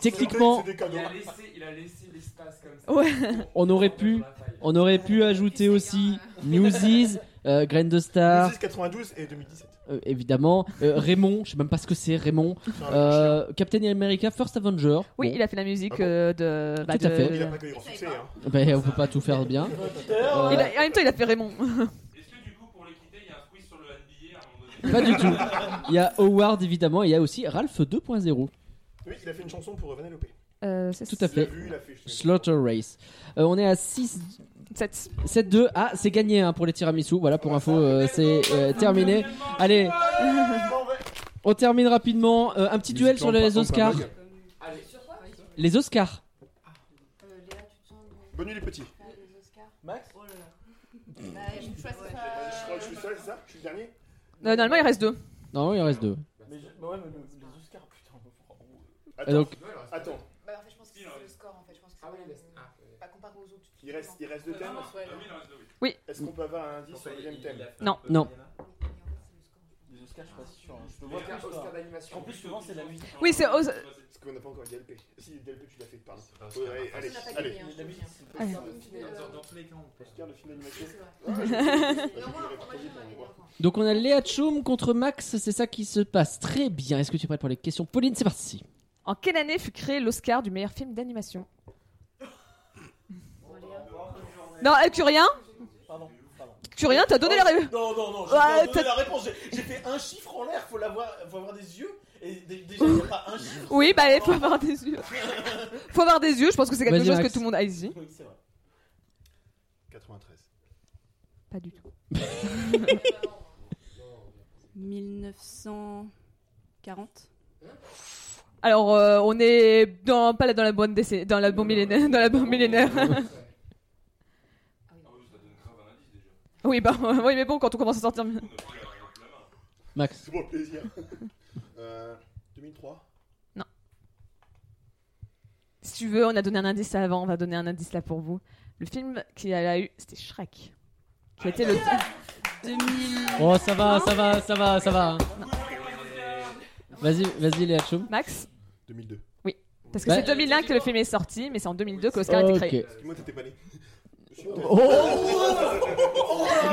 Speaker 2: Techniquement,
Speaker 1: C'était cadeau.
Speaker 5: Il a laissé, il a laissé l'espace comme ça.
Speaker 3: Ouais.
Speaker 2: on aurait pu, on aurait pu ajouter aussi Newsies, euh, Grain de Star,
Speaker 1: 1992 et 2017.
Speaker 2: euh, évidemment, euh, Raymond, je sais même pas ce que c'est, Raymond,
Speaker 1: Enfin,
Speaker 2: euh, Captain America, First Avenger.
Speaker 3: Oui,
Speaker 2: Bon,
Speaker 3: il a fait la musique
Speaker 1: Ah bon
Speaker 3: euh, de. bah,
Speaker 2: Tout à
Speaker 3: de-
Speaker 2: fait.
Speaker 1: Il a pas que des grands succès. Hein.
Speaker 2: ben, on peut pas tout faire bien. Euh,
Speaker 3: Il a- En même temps, il a fait Raymond.
Speaker 6: Est-ce que du coup, pour les quitter, il y a un quiz sur le NBA à un moment donné
Speaker 2: Pas du tout. Il y a Howard évidemment, et il y a aussi Ralph 2.0.
Speaker 1: Oui, il a fait une chanson pour René Lopé.
Speaker 3: Euh, c'est
Speaker 2: Tout
Speaker 1: Il
Speaker 2: à
Speaker 1: l'a
Speaker 2: fait.
Speaker 1: vu, il a fait. je sais pas.
Speaker 2: Slaughter Race. Euh, on est à 6
Speaker 3: Sept.
Speaker 2: 7-2. Ah, c'est gagné hein, pour les tiramisu. Voilà, pour info, euh, c'est euh, terminé. Allez.
Speaker 10: Ah
Speaker 2: On termine rapidement. Euh, un petit duel sur les Oscars.
Speaker 8: Sur
Speaker 9: Ah,
Speaker 8: quoi Vas-y.
Speaker 2: Les Oscars.
Speaker 8: Euh, Léa, tu te sens bon
Speaker 1: Bonne nuit les petits.
Speaker 8: faire les Oscars
Speaker 5: Max
Speaker 8: Oh là là. Bah, je choisis
Speaker 1: Je crois que je suis
Speaker 8: ça.
Speaker 1: seul, c'est ça Je suis le dernier
Speaker 3: Euh, normalement, il reste deux.
Speaker 2: Non, il en reste deux.
Speaker 5: Mais, je- mais ouais, mais le- les Oscars, putain, on peut faire.
Speaker 2: Et
Speaker 1: Attends,
Speaker 2: donc,
Speaker 1: attends.
Speaker 8: Bah, en fait, je pense que c'est le score. En fait, je pense que c'est
Speaker 5: Ah
Speaker 8: pas
Speaker 5: oui,
Speaker 8: le-
Speaker 5: les Ah, ouais.
Speaker 8: Pas comparé aux autres.
Speaker 1: Il reste, il reste deux thèmes.
Speaker 8: Ouais,
Speaker 6: Ah oui, il en reste deux, oui.
Speaker 1: Est-ce qu'on peut avoir un indice
Speaker 5: Donc,
Speaker 1: sur le
Speaker 5: il-
Speaker 1: deuxième
Speaker 5: il
Speaker 1: thème
Speaker 5: a fait un
Speaker 3: Non,
Speaker 5: peu
Speaker 2: non.
Speaker 5: Diana. Les Oscars, je suis pas sûr. hein. Je peux voir
Speaker 1: Oscar,
Speaker 5: plus,
Speaker 1: Oscar
Speaker 5: toi.
Speaker 1: d'animation.
Speaker 5: En plus, souvent, c'est la musique.
Speaker 3: Oui, c'est Os-
Speaker 1: Parce qu'on n'a pas encore DLP. Si, DLP, tu l'as fait, pardon.
Speaker 6: C'est pas
Speaker 1: Ouais,
Speaker 6: Oscar.
Speaker 1: allez, allez,
Speaker 8: Ça n'a pas
Speaker 1: allez.
Speaker 8: gagné, hein,
Speaker 5: Mais
Speaker 8: je
Speaker 5: la
Speaker 8: te le dis,
Speaker 5: musique,
Speaker 8: hein.
Speaker 5: c'est
Speaker 3: Ah.
Speaker 5: pas sûr.
Speaker 8: Le film,
Speaker 5: Dans-
Speaker 8: euh,
Speaker 5: Dans tous les cas, on peut.
Speaker 1: Oscar, le film
Speaker 8: Oui,
Speaker 1: d'animation.
Speaker 8: c'est vrai.
Speaker 1: Ah, je-
Speaker 8: Mais au moins, au moins, je vais aller voir.
Speaker 2: donc on a Léa Tchoum contre Max. C'est ça qui se passe. Très bien. Est-ce que tu es prête pour les questions Pauline, c'est parti.
Speaker 3: En quelle année fut créé l'Oscar du meilleur film d'animation
Speaker 8: Bon, Léa.
Speaker 3: Non, euh, Curien
Speaker 5: Pardon, pardon.
Speaker 3: Curien, t'as donné la réponse
Speaker 7: Ah, Non, non, non, j'ai
Speaker 3: Ouais,
Speaker 7: pas
Speaker 3: t'as-
Speaker 7: donné la réponse. J'ai- J'ai fait un chiffre en l'air, faut l'avoir, faut avoir des yeux. Et dé- déjà, il n'y a pas un chiffre.
Speaker 3: Oui, bah, il faut avoir des yeux. faut avoir des yeux, je pense que c'est quelque
Speaker 2: Vas-y,
Speaker 3: chose
Speaker 2: Max.
Speaker 3: que tout le monde a ici.
Speaker 7: Oui, c'est vrai.
Speaker 1: 93.
Speaker 3: Pas du tout.
Speaker 11: 1940
Speaker 3: Alors, euh, on est dans, pas là dans la bonne décennie, dans la bonne millénaire. Dans la bonne millénaire.
Speaker 6: Ah oui, ça donne grave un indice déjà.
Speaker 3: oui, bah, oui, mais bon, quand on commence à sortir.
Speaker 6: On a pris la, la main.
Speaker 2: Max.
Speaker 1: C'est pour le plaisir. Euh, 2003.
Speaker 3: Si tu veux, on a donné un indice avant, on va donner un indice là pour vous. Le film qu'il a eu, c'était Shrek. Qui a été le.
Speaker 11: 2000
Speaker 2: Oh, ça va, ça va, ça va, ça va. hein. Vas-y, vas-y Léa Tchoum.
Speaker 3: Max
Speaker 1: 2002.
Speaker 3: Oui. Parce que
Speaker 1: Bah-
Speaker 3: c'est 2001 que le film est sorti, mais c'est en 2002 qu'Oscar a été créé.
Speaker 1: Parce que Moi, t'étais pas né.
Speaker 2: Oh,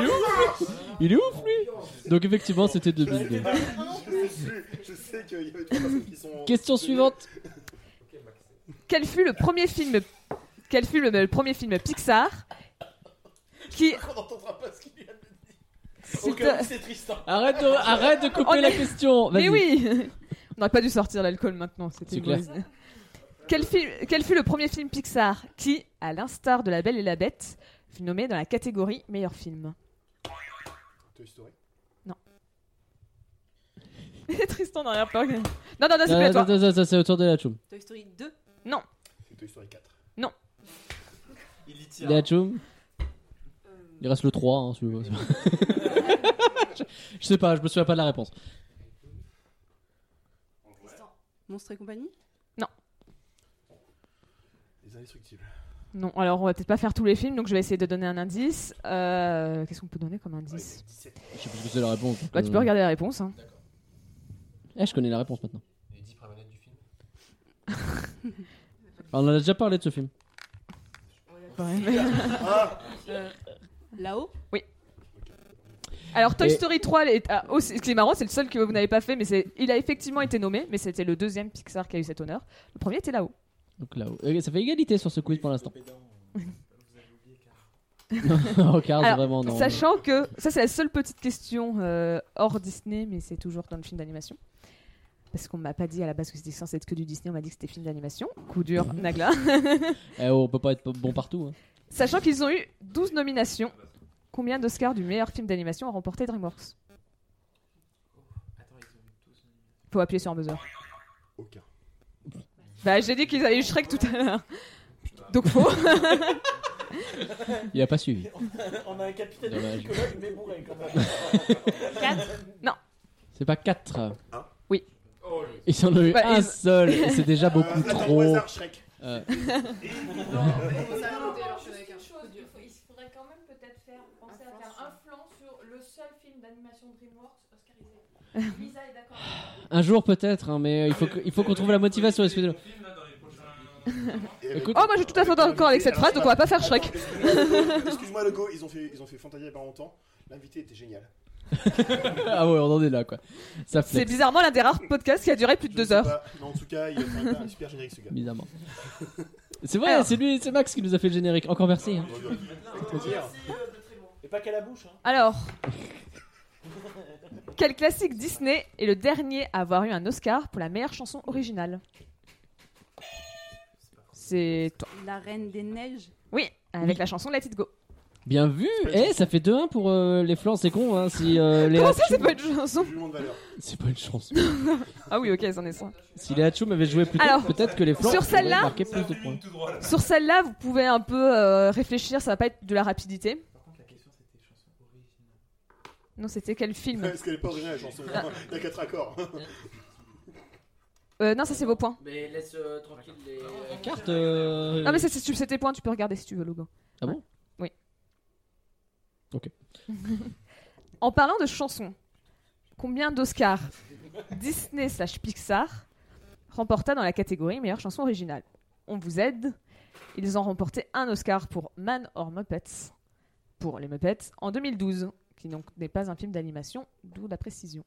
Speaker 2: Il est ouf, lui Il est ouf, lui Donc, effectivement, c'était
Speaker 1: Je sais-
Speaker 2: 2002.
Speaker 1: Je sais qu'il y avait trois personnes qui sont.
Speaker 2: Question suivante.
Speaker 3: Quel fut le premier film Quel fut le, le premier film Pixar qui
Speaker 1: On n'entendra pas ce qu'il vient de dire.
Speaker 3: S'il
Speaker 1: Au
Speaker 3: te-
Speaker 1: cas où, c'est Tristan.
Speaker 2: Arrête de, arrête de couper
Speaker 3: On
Speaker 2: la
Speaker 3: est-
Speaker 2: question.
Speaker 3: Mais
Speaker 2: vas-y.
Speaker 3: oui On n'aurait pas dû sortir l'alcool maintenant, c'était
Speaker 2: C'est
Speaker 3: une
Speaker 2: clair.
Speaker 3: mauvaise idée. Quel, film- quel fut le premier film Pixar qui, à l'instar de La Belle et la Bête, fut nommé dans la catégorie meilleur film
Speaker 1: Toy Story.
Speaker 3: Tristan n'a rien peur. Non, non, non, c'est
Speaker 2: Non,
Speaker 3: pas à
Speaker 2: non,
Speaker 3: toi.
Speaker 2: non, non, ça, c'est autour de la tchoum.
Speaker 11: Toy Story 2
Speaker 3: Non,
Speaker 1: C'est Toy Story 4.
Speaker 3: non.
Speaker 10: Il y tire.
Speaker 2: La tchoum.
Speaker 5: Euh.
Speaker 2: Il reste le 3, hein, si vous voulez. je, je sais pas, je me souviens pas de la réponse.
Speaker 11: Monstre et compagnie
Speaker 1: Les Indestructibles. Ah
Speaker 3: Non, alors on va peut-être pas faire tous les films, donc je vais essayer de donner un indice. Euh, Qu'est-ce qu'on peut donner comme indice
Speaker 2: Je sais pas ce que c'est la réponse. donc,
Speaker 3: Bah, tu
Speaker 2: euh,
Speaker 3: peux regarder la réponse. hein.
Speaker 2: Eh, je connais la réponse maintenant.
Speaker 5: Les 10 premières minutes du film.
Speaker 2: Alors, on en a déjà parlé de ce film.
Speaker 11: Euh, Là-haut
Speaker 3: Oui. Alors Toy
Speaker 2: Et-
Speaker 3: Story 3, elle est- ah, oh, c'est- ce qui est marrant, c'est le seul que vous n'avez pas fait, mais c'est, il a effectivement été nommé, mais c'était le deuxième Pixar qui a eu cet honneur. Le premier était là-haut.
Speaker 2: Donc là, euh, ça fait égalité sur ce quiz pour l'instant. oh, Cars,
Speaker 3: Alors,
Speaker 2: vraiment, non.
Speaker 3: Sachant que ça c'est la seule petite question euh, hors Disney, mais c'est toujours dans le film d'animation. Parce qu'on m'a pas dit à la base que c'était censé être que du Disney, on m'a dit que c'était film d'animation. Coup dur,
Speaker 2: Mm-hmm.
Speaker 3: Nagla.
Speaker 2: Eh, oh, on peut pas être bon partout. hein.
Speaker 3: Sachant qu'ils ont eu 12 nominations, combien d'Oscars du meilleur film d'animation a remporté DreamWorks Faut appuyer sur un buzzer.
Speaker 1: Aucun.
Speaker 3: Bah, j'ai dit qu'ils avaient eu Shrek tout à l'heure. Donc faux.
Speaker 2: Il a pas suivi.
Speaker 7: On a un capitaine
Speaker 2: Dommage.
Speaker 7: de psychologue, mais bon, quand même.
Speaker 3: Non.
Speaker 2: C'est pas 4.
Speaker 3: Oui.
Speaker 5: Oh,
Speaker 2: Ils en ont eu
Speaker 3: Bah,
Speaker 2: un
Speaker 3: ils-
Speaker 2: seul, et c'est déjà beaucoup
Speaker 1: Euh, attends,
Speaker 2: trop.
Speaker 1: au hasard, Shrek.
Speaker 2: Euh,
Speaker 8: Euh,
Speaker 9: Il faudrait quand même peut-être faire penser à faire un flanc sur le seul film d'animation DreamWorks oscarisé. Lisa est d'accord.
Speaker 2: un jour peut-être, hein, mais il faut que- il faut qu'on trouve la motivation. excusez-le. Écoute-
Speaker 3: Oh, moi j'ai tout à fait d'accord avec cette phrase, donc on va pas faire
Speaker 1: Attends,
Speaker 3: Shrek.
Speaker 1: excuse-moi, Excuse-moi, Logo, ils ont fait, ils ont fait Fantasia il y a pas longtemps. L'invité était génial.
Speaker 2: ah ouais, on en est là quoi. Ça
Speaker 3: C'est
Speaker 2: flex,
Speaker 3: bizarrement l'un des rares podcasts qui a duré plus de
Speaker 1: Je
Speaker 3: deux
Speaker 1: sais
Speaker 3: heures.
Speaker 1: pas, Mais en tout cas, il a fait un super générique ce gars.
Speaker 2: bizarrement. C'est vrai, c'est lui, c'est Max qui nous a fait le générique. Encore merci. hein.
Speaker 7: euh, Et pas qu'à la bouche, hein.
Speaker 3: Alors, quel classique Disney est le dernier à avoir eu un Oscar pour la meilleure chanson originale C'est toi.
Speaker 11: La Reine des Neiges
Speaker 3: Oui, Euh, avec la chanson Let It Go.
Speaker 2: Bien vu. Eh, ça fait 2-1 pour euh, les flancs, c'est con. Hein, si euh, les
Speaker 3: Comment ça,
Speaker 2: Hachoum-
Speaker 3: c'est pas une chanson
Speaker 1: Jugement de valeur.
Speaker 2: c'est pas une chance.
Speaker 3: Ah oui, ok, c'en est ça.
Speaker 2: Si les Hachoum avaient joué plus tôt,
Speaker 3: Alors,
Speaker 2: peut-être que les flancs
Speaker 3: sur
Speaker 2: auraient
Speaker 3: celle-là-
Speaker 2: marqué plus de points.
Speaker 3: Sur celle-là, vous pouvez un peu euh, réfléchir, ça va pas être de la rapidité.
Speaker 4: Par contre, la question c'était chanson originale.
Speaker 3: Non, c'était quel film
Speaker 1: Parce qu'elle est pas originale la chanson. Il y a 4 accords.
Speaker 3: Euh, Non, ça c'est vos points.
Speaker 7: Mais laisse euh, tranquille les.
Speaker 2: Carte. euh,
Speaker 3: Non, Ah, mais ça, c'est c'est tes points, tu peux regarder si tu veux, Logan.
Speaker 2: Ah bon
Speaker 3: Oui.
Speaker 2: Ok.
Speaker 3: en parlant de chansons, combien d'Oscars Disney slash Pixar remporta dans la catégorie meilleure chanson originale On vous aide. Ils ont remporté un Oscar pour Man or Muppets, pour les Muppets, en 2012, qui donc n'est pas un film d'animation, d'où la précision.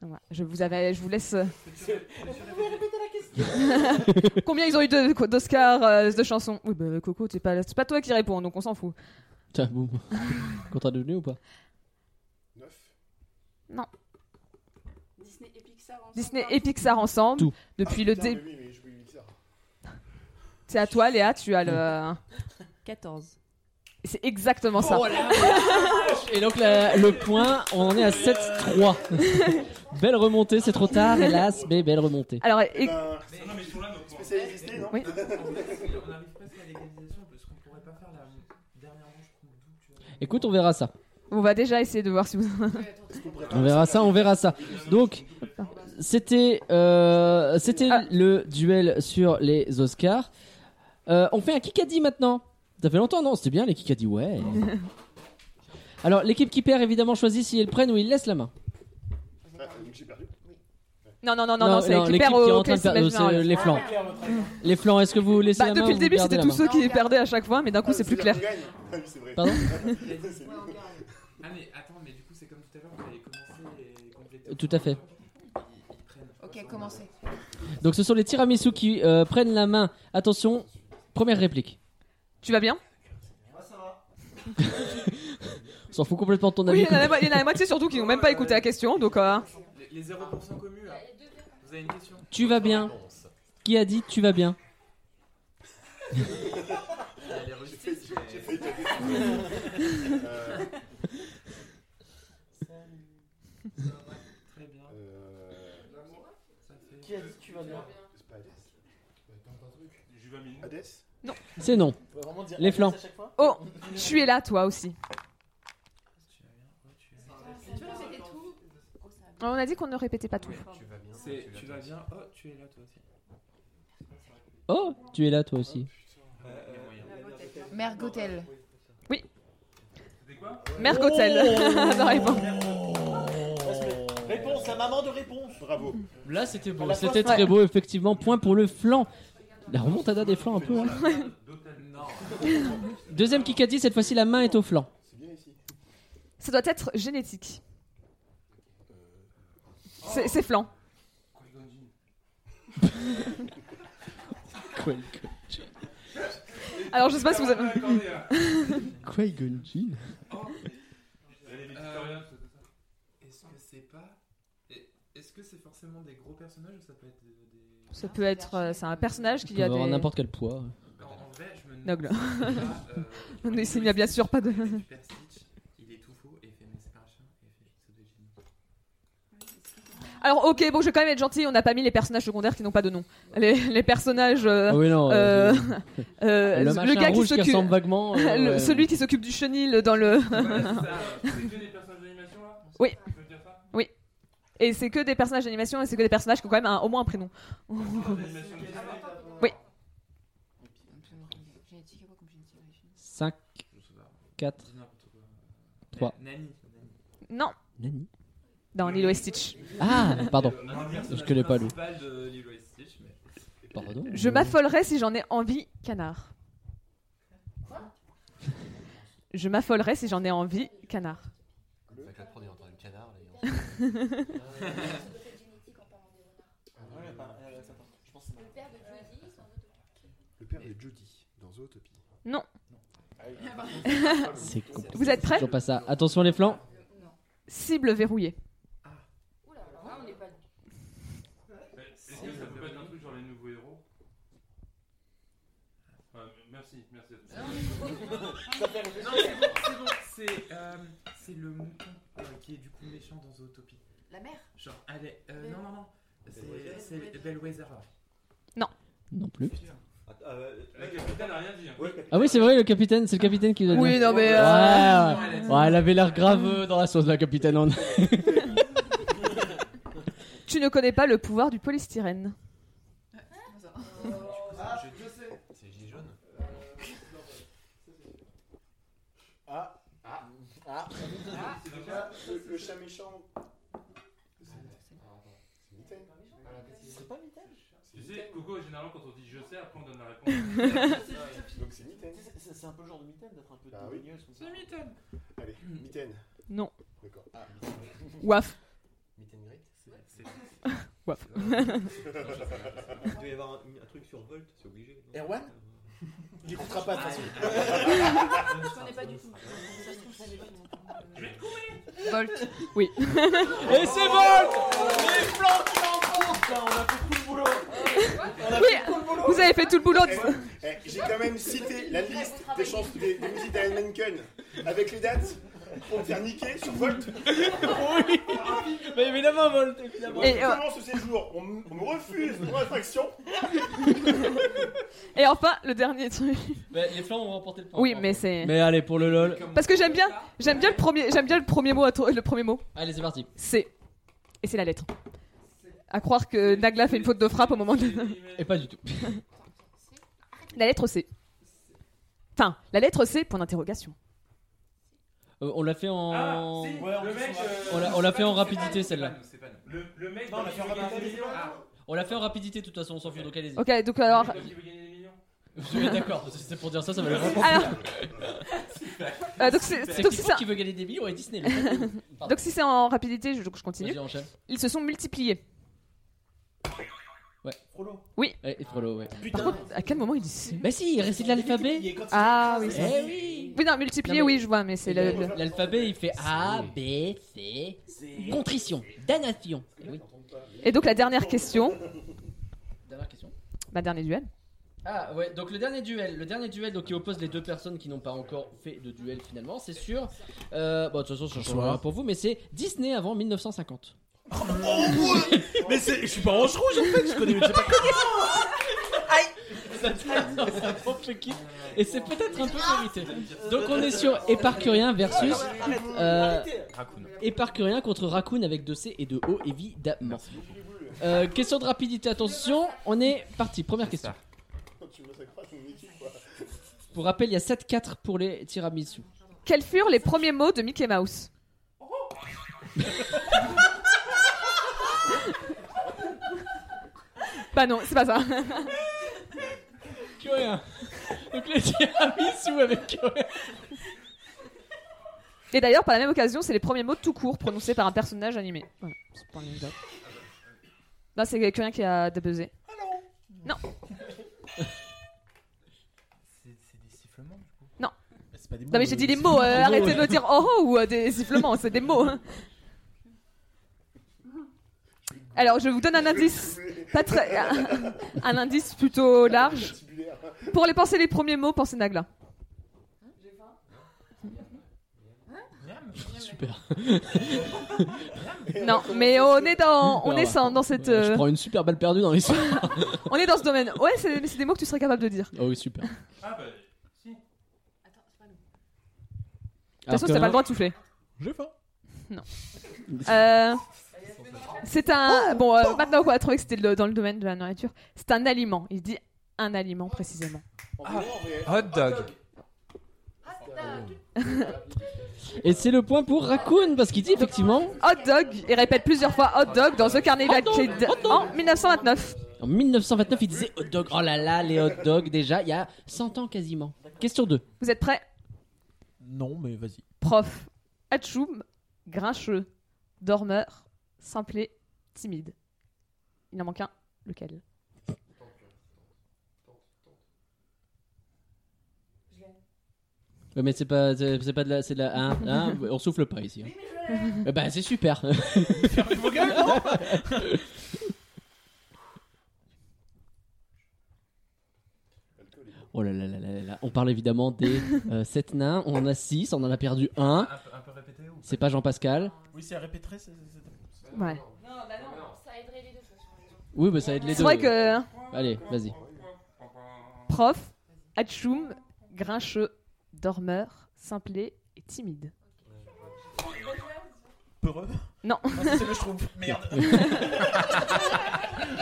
Speaker 3: Donc voilà, je vous, avais, je vous laisse. euh,
Speaker 7: Vous pouvez répéter la question
Speaker 3: Combien ils ont eu de- d'Oscars euh, de chansons Oui, bah Coco, c'est pas, c'est pas toi qui réponds, donc on s'en fout.
Speaker 2: Tiens, boum. Contrat devenu ou pas
Speaker 1: 9.
Speaker 11: Disney et Pixar ensemble
Speaker 3: Disney
Speaker 11: par
Speaker 3: et Pixar ensemble,
Speaker 2: Tout.
Speaker 3: depuis le début.
Speaker 1: Oui, Ah, mais je voulais dire ça.
Speaker 3: C'est à toi, Léa, tu as le.
Speaker 11: 14.
Speaker 3: C'est exactement
Speaker 2: Oh
Speaker 3: ça.
Speaker 2: Et donc la- le point, on en est à 7-3. belle remontée, c'est trop tard, hélas, mais belle remontée.
Speaker 3: Alors,
Speaker 1: Eh
Speaker 3: et-
Speaker 1: ben,
Speaker 6: Non, non, mais ils sont là, nos points.
Speaker 1: spécialiste Disney, non
Speaker 3: Oui.
Speaker 4: On arrive presque à l'égalisation parce qu'on pourrait pas faire la dernière manche contre vous. tu vois.
Speaker 2: Écoute, on verra ça.
Speaker 3: on va déjà essayer de voir si vous.
Speaker 2: On verra ça, on verra ça. Donc, c'était euh, c'était
Speaker 3: Ah.
Speaker 2: le duel sur les Oscars. Euh, on fait un Kikadi maintenant. Ça fait longtemps, non C'était bien les Kikadi, ouais. Alors, l'équipe qui perd, évidemment, choisit si elle prenne ou ils laissent la main.
Speaker 1: Ah, donc j'ai perdu. Ouais.
Speaker 3: Non, non, non, non, non, c'est qui perd
Speaker 2: est
Speaker 3: au
Speaker 2: en train de
Speaker 3: Christmas
Speaker 2: perdre, euh,
Speaker 3: General.
Speaker 2: c'est les flancs. Les flancs, est-ce que vous laissez
Speaker 3: Bah,
Speaker 2: la main
Speaker 3: depuis
Speaker 2: ou
Speaker 3: le
Speaker 2: vous
Speaker 3: début,
Speaker 2: gardez la
Speaker 3: c'était tous
Speaker 2: main Ah,
Speaker 3: ceux qui perdaient à chaque fois, mais d'un coup,
Speaker 1: Ah,
Speaker 3: c'est plus clair. Pardon
Speaker 5: Ah, mais attends, mais du coup, c'est comme tout à l'heure, vous avez commencé et complété.
Speaker 2: Tout à fait.
Speaker 8: Ok, commencez.
Speaker 2: Donc ce sont les tiramisu qui euh, prennent la main. Attention, première réplique.
Speaker 3: Tu vas bien
Speaker 2: On s'en fout complètement de ton avis.
Speaker 3: Oui, il y en a la- il y en a la moitié surtout qui n'ont même pas écouté la question, donc. euh,
Speaker 5: Les, les 0% communs, là. Vous avez une question
Speaker 2: Tu vas bien Qui a dit tu vas bien
Speaker 5: Il a l'air rustique, mais-
Speaker 1: J'ai failli dire des trucs. Euh,
Speaker 5: Ça va, Très bien.
Speaker 1: euh,
Speaker 5: Ça fait-
Speaker 7: Qui a dit euh, tu vas bien
Speaker 1: C'est pas Hades.
Speaker 6: Juvamine.
Speaker 1: Hades
Speaker 3: Non.
Speaker 2: C'est non.
Speaker 7: Faut vraiment dire
Speaker 2: Les
Speaker 7: Hades
Speaker 2: flancs.
Speaker 7: à chaque fois
Speaker 3: Oh, tu es là, toi aussi.
Speaker 8: C'était tout.
Speaker 3: On a dit qu'on ne répétait pas tout.
Speaker 5: C'est tu vas bien. Oh, tu es là toi aussi.
Speaker 2: Oh, tu es là toi aussi.
Speaker 8: Mère Gothel.
Speaker 3: Oui.
Speaker 8: C'était quoi
Speaker 3: Mère Gothel.
Speaker 2: Oh.
Speaker 3: Dans la réponse.
Speaker 7: Réponse, la maman de réponse.
Speaker 1: Bravo.
Speaker 2: Là, c'était beau.
Speaker 7: La fois-
Speaker 2: C'était très
Speaker 7: Ouais.
Speaker 2: beau, effectivement. Point pour le flanc. La remontada des flancs un peu. hein. Deuxième qui dit cette fois-ci la main est au flanc.
Speaker 3: Ça doit être génétique. C'est c'est flan. Alors, je sais pas si vous avez.
Speaker 2: Qui-Gon
Speaker 5: Euh, Est-ce que c'est pas. et- Est-ce que c'est forcément des gros personnages ou ça peut être des. des-
Speaker 3: Ça peut être. euh, C'est un personnage qui
Speaker 2: peut
Speaker 3: a
Speaker 2: avoir
Speaker 3: des.
Speaker 2: n'importe quel poids.
Speaker 5: En, en vrai, je me
Speaker 3: Noble.
Speaker 5: demande si c'est pas, euh,
Speaker 3: On essaie, il n'y a bien sûr pas de.
Speaker 5: Super Stitch, il est tout faux et il fait mais c'est pas un chien et il fait ça doit être une-
Speaker 3: Alors, ok, bon, je vais quand même être gentil, on n'a pas mis les personnages secondaires qui n'ont pas de nom. Les, les personnages. euh,
Speaker 2: Ah oui, non,
Speaker 3: euh, euh,
Speaker 2: Oh, Le machin
Speaker 3: gars
Speaker 2: rouge qui
Speaker 3: s'occupe.
Speaker 2: ressemble vaguement, euh,
Speaker 3: Le-
Speaker 2: ouais.
Speaker 3: Celui qui s'occupe du chenil dans le.
Speaker 5: C'est que des personnages d'animation là
Speaker 3: oui.
Speaker 5: On peut dire ça
Speaker 3: Oui. Et c'est que des personnages d'animation et c'est que des personnages qui ont quand même un- au moins un prénom. oui.
Speaker 2: 5, 4, 3.
Speaker 5: Nani.
Speaker 3: Non.
Speaker 2: Nani
Speaker 3: Dans Lilo et Stitch.
Speaker 2: Ah, pardon.
Speaker 5: Un des
Speaker 2: Je connais pas lui.
Speaker 5: personnages principaux de Lilo et Stitch, mais-
Speaker 2: Pardon
Speaker 3: Je m'affolerais si j'en ai envie, canard. Je m'affolerais si j'en ai envie, canard.
Speaker 7: Avec la prod, il entend le canard. Là, Ah, bah, euh, Je pense que c'est
Speaker 1: Le père de Judy dans Zootopie.
Speaker 3: Non.
Speaker 2: C'est compliqué.
Speaker 3: Vous êtes prêts
Speaker 2: Toujours pas ça. Attention les flancs.
Speaker 3: Cible verrouillée.
Speaker 6: Est-ce que ça peut pas être un truc genre les nouveaux héros Ouais, Merci, merci à tous.
Speaker 5: Non, c'est bon, c'est bon, c'est euh, c'est le mouton euh, qui est du coup méchant dans Zootopie.
Speaker 8: La mère
Speaker 5: Genre, allez, euh,
Speaker 8: Belle-
Speaker 5: non, non, non,
Speaker 7: Bellwether.
Speaker 5: c'est- c'est Bellwether.
Speaker 3: Non.
Speaker 2: Non plus.
Speaker 1: Euh,
Speaker 6: La capitale a rien dit. hein.
Speaker 2: Ah oui, c'est vrai, le capitaine, c'est le capitaine qui nous a dit.
Speaker 3: Oui, non, mais,
Speaker 2: Ouais,
Speaker 3: euh,
Speaker 2: ouais, ouais, elle avait l'air grave euh, dans la sauce, la capitaine. on-
Speaker 3: Tu ne connais pas le pouvoir du polystyrène.
Speaker 8: Euh,
Speaker 7: Ah, je sais.
Speaker 5: C'est Gilet jaune
Speaker 1: Ah. Ah. Ah. Le, le chat méchant.
Speaker 7: C'est pas Mitaine
Speaker 6: Tu sais, Coco, généralement, quand on dit je sais, après on donne la réponse.
Speaker 1: Donc c'est Mitaine.
Speaker 7: C'est- C'est c'est un peu le genre de Mitaine d'être un peu
Speaker 1: Ah oui.
Speaker 7: dédaigneuse comme ça.
Speaker 5: C'est Mitaine
Speaker 1: Allez, Mitaine.
Speaker 3: Non.
Speaker 1: D'accord.
Speaker 3: Waf.
Speaker 7: Mitaine grecque
Speaker 3: Waf.
Speaker 12: Il doit y avoir un, un truc sur Volt, c'est obligé. non
Speaker 7: Erwan Il écoutera pas de toute façon.
Speaker 11: Je connais pas du tout. Ça se trouve, c'est des films.
Speaker 3: Volt. Oui.
Speaker 7: Et c'est Volt Les flancs qui l'emportent Là, on a fait tout le boulot On a
Speaker 3: Oui,
Speaker 7: fait tout le boulot
Speaker 3: vous avez fait tout le boulot.
Speaker 1: Eh, eh, J'ai quand même cité la liste des chansons des, des musiques d'Alan Menken avec les dates pour me faire niquer sur Volt.
Speaker 2: oui Mais évidemment, Volt, évidemment.
Speaker 1: Et
Speaker 3: Et, euh,
Speaker 1: ce séjour, on, m- on me refuse mon attraction.
Speaker 3: Et enfin, le dernier truc.
Speaker 2: les flancs ont remporté le
Speaker 3: Oui, mais c'est.
Speaker 2: Mais allez, pour le lol.
Speaker 3: Parce que j'aime bien, j'aime bien le premier, j'aime bien le premier mot, à tro- le premier mot.
Speaker 2: Allez, c'est parti.
Speaker 3: C'est et c'est la lettre. À croire que Nagla fait une faute de frappe au moment de.
Speaker 2: Et pas du tout.
Speaker 3: la lettre C. Enfin, la lettre C. Point d'interrogation.
Speaker 2: Euh, on l'a fait en.
Speaker 6: Ah, si,
Speaker 7: Ouais, en
Speaker 6: le
Speaker 7: plus,
Speaker 6: mec.
Speaker 7: on va-
Speaker 6: euh,
Speaker 2: Ah, On l'a- on l'a fait en rapidité, celle-là.
Speaker 6: C'est pas nous, c'est pas nous. Le, le mec,
Speaker 13: Non, on
Speaker 6: quand
Speaker 13: l'a
Speaker 6: il
Speaker 13: fait en
Speaker 6: veut gagner
Speaker 13: rapidité.
Speaker 6: des millions-
Speaker 13: Ah.
Speaker 2: On l'a fait en rapidité de toute façon, on s'en fout, donc allez-y.
Speaker 3: Ok, donc alors-
Speaker 6: Le mec, quand il veut gagner des millions.
Speaker 2: Je suis d'accord, si c'était pour dire ça, ça valait vraiment
Speaker 3: Alors- Euh,
Speaker 2: Alors...
Speaker 3: donc c'est- donc c'est ça.
Speaker 2: Ah. qui veut gagner des millions et Disney. le mec. Pardon.
Speaker 3: Donc si c'est en rapidité, je, je continue.
Speaker 2: Vas-y, enchaîne.
Speaker 3: Ils se sont multipliés.
Speaker 2: Ouais.
Speaker 3: Frollo. Oui.
Speaker 2: Eh, Et Frollo, ouais.
Speaker 3: Par contre, à quel moment il dit ça
Speaker 2: Bah si, il restait de l'alphabet.
Speaker 3: Ah oui.
Speaker 2: Eh
Speaker 3: c'est-
Speaker 2: oui.
Speaker 3: Oui, non, multiplié,
Speaker 2: Non, mais-
Speaker 3: oui, je vois, mais c'est le- le-
Speaker 2: L'alphabet, il fait A, B, C. Contrition, damnation. Eh oui.
Speaker 3: Et donc la dernière question,
Speaker 2: Dernière question.
Speaker 3: ma dernier duel.
Speaker 2: Ah ouais, donc le dernier duel, le dernier duel donc, qui oppose les deux personnes qui n'ont pas encore fait de duel finalement, c'est sûr. Euh, bon, de toute façon, ça changera
Speaker 14: Bonsoir. Oh,
Speaker 2: rien pour vous, mais c'est Disney avant 1950.
Speaker 14: Mais c'est- je suis pas orange rouge en fait, je connais, mais j'ai pas
Speaker 2: Et c'est peut-être un peu mérité. Donc on est sur Éparcurien versus euh,
Speaker 15: Raccoon.
Speaker 2: Éparcurien contre Raccoon avec 2C et 2 O évidemment. Euh, question de rapidité, attention, on est parti. Première question.
Speaker 1: Tu me massacres pas ton équipe, quoi.
Speaker 2: Pour rappel, il y a 7-4 pour les tiramisu.
Speaker 3: Quels furent les premiers mots de Mickey Mouse Bah non, c'est pas ça.
Speaker 2: Curien. Donc les tiramisu avec curien.
Speaker 3: Et d'ailleurs, par la même occasion, c'est les premiers mots tout court prononcés par un personnage animé. Voilà, c'est pas une anecdote. Là, c'est quelqu'un qui a débuzzé. Non.
Speaker 15: C'est c'est des sifflements du coup
Speaker 3: Non.
Speaker 15: C'est pas des
Speaker 3: Non mais j'ai dit des mots, euh, arrêtez de me dire oh oh ou euh, des sifflements, c'est des mots. hein. Alors je vous donne un indice, pas très, un, un indice plutôt large.
Speaker 1: hein.
Speaker 3: Pour les penser les premiers mots, pensez Nagla.
Speaker 2: Super.
Speaker 3: Non mais on est dans, on
Speaker 2: Super.
Speaker 3: est sans- dans cette,
Speaker 2: Je
Speaker 3: euh,
Speaker 2: prends une super balle perdue dans l'histoire.
Speaker 3: on est dans ce domaine. Ouais, c'est mais c'est des mots que tu serais capable de dire.
Speaker 2: oh oui, super. De
Speaker 6: Ah bah, si.
Speaker 3: toute façon, t'as pas le droit de souffler.
Speaker 2: J'ai faim.
Speaker 3: Non. Euh, c'est un. Bon, euh, maintenant qu'on a trouvé que c'était le- dans le domaine de la nourriture, c'est un aliment. Il dit un aliment précisément.
Speaker 15: Hot dog.
Speaker 8: Ah,
Speaker 2: Et c'est le point pour Raccoon parce qu'il dit effectivement
Speaker 3: Hot dog, il répète plusieurs fois hot dog dans The Carnival Kid en 1929.
Speaker 2: en 1929 il disait hot dog. Oh là là, les hot dogs déjà, il y a 100 ans quasiment. Question 2.
Speaker 3: Vous êtes prêts
Speaker 14: Non, mais vas-y.
Speaker 3: Prof, atchoum, grincheux, dormeur, simplet, timide. Il en manque un, lequel
Speaker 2: Ouais, mais c'est pas c'est c'est pas de la c'est de la hein, hein, on souffle pas ici. hein. Eh Bah c'est super. Oh là là là là là là. On parle évidemment des 7 nains. On en a 6, on en a perdu 1.
Speaker 7: Un peu- un peu répété ou pas
Speaker 2: C'est pas Jean-Pascal.
Speaker 7: Oui, c'est à répéter, c'est.
Speaker 3: Ouais.
Speaker 8: Non, bah non, ça aiderait les deux. ça.
Speaker 2: Oui, mais ça aide les deux.
Speaker 3: C'est vrai que-
Speaker 2: Allez, vas-y.
Speaker 3: Prof, atchoum, grincheux, dormeur, simplet et timide.
Speaker 7: Peureux
Speaker 3: Non.
Speaker 7: Ah, ça, c'est le trouve. Merde.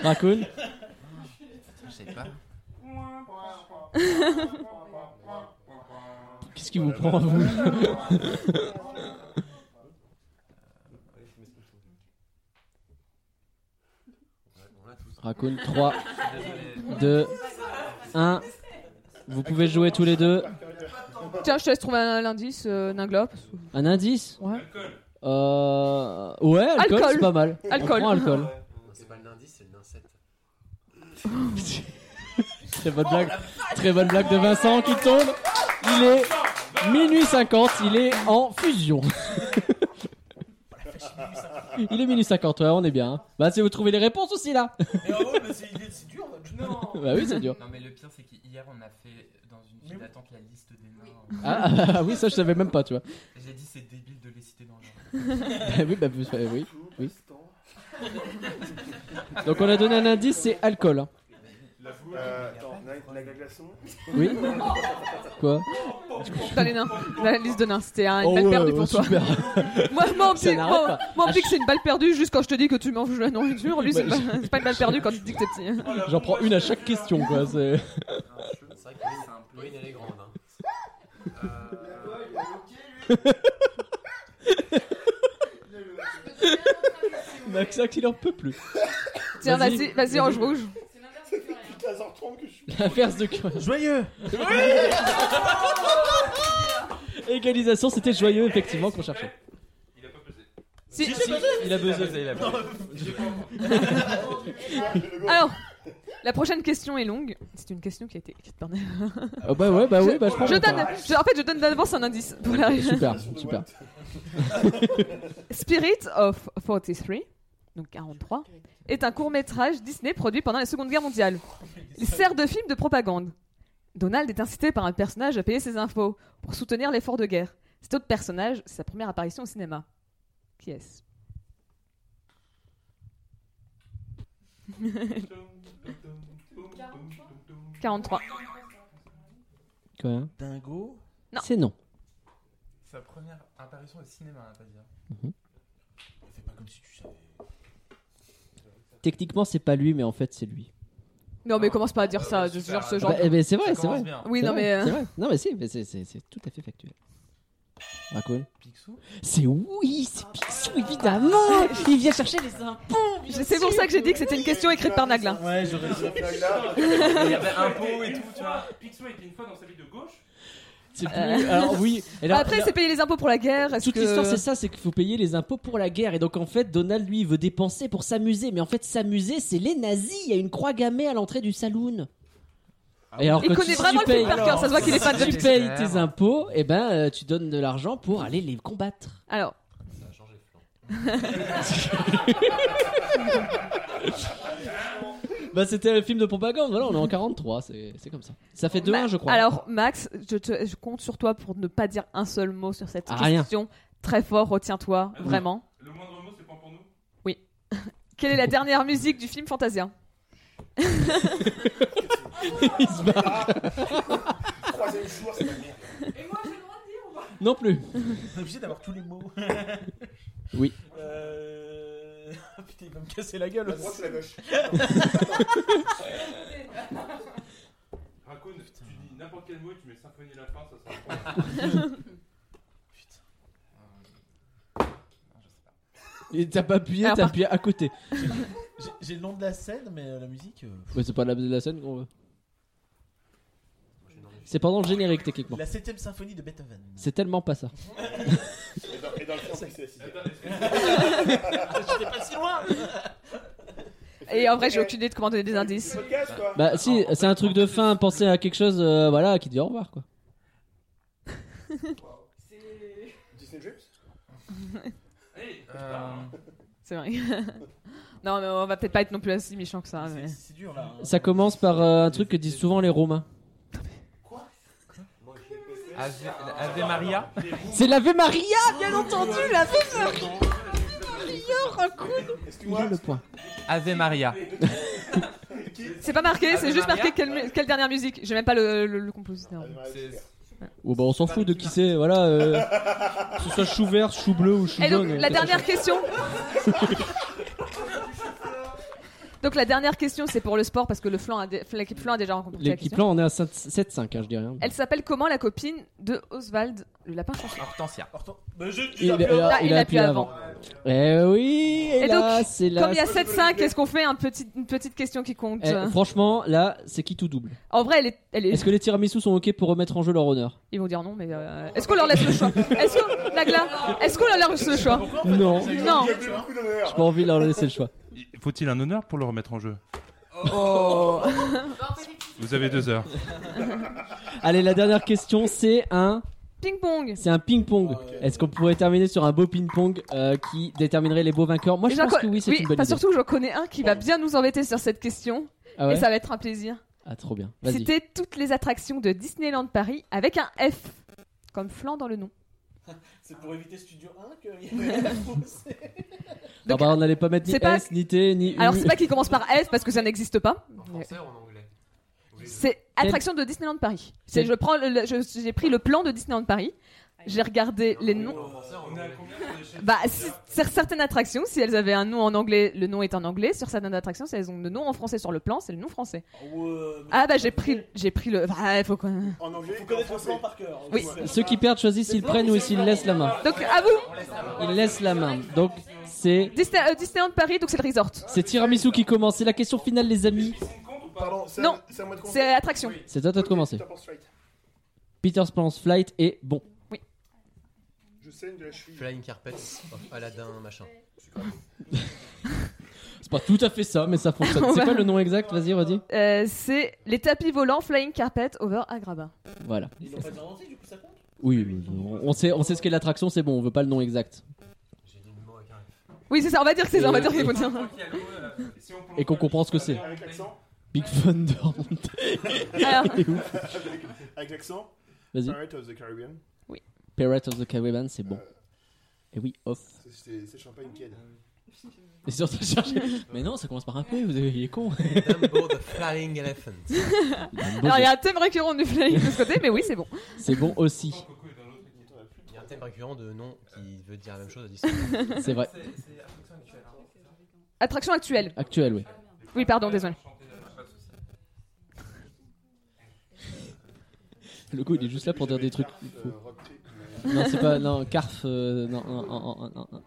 Speaker 2: Raccoon
Speaker 15: Je sais pas.
Speaker 2: Qu'est-ce qui vous prend, vous Raccoon 3, 2, 1. Vous pouvez jouer tous les deux.
Speaker 3: Tiens, je te laisse trouver un, l'indice, euh, Ningla. parce que-
Speaker 2: Un indice
Speaker 3: Ouais.
Speaker 2: Euh... Ouais, alcool,
Speaker 3: Alcool.
Speaker 2: c'est pas mal. On
Speaker 3: Alcool.
Speaker 2: prend
Speaker 7: Oh,
Speaker 2: alcool.
Speaker 13: Non, C'est pas l'indice, c'est l'insecte.
Speaker 2: Très bonne blague. Très bonne blague de Vincent qui tombe. Il est minuit 50, il est en fusion. il est minuit 50, ouais, on est bien. hein. Bah, si vous trouvez les réponses aussi là.
Speaker 7: Mais en gros, mais c'est il est- c'est dur. votre jeu.
Speaker 2: Bah oui, c'est dur.
Speaker 4: Non, mais le pire, c'est qu'hier, on a fait dans une file d'attente la liste des nains.
Speaker 2: Ah, ah, ah, oui, ça je savais même pas, tu vois.
Speaker 4: J'ai dit, c'est débile de les citer dans
Speaker 2: Bah
Speaker 4: l'ordre.
Speaker 2: oui, bah vous- euh, oui, oui. Donc on a donné un indice, c'est alcool. hein.
Speaker 1: La foule. Euh, attends, la, la glaçon
Speaker 2: Oui. Quoi
Speaker 3: Dans les nains, dans la liste de nains, c'était un- Ah, une
Speaker 2: Oh
Speaker 3: balle
Speaker 2: ouais,
Speaker 3: perdue
Speaker 2: ouais,
Speaker 3: pour toi.
Speaker 2: super.
Speaker 3: moi, moi, on me
Speaker 2: Ça
Speaker 3: dit,
Speaker 2: n'arrête
Speaker 3: moi,
Speaker 2: pas. Ah,
Speaker 3: moi, on me dit que c'est une balle perdue juste quand je te dis que tu manges la nourriture. Lui, c'est pas, c'est pas une balle perdue quand il dit que t'es petit.
Speaker 2: J'en prends une à chaque question, quoi. C'est.
Speaker 13: C'est vrai que Pauline- Pauline, elle est grande. Hein.
Speaker 2: Euh, Maxax, il en peut plus.
Speaker 3: Tiens, vas-y, vas-y, en rouge.
Speaker 1: Ça fait plus de 15h30 que je
Speaker 3: Ah,
Speaker 1: suis.
Speaker 2: L'inverse de quoi Joyeux Égalisation, c'était joyeux, effectivement, qu'on cherchait.
Speaker 3: Si,
Speaker 2: Si, si, il a buzzé, il a buzzé.
Speaker 3: Alors, la prochaine question est longue. C'est une question qui a été écrite par
Speaker 2: Ah bah ouais, bah oui, bah je prends
Speaker 3: Je
Speaker 2: mon
Speaker 3: donne,
Speaker 2: temps.
Speaker 3: je- en fait, je donne d'avance un indice pour la
Speaker 2: Super, super.
Speaker 3: Spirit of 43, donc 43, est un court-métrage Disney produit pendant la Seconde Guerre mondiale. Il sert de film de propagande. Donald est incité par un personnage à payer ses infos pour soutenir l'effort de guerre. Cet autre personnage, c'est sa première apparition au cinéma. Qui est-ce
Speaker 9: Dingo
Speaker 3: 43.
Speaker 2: Quoi hein
Speaker 5: Dingo
Speaker 3: Non.
Speaker 2: C'est non.
Speaker 5: Sa première apparition au cinéma, hein, on va dire.
Speaker 2: Mhm.
Speaker 5: Fais pas comme si tu savais.
Speaker 2: Techniquement, c'est pas lui, mais en fait, c'est lui.
Speaker 3: Non,
Speaker 2: Ah.
Speaker 3: mais commence pas à dire ça, de- genre ce genre.
Speaker 2: Bah, eh ben, c'est vrai, c'est vrai.
Speaker 3: Oui,
Speaker 2: C'est
Speaker 3: non,
Speaker 2: vrai,
Speaker 3: mais. euh,
Speaker 2: C'est vrai. Non, mais si, mais c'est- c'est c'est tout à fait factuel. Raccoon C'est oui, c'est Picsou, évidemment Ah, Il vient chercher les impôts
Speaker 3: C'est pour ça que j'ai dit que c'était une question écrite par Nagla.
Speaker 2: Ouais, j'aurais
Speaker 6: Il y avait un pot et tout, tu vois. Picsou était une fois dans sa vie de gauche.
Speaker 2: C'est plus.
Speaker 3: Euh.
Speaker 2: Alors, oui. Alors,
Speaker 3: Après,
Speaker 2: alors,
Speaker 3: c'est payer les impôts pour la guerre. est-ce
Speaker 2: Toute
Speaker 3: que-
Speaker 2: l'histoire, c'est ça, c'est qu'il faut payer les impôts pour la guerre. Et donc, en fait, Donald, lui, il veut dépenser pour s'amuser. Mais en fait, s'amuser, c'est les nazis. Il y a une croix gammée à l'entrée du saloon. Et alors
Speaker 3: Il
Speaker 2: que
Speaker 3: connaît
Speaker 2: si
Speaker 3: vraiment
Speaker 2: tu
Speaker 3: le film
Speaker 2: payes-
Speaker 3: par cœur, ça se voit qu'il est fan de
Speaker 2: Si tu
Speaker 3: Pixar.
Speaker 2: payes tes impôts, et ben, euh, tu donnes de l'argent pour aller les combattre.
Speaker 3: Alors.
Speaker 12: Ça a changé de flanc.
Speaker 2: Bah, c'était le film de propagande. Voilà, on est en 43, c'est c'est comme ça. Ça fait 2-1,
Speaker 3: Ma-
Speaker 2: je crois.
Speaker 3: Bah, Alors, Max, je, te- je compte sur toi pour ne pas dire un seul mot sur cette
Speaker 2: Ah, rien.
Speaker 3: question. Très fort, retiens-toi,
Speaker 6: Attends,
Speaker 3: vraiment.
Speaker 6: Le moindre mot, c'est pas pour nous.
Speaker 3: Oui. Quelle est la dernière musique du film Fantasia
Speaker 2: Il se barre.
Speaker 1: Troisième jour, c'est la merde.
Speaker 9: Et moi, j'ai le droit de dire ou pas
Speaker 2: Non plus.
Speaker 4: On est obligé d'avoir tous les mots.
Speaker 2: Oui.
Speaker 4: Euh... Putain, il va me casser la gueule.
Speaker 1: La droite ou la gauche
Speaker 6: Raccoon, tu dis n'importe quel mot et tu mets symphonie à la fin, ça sera.
Speaker 5: Euh,
Speaker 2: Et t'as pas appuyé,
Speaker 4: Alors,
Speaker 2: t'as
Speaker 4: par-
Speaker 2: appuyé à côté.
Speaker 4: J'ai- j'ai- J'ai le nom de la scène, mais euh, la musique. euh,
Speaker 2: Mais c'est pas la, la scène qu'on veut. C'est pendant le générique, techniquement.
Speaker 4: La 7ème symphonie de Beethoven.
Speaker 2: C'est tellement pas ça.
Speaker 1: Et dans, et dans le film, c'est la sixième.
Speaker 4: J'étais pas si loin
Speaker 3: Et en vrai, j'ai aucune idée de comment donner
Speaker 1: euh,
Speaker 3: des indices.
Speaker 2: Bah si, c'est un truc de fin, penser à quelque chose, euh, voilà, qui dit au revoir quoi.
Speaker 1: Disney Dreams
Speaker 4: Euh,
Speaker 3: C'est vrai. non, mais on va peut-être pas être non plus aussi méchant que ça. Ah, mais-
Speaker 4: C'est dur là. hein.
Speaker 2: Ça commence par euh, un truc que disent souvent les Romains.
Speaker 1: Bah, ah,
Speaker 10: Ave,
Speaker 12: Ah,
Speaker 10: Ave Maria
Speaker 2: C'est l'Ave Maria, bien entendu, l'Ave Maria.
Speaker 1: Excuse-moi. Ah,
Speaker 2: Le point.
Speaker 10: Ave Maria.
Speaker 3: C'est pas marqué, c'est
Speaker 10: Ave
Speaker 3: juste
Speaker 10: Maria
Speaker 3: marqué quelle, quelle dernière musique. J'ai même pas le, le- le compositeur.
Speaker 2: Bon bah on s'en fout de qui c'est, voilà. euh, que ce soit chou vert, chou bleu ou chou
Speaker 3: Et donc,
Speaker 2: jaune.
Speaker 3: la
Speaker 2: euh,
Speaker 3: dernière question. Donc, la dernière question, c'est pour le sport parce que le flanc a dé- l'équipe flanc a déjà rencontré la
Speaker 2: L'équipe
Speaker 3: question.
Speaker 2: là on est à 7- 7-5, hein, je dis rien.
Speaker 3: Elle s'appelle comment la copine de Oswald, le lapin chanson
Speaker 10: Hortensia.
Speaker 2: Il, a- il a- il a appuyé avant. Eh oui, et,
Speaker 3: Et
Speaker 2: là
Speaker 3: donc,
Speaker 2: c'est là.
Speaker 3: Comme il y a 7-5, est-ce qu'on fait un petit- une petite question qui compte
Speaker 2: Eh,
Speaker 3: euh
Speaker 2: franchement, là, c'est qui tout double
Speaker 3: En vrai, elle est, elle est-
Speaker 2: Est-ce que les tiramisu sont ok pour remettre en jeu leur honneur
Speaker 3: ils vont dire non, mais euh, est-ce qu'on leur laisse le choix Est-ce qu'on, Nagla, est-ce qu'on leur laisse le choix
Speaker 2: Non,
Speaker 3: Non.
Speaker 2: j'ai pas envie de leur laisser le choix.
Speaker 6: Faut-il un honneur pour le remettre en jeu
Speaker 3: Oh.
Speaker 6: Vous avez deux heures.
Speaker 2: Allez, la dernière question, c'est un,
Speaker 3: Ping pong.
Speaker 2: c'est un ping-pong. Est-ce qu'on pourrait terminer sur un beau ping-pong euh, qui déterminerait les beaux vainqueurs Moi, je
Speaker 3: J'en
Speaker 2: pense que
Speaker 3: con-
Speaker 2: oui, c'est une bonne
Speaker 3: enfin,
Speaker 2: idée.
Speaker 3: Surtout, j'en connais un qui va bien nous embêter sur cette question.
Speaker 2: Ah ouais
Speaker 3: et ça va être un plaisir.
Speaker 2: Ah, trop bien. Vas-y.
Speaker 3: C'était toutes les attractions de Disneyland Paris avec un F, comme flan dans le nom.
Speaker 4: C'est pour éviter Studio 1 que. il y avait la fausse.
Speaker 2: Ah bah, on n'allait pas mettre ni
Speaker 3: c'est pas-
Speaker 2: S, ni T, ni U.
Speaker 3: Alors, c'est pas qui commence par F parce que ça n'existe pas.
Speaker 12: Français ou en anglais
Speaker 3: C'est attraction de Disneyland Paris. C'est je prends le- le- je- j'ai pris le plan de Disneyland Paris. J'ai regardé les
Speaker 10: Euh,
Speaker 3: noms. Bah, si- sur certaines attractions, si elles avaient un nom en anglais, le nom est en anglais. Sur certaines attractions, si elles ont le nom en français sur le plan, c'est le nom français.
Speaker 4: Oh,
Speaker 3: Ah bah j'ai pris, j'ai pris le. Bah, faut quoi.
Speaker 1: En anglais,
Speaker 4: Faut connaître le plan par cœur. hein,
Speaker 3: Oui.
Speaker 2: Ceux qui perdent choisissent s'ils prennent ou s'ils laissent la main.
Speaker 3: Donc à vous.
Speaker 2: Ils laissent la main. Donc, C'est
Speaker 3: Disney- euh, Disneyland Paris, donc c'est le resort.
Speaker 2: c'est tiramisu qui commence. C'est la question finale, les amis.
Speaker 1: Pardon, c'est
Speaker 3: Non,
Speaker 1: à- c'est à moi de
Speaker 3: c'est attraction.
Speaker 2: C'est à toi de commencer. Peter's Plan's Flight est bon.
Speaker 1: Je saigne de la cheville.
Speaker 10: Flying Carpet,
Speaker 12: Oh,
Speaker 10: of Aladdin, machin.
Speaker 2: C'est pas tout à fait ça, mais ça fonctionne.
Speaker 3: On
Speaker 2: C'est
Speaker 3: va-
Speaker 2: quoi le nom exact Vas-y, redis.
Speaker 3: Euh, c'est les tapis volants Flying Carpet Over Agrabah.
Speaker 2: Voilà.
Speaker 4: Ils l'ont pas inventé, du coup, ça compte
Speaker 2: Oui, on sait, on sait ce qu'est l'attraction, c'est bon, on veut pas le nom exact.
Speaker 3: Oui, c'est ça, on va dire que c'est ça, on va dire que c'est
Speaker 2: Et-
Speaker 3: contient.
Speaker 2: Et qu'on comprend ce que c'est.
Speaker 1: Avec l'accent
Speaker 2: Big Thunder Mountain. Il est ouf.
Speaker 1: Avec- Avec l'accent
Speaker 2: Vas-y.
Speaker 1: Pirate of the Caribbean.
Speaker 3: Oui.
Speaker 2: Pirate of the Caribbean, c'est bon. Et oui, off.
Speaker 1: C'est c'est Champagne Kid.
Speaker 2: Et surtout, chercher. Mais non, ça commence par un P, vous avez- il est con.
Speaker 10: Dumbo the Flying Elephant.
Speaker 3: Alors il y a un thème récurrent du flying de ce côté, mais oui, c'est bon.
Speaker 2: C'est bon aussi.
Speaker 10: Il y a un thème récurrent de nom qui veut dire la même chose à
Speaker 2: C'est vrai.
Speaker 6: hein.
Speaker 3: Attraction actuelle.
Speaker 2: Actuel, oui.
Speaker 3: Oui, pardon, désolé.
Speaker 6: euh,
Speaker 2: Le coup, il est juste là pour dire des
Speaker 1: Euh,
Speaker 2: trucs. fous.
Speaker 1: rock trip, mais-
Speaker 2: Non, c'est pas. Non, Carf. euh, non, non, non, non, non, non.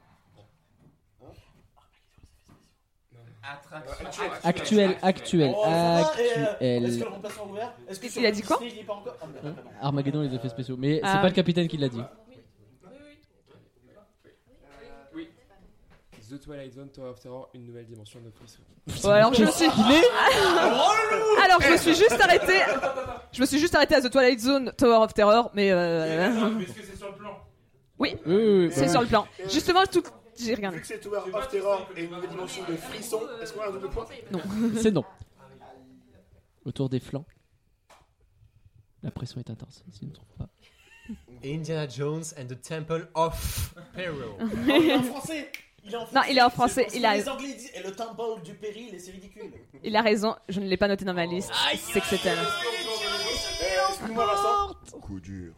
Speaker 6: Euh,
Speaker 4: Attraction.
Speaker 2: Actuel, actuel,
Speaker 4: Oh, ça va, et, euh,
Speaker 2: actuel.
Speaker 4: Est-ce que le remplaçant est ouvert Est-ce que
Speaker 3: Il
Speaker 4: sur
Speaker 3: a dit quoi
Speaker 4: Disney, il est pas encore Ah, merde,
Speaker 2: Hein
Speaker 4: pardon.
Speaker 2: Armageddon, les effets spéciaux. Mais
Speaker 3: Ah.
Speaker 2: c'est pas le capitaine qui l'a dit.
Speaker 5: Oui. The Twilight Zone, Tower of Terror, une nouvelle dimension de frisson.
Speaker 3: Ouais, alors je me suis.
Speaker 2: Il est
Speaker 3: Alors je me suis juste arrêté. Je me suis juste arrêté à The Twilight Zone, Tower of Terror, mais. euh,
Speaker 6: Mais est-ce que c'est sur le plan
Speaker 3: Oui,
Speaker 2: Oui, oui, oui,
Speaker 3: c'est
Speaker 2: bah
Speaker 3: sur
Speaker 2: oui.
Speaker 3: le plan. Justement, tout. J'ai regardé.
Speaker 1: Euh, Vu que c'est Tower of Terror et une nouvelle dimension de frisson, est-ce qu'on a un double point
Speaker 3: Non.
Speaker 2: C'est non. Autour des flancs. La pression est intense, si je ne me trompe pas.
Speaker 10: Indiana Jones and the Temple of Peril.
Speaker 4: Oh, il est en français Il est en français
Speaker 3: Non, il est en français,
Speaker 4: C'est-
Speaker 3: il a-
Speaker 4: Les anglais disent et le temple du péril, et c'est ridicule.
Speaker 3: Il a raison, je ne l'ai pas noté dans ma liste. C'est que c'était là.
Speaker 1: Euh, Excuse-moi, Vincent.
Speaker 12: Coup dur.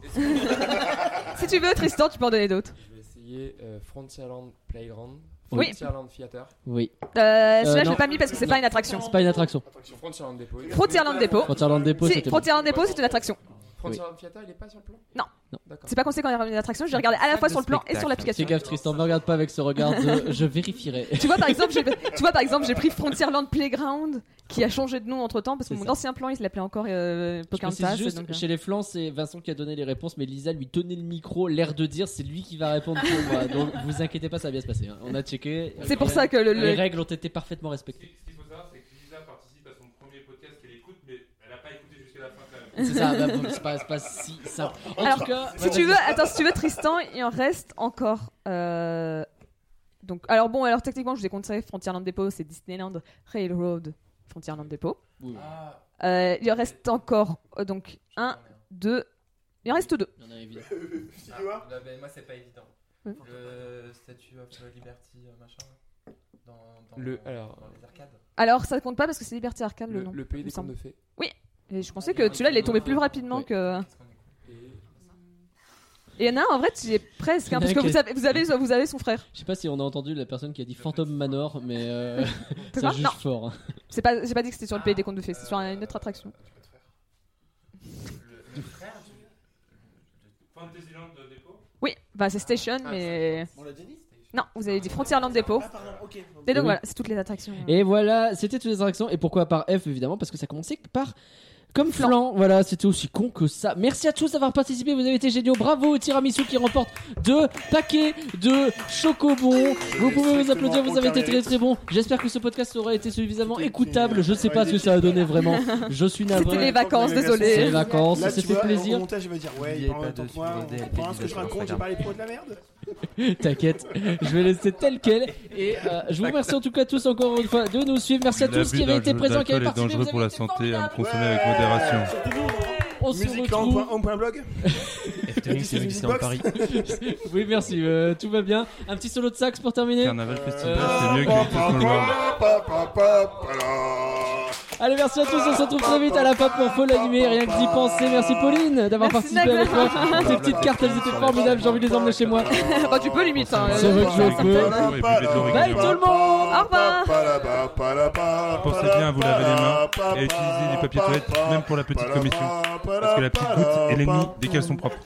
Speaker 3: Si tu veux, Tristan, tu peux en donner d'autres.
Speaker 5: Je vais essayer euh, Frontierland Playground,
Speaker 3: Oui.
Speaker 5: Frontierland Theater.
Speaker 2: Oui.
Speaker 3: Euh, celui-là, je
Speaker 2: non.
Speaker 3: l'ai pas mis parce que c'est pas une attraction.
Speaker 2: C'est pas une attraction.
Speaker 5: Frontierland Depot.
Speaker 3: Frontierland Depot.
Speaker 2: Frontierland Depot,
Speaker 3: Si,
Speaker 2: c'était bon.
Speaker 3: Frontierland Depot, c'est une attraction.
Speaker 5: Frontierland Theater, il est pas sur le plan
Speaker 3: Non.
Speaker 2: Non.
Speaker 5: D'accord.
Speaker 3: C'est pas conseillé quand il y a une attraction, je l'ai regardé à la fois sur le plan et sur l'application.
Speaker 2: Fais gaffe, Tristan, me regarde pas avec ce regard de. Je vérifierai.
Speaker 3: Tu vois, par exemple, j'ai, tu vois, par exemple, j'ai pris Frontierland Playground, qui a changé de nom entre temps, parce que
Speaker 2: C'est
Speaker 3: mon
Speaker 2: ça.
Speaker 3: ancien plan, il se l'appelait encore euh,
Speaker 2: Je précise
Speaker 3: Pocahontas.
Speaker 2: juste,
Speaker 3: donc, euh.
Speaker 2: chez les flancs, c'est Vincent qui a donné les réponses, mais Lisa lui tenait le micro, l'air de dire, c'est lui qui va répondre pour moi. Donc vous inquiétez pas, ça va bien se passer. hein. On a checké.
Speaker 3: C'est pour ça que le-
Speaker 2: les
Speaker 3: le-
Speaker 2: règles ont été parfaitement respectées.
Speaker 6: Ce qu'il faut savoir, c'est que Lisa participe à son premier podcast qu'elle écoute, mais elle n'a pas écouté jusqu'à la fin quand même.
Speaker 2: C'est ça, bah, bon, c'est pas, c'est pas si simple. En
Speaker 3: Alors,
Speaker 2: tout cas,
Speaker 3: si tu veux, attends, si tu veux, Tristan, il en reste encore. euh, Donc, alors bon, alors techniquement, je vous ai conseillé Frontierland Depot, c'est Disneyland Railroad Frontierland Depot.
Speaker 2: Oui.
Speaker 3: Euh, il en reste encore, euh, donc, un, deux, il en reste deux.
Speaker 2: Il y en a évidemment.
Speaker 1: Si tu vois
Speaker 5: Ah, ben, moi, c'est pas évident.
Speaker 3: Ouais.
Speaker 5: Le Statue of Liberty, euh, machin. Dans, dans-
Speaker 6: Le- alors,
Speaker 5: dans les arcades.
Speaker 3: Alors, ça compte pas parce que c'est Liberty Arcade le,
Speaker 5: Le-
Speaker 3: nom.
Speaker 5: le pays
Speaker 3: il me
Speaker 5: des
Speaker 3: semble.
Speaker 5: contes de fées.
Speaker 3: Oui, et je pensais que celui-là, il est tombé plus rapidement
Speaker 2: Ouais.
Speaker 3: que.
Speaker 5: Et
Speaker 3: Et il y en a un, en vrai, tu y es presque, hein, parce que vous avez, vous, avez, vous avez son frère.
Speaker 2: Je sais pas si on a entendu la personne qui a dit Phantom Manor, mais euh, ça
Speaker 3: Quoi
Speaker 2: juge
Speaker 3: Non.
Speaker 2: fort. hein.
Speaker 3: C'est pas, j'ai pas dit que c'était sur le pays des contes de fées, c'est sur une autre attraction.
Speaker 6: Le, le frère du. Fantasyland Depot
Speaker 3: Oui, bah c'est Station, mais.
Speaker 4: Ah, On l'a déjà dit
Speaker 3: Non, vous avez dit Frontierland Depot.
Speaker 4: Ah, pardon, ok.
Speaker 3: Et donc
Speaker 2: Oui.
Speaker 3: voilà, c'est toutes les attractions.
Speaker 2: Et voilà, c'était toutes les interactions. Et pourquoi par F évidemment Parce que ça commençait par. Comme flan. voilà, c'était aussi con que ça. Merci à tous d'avoir participé, vous avez été géniaux. Bravo au tiramisu qui remporte deux paquets de chocobons. Vous pouvez vous applaudir, vous avez été très très bons. J'espère que ce podcast aura été suffisamment écoutable. Je sais pas ce que ça a donné vraiment. Je suis navré.
Speaker 3: C'était les vacances, désolé.
Speaker 2: C'est les vacances,
Speaker 1: Là,
Speaker 2: ça
Speaker 1: tu
Speaker 2: fait
Speaker 1: vois,
Speaker 2: plaisir.
Speaker 1: Au montage, il va dire Ouais,
Speaker 10: N'oubliez
Speaker 1: il parle en
Speaker 10: pas
Speaker 1: même temps
Speaker 10: de
Speaker 1: que moi.
Speaker 10: suivre
Speaker 1: on comprend ce que je
Speaker 10: DLP,
Speaker 1: raconte, j'ai
Speaker 10: Instagram.
Speaker 1: parlé pro de la merde.
Speaker 2: T'inquiète, je vais laisser tel quel. Et euh, je vous remercie en tout cas tous encore une fois de nous suivre. Merci à tous qui avaient été présents, qui avaient
Speaker 6: est
Speaker 2: participé.
Speaker 6: dangereux
Speaker 2: Vous
Speaker 6: pour
Speaker 2: avez
Speaker 6: la
Speaker 2: été
Speaker 6: santé à
Speaker 2: formidables.
Speaker 6: me consommer avec modération.
Speaker 2: On se retrouve.
Speaker 1: Musicland.home.blog
Speaker 10: Efteling, c'est le lycée en Paris.
Speaker 2: oui, merci, euh, tout va bien. Un petit solo de sax pour terminer.
Speaker 1: Euh,
Speaker 6: Carnaval Festival, c'est mieux que le
Speaker 2: Euh, Allez, merci à tous, on se retrouve très vite à la pop pour Faux l'animé, rien que d'y penser. Merci Pauline d'avoir
Speaker 3: Merci,
Speaker 2: participé avec moi.
Speaker 3: Nagla.
Speaker 2: Ces petites cartes, elles étaient formidables, j'ai envie de les emmener chez moi.
Speaker 3: bah tu peux limite. Hein,
Speaker 2: C'est Bah, vrai que je
Speaker 3: certaines-
Speaker 2: peux. Bye
Speaker 6: Bye
Speaker 2: tout le monde
Speaker 3: Au revoir.
Speaker 6: Pensez bien à vous laver les mains et à utiliser du papier toilette, même pour la petite commission. Parce que la petite goutte est l'ennemi des caleçons propres.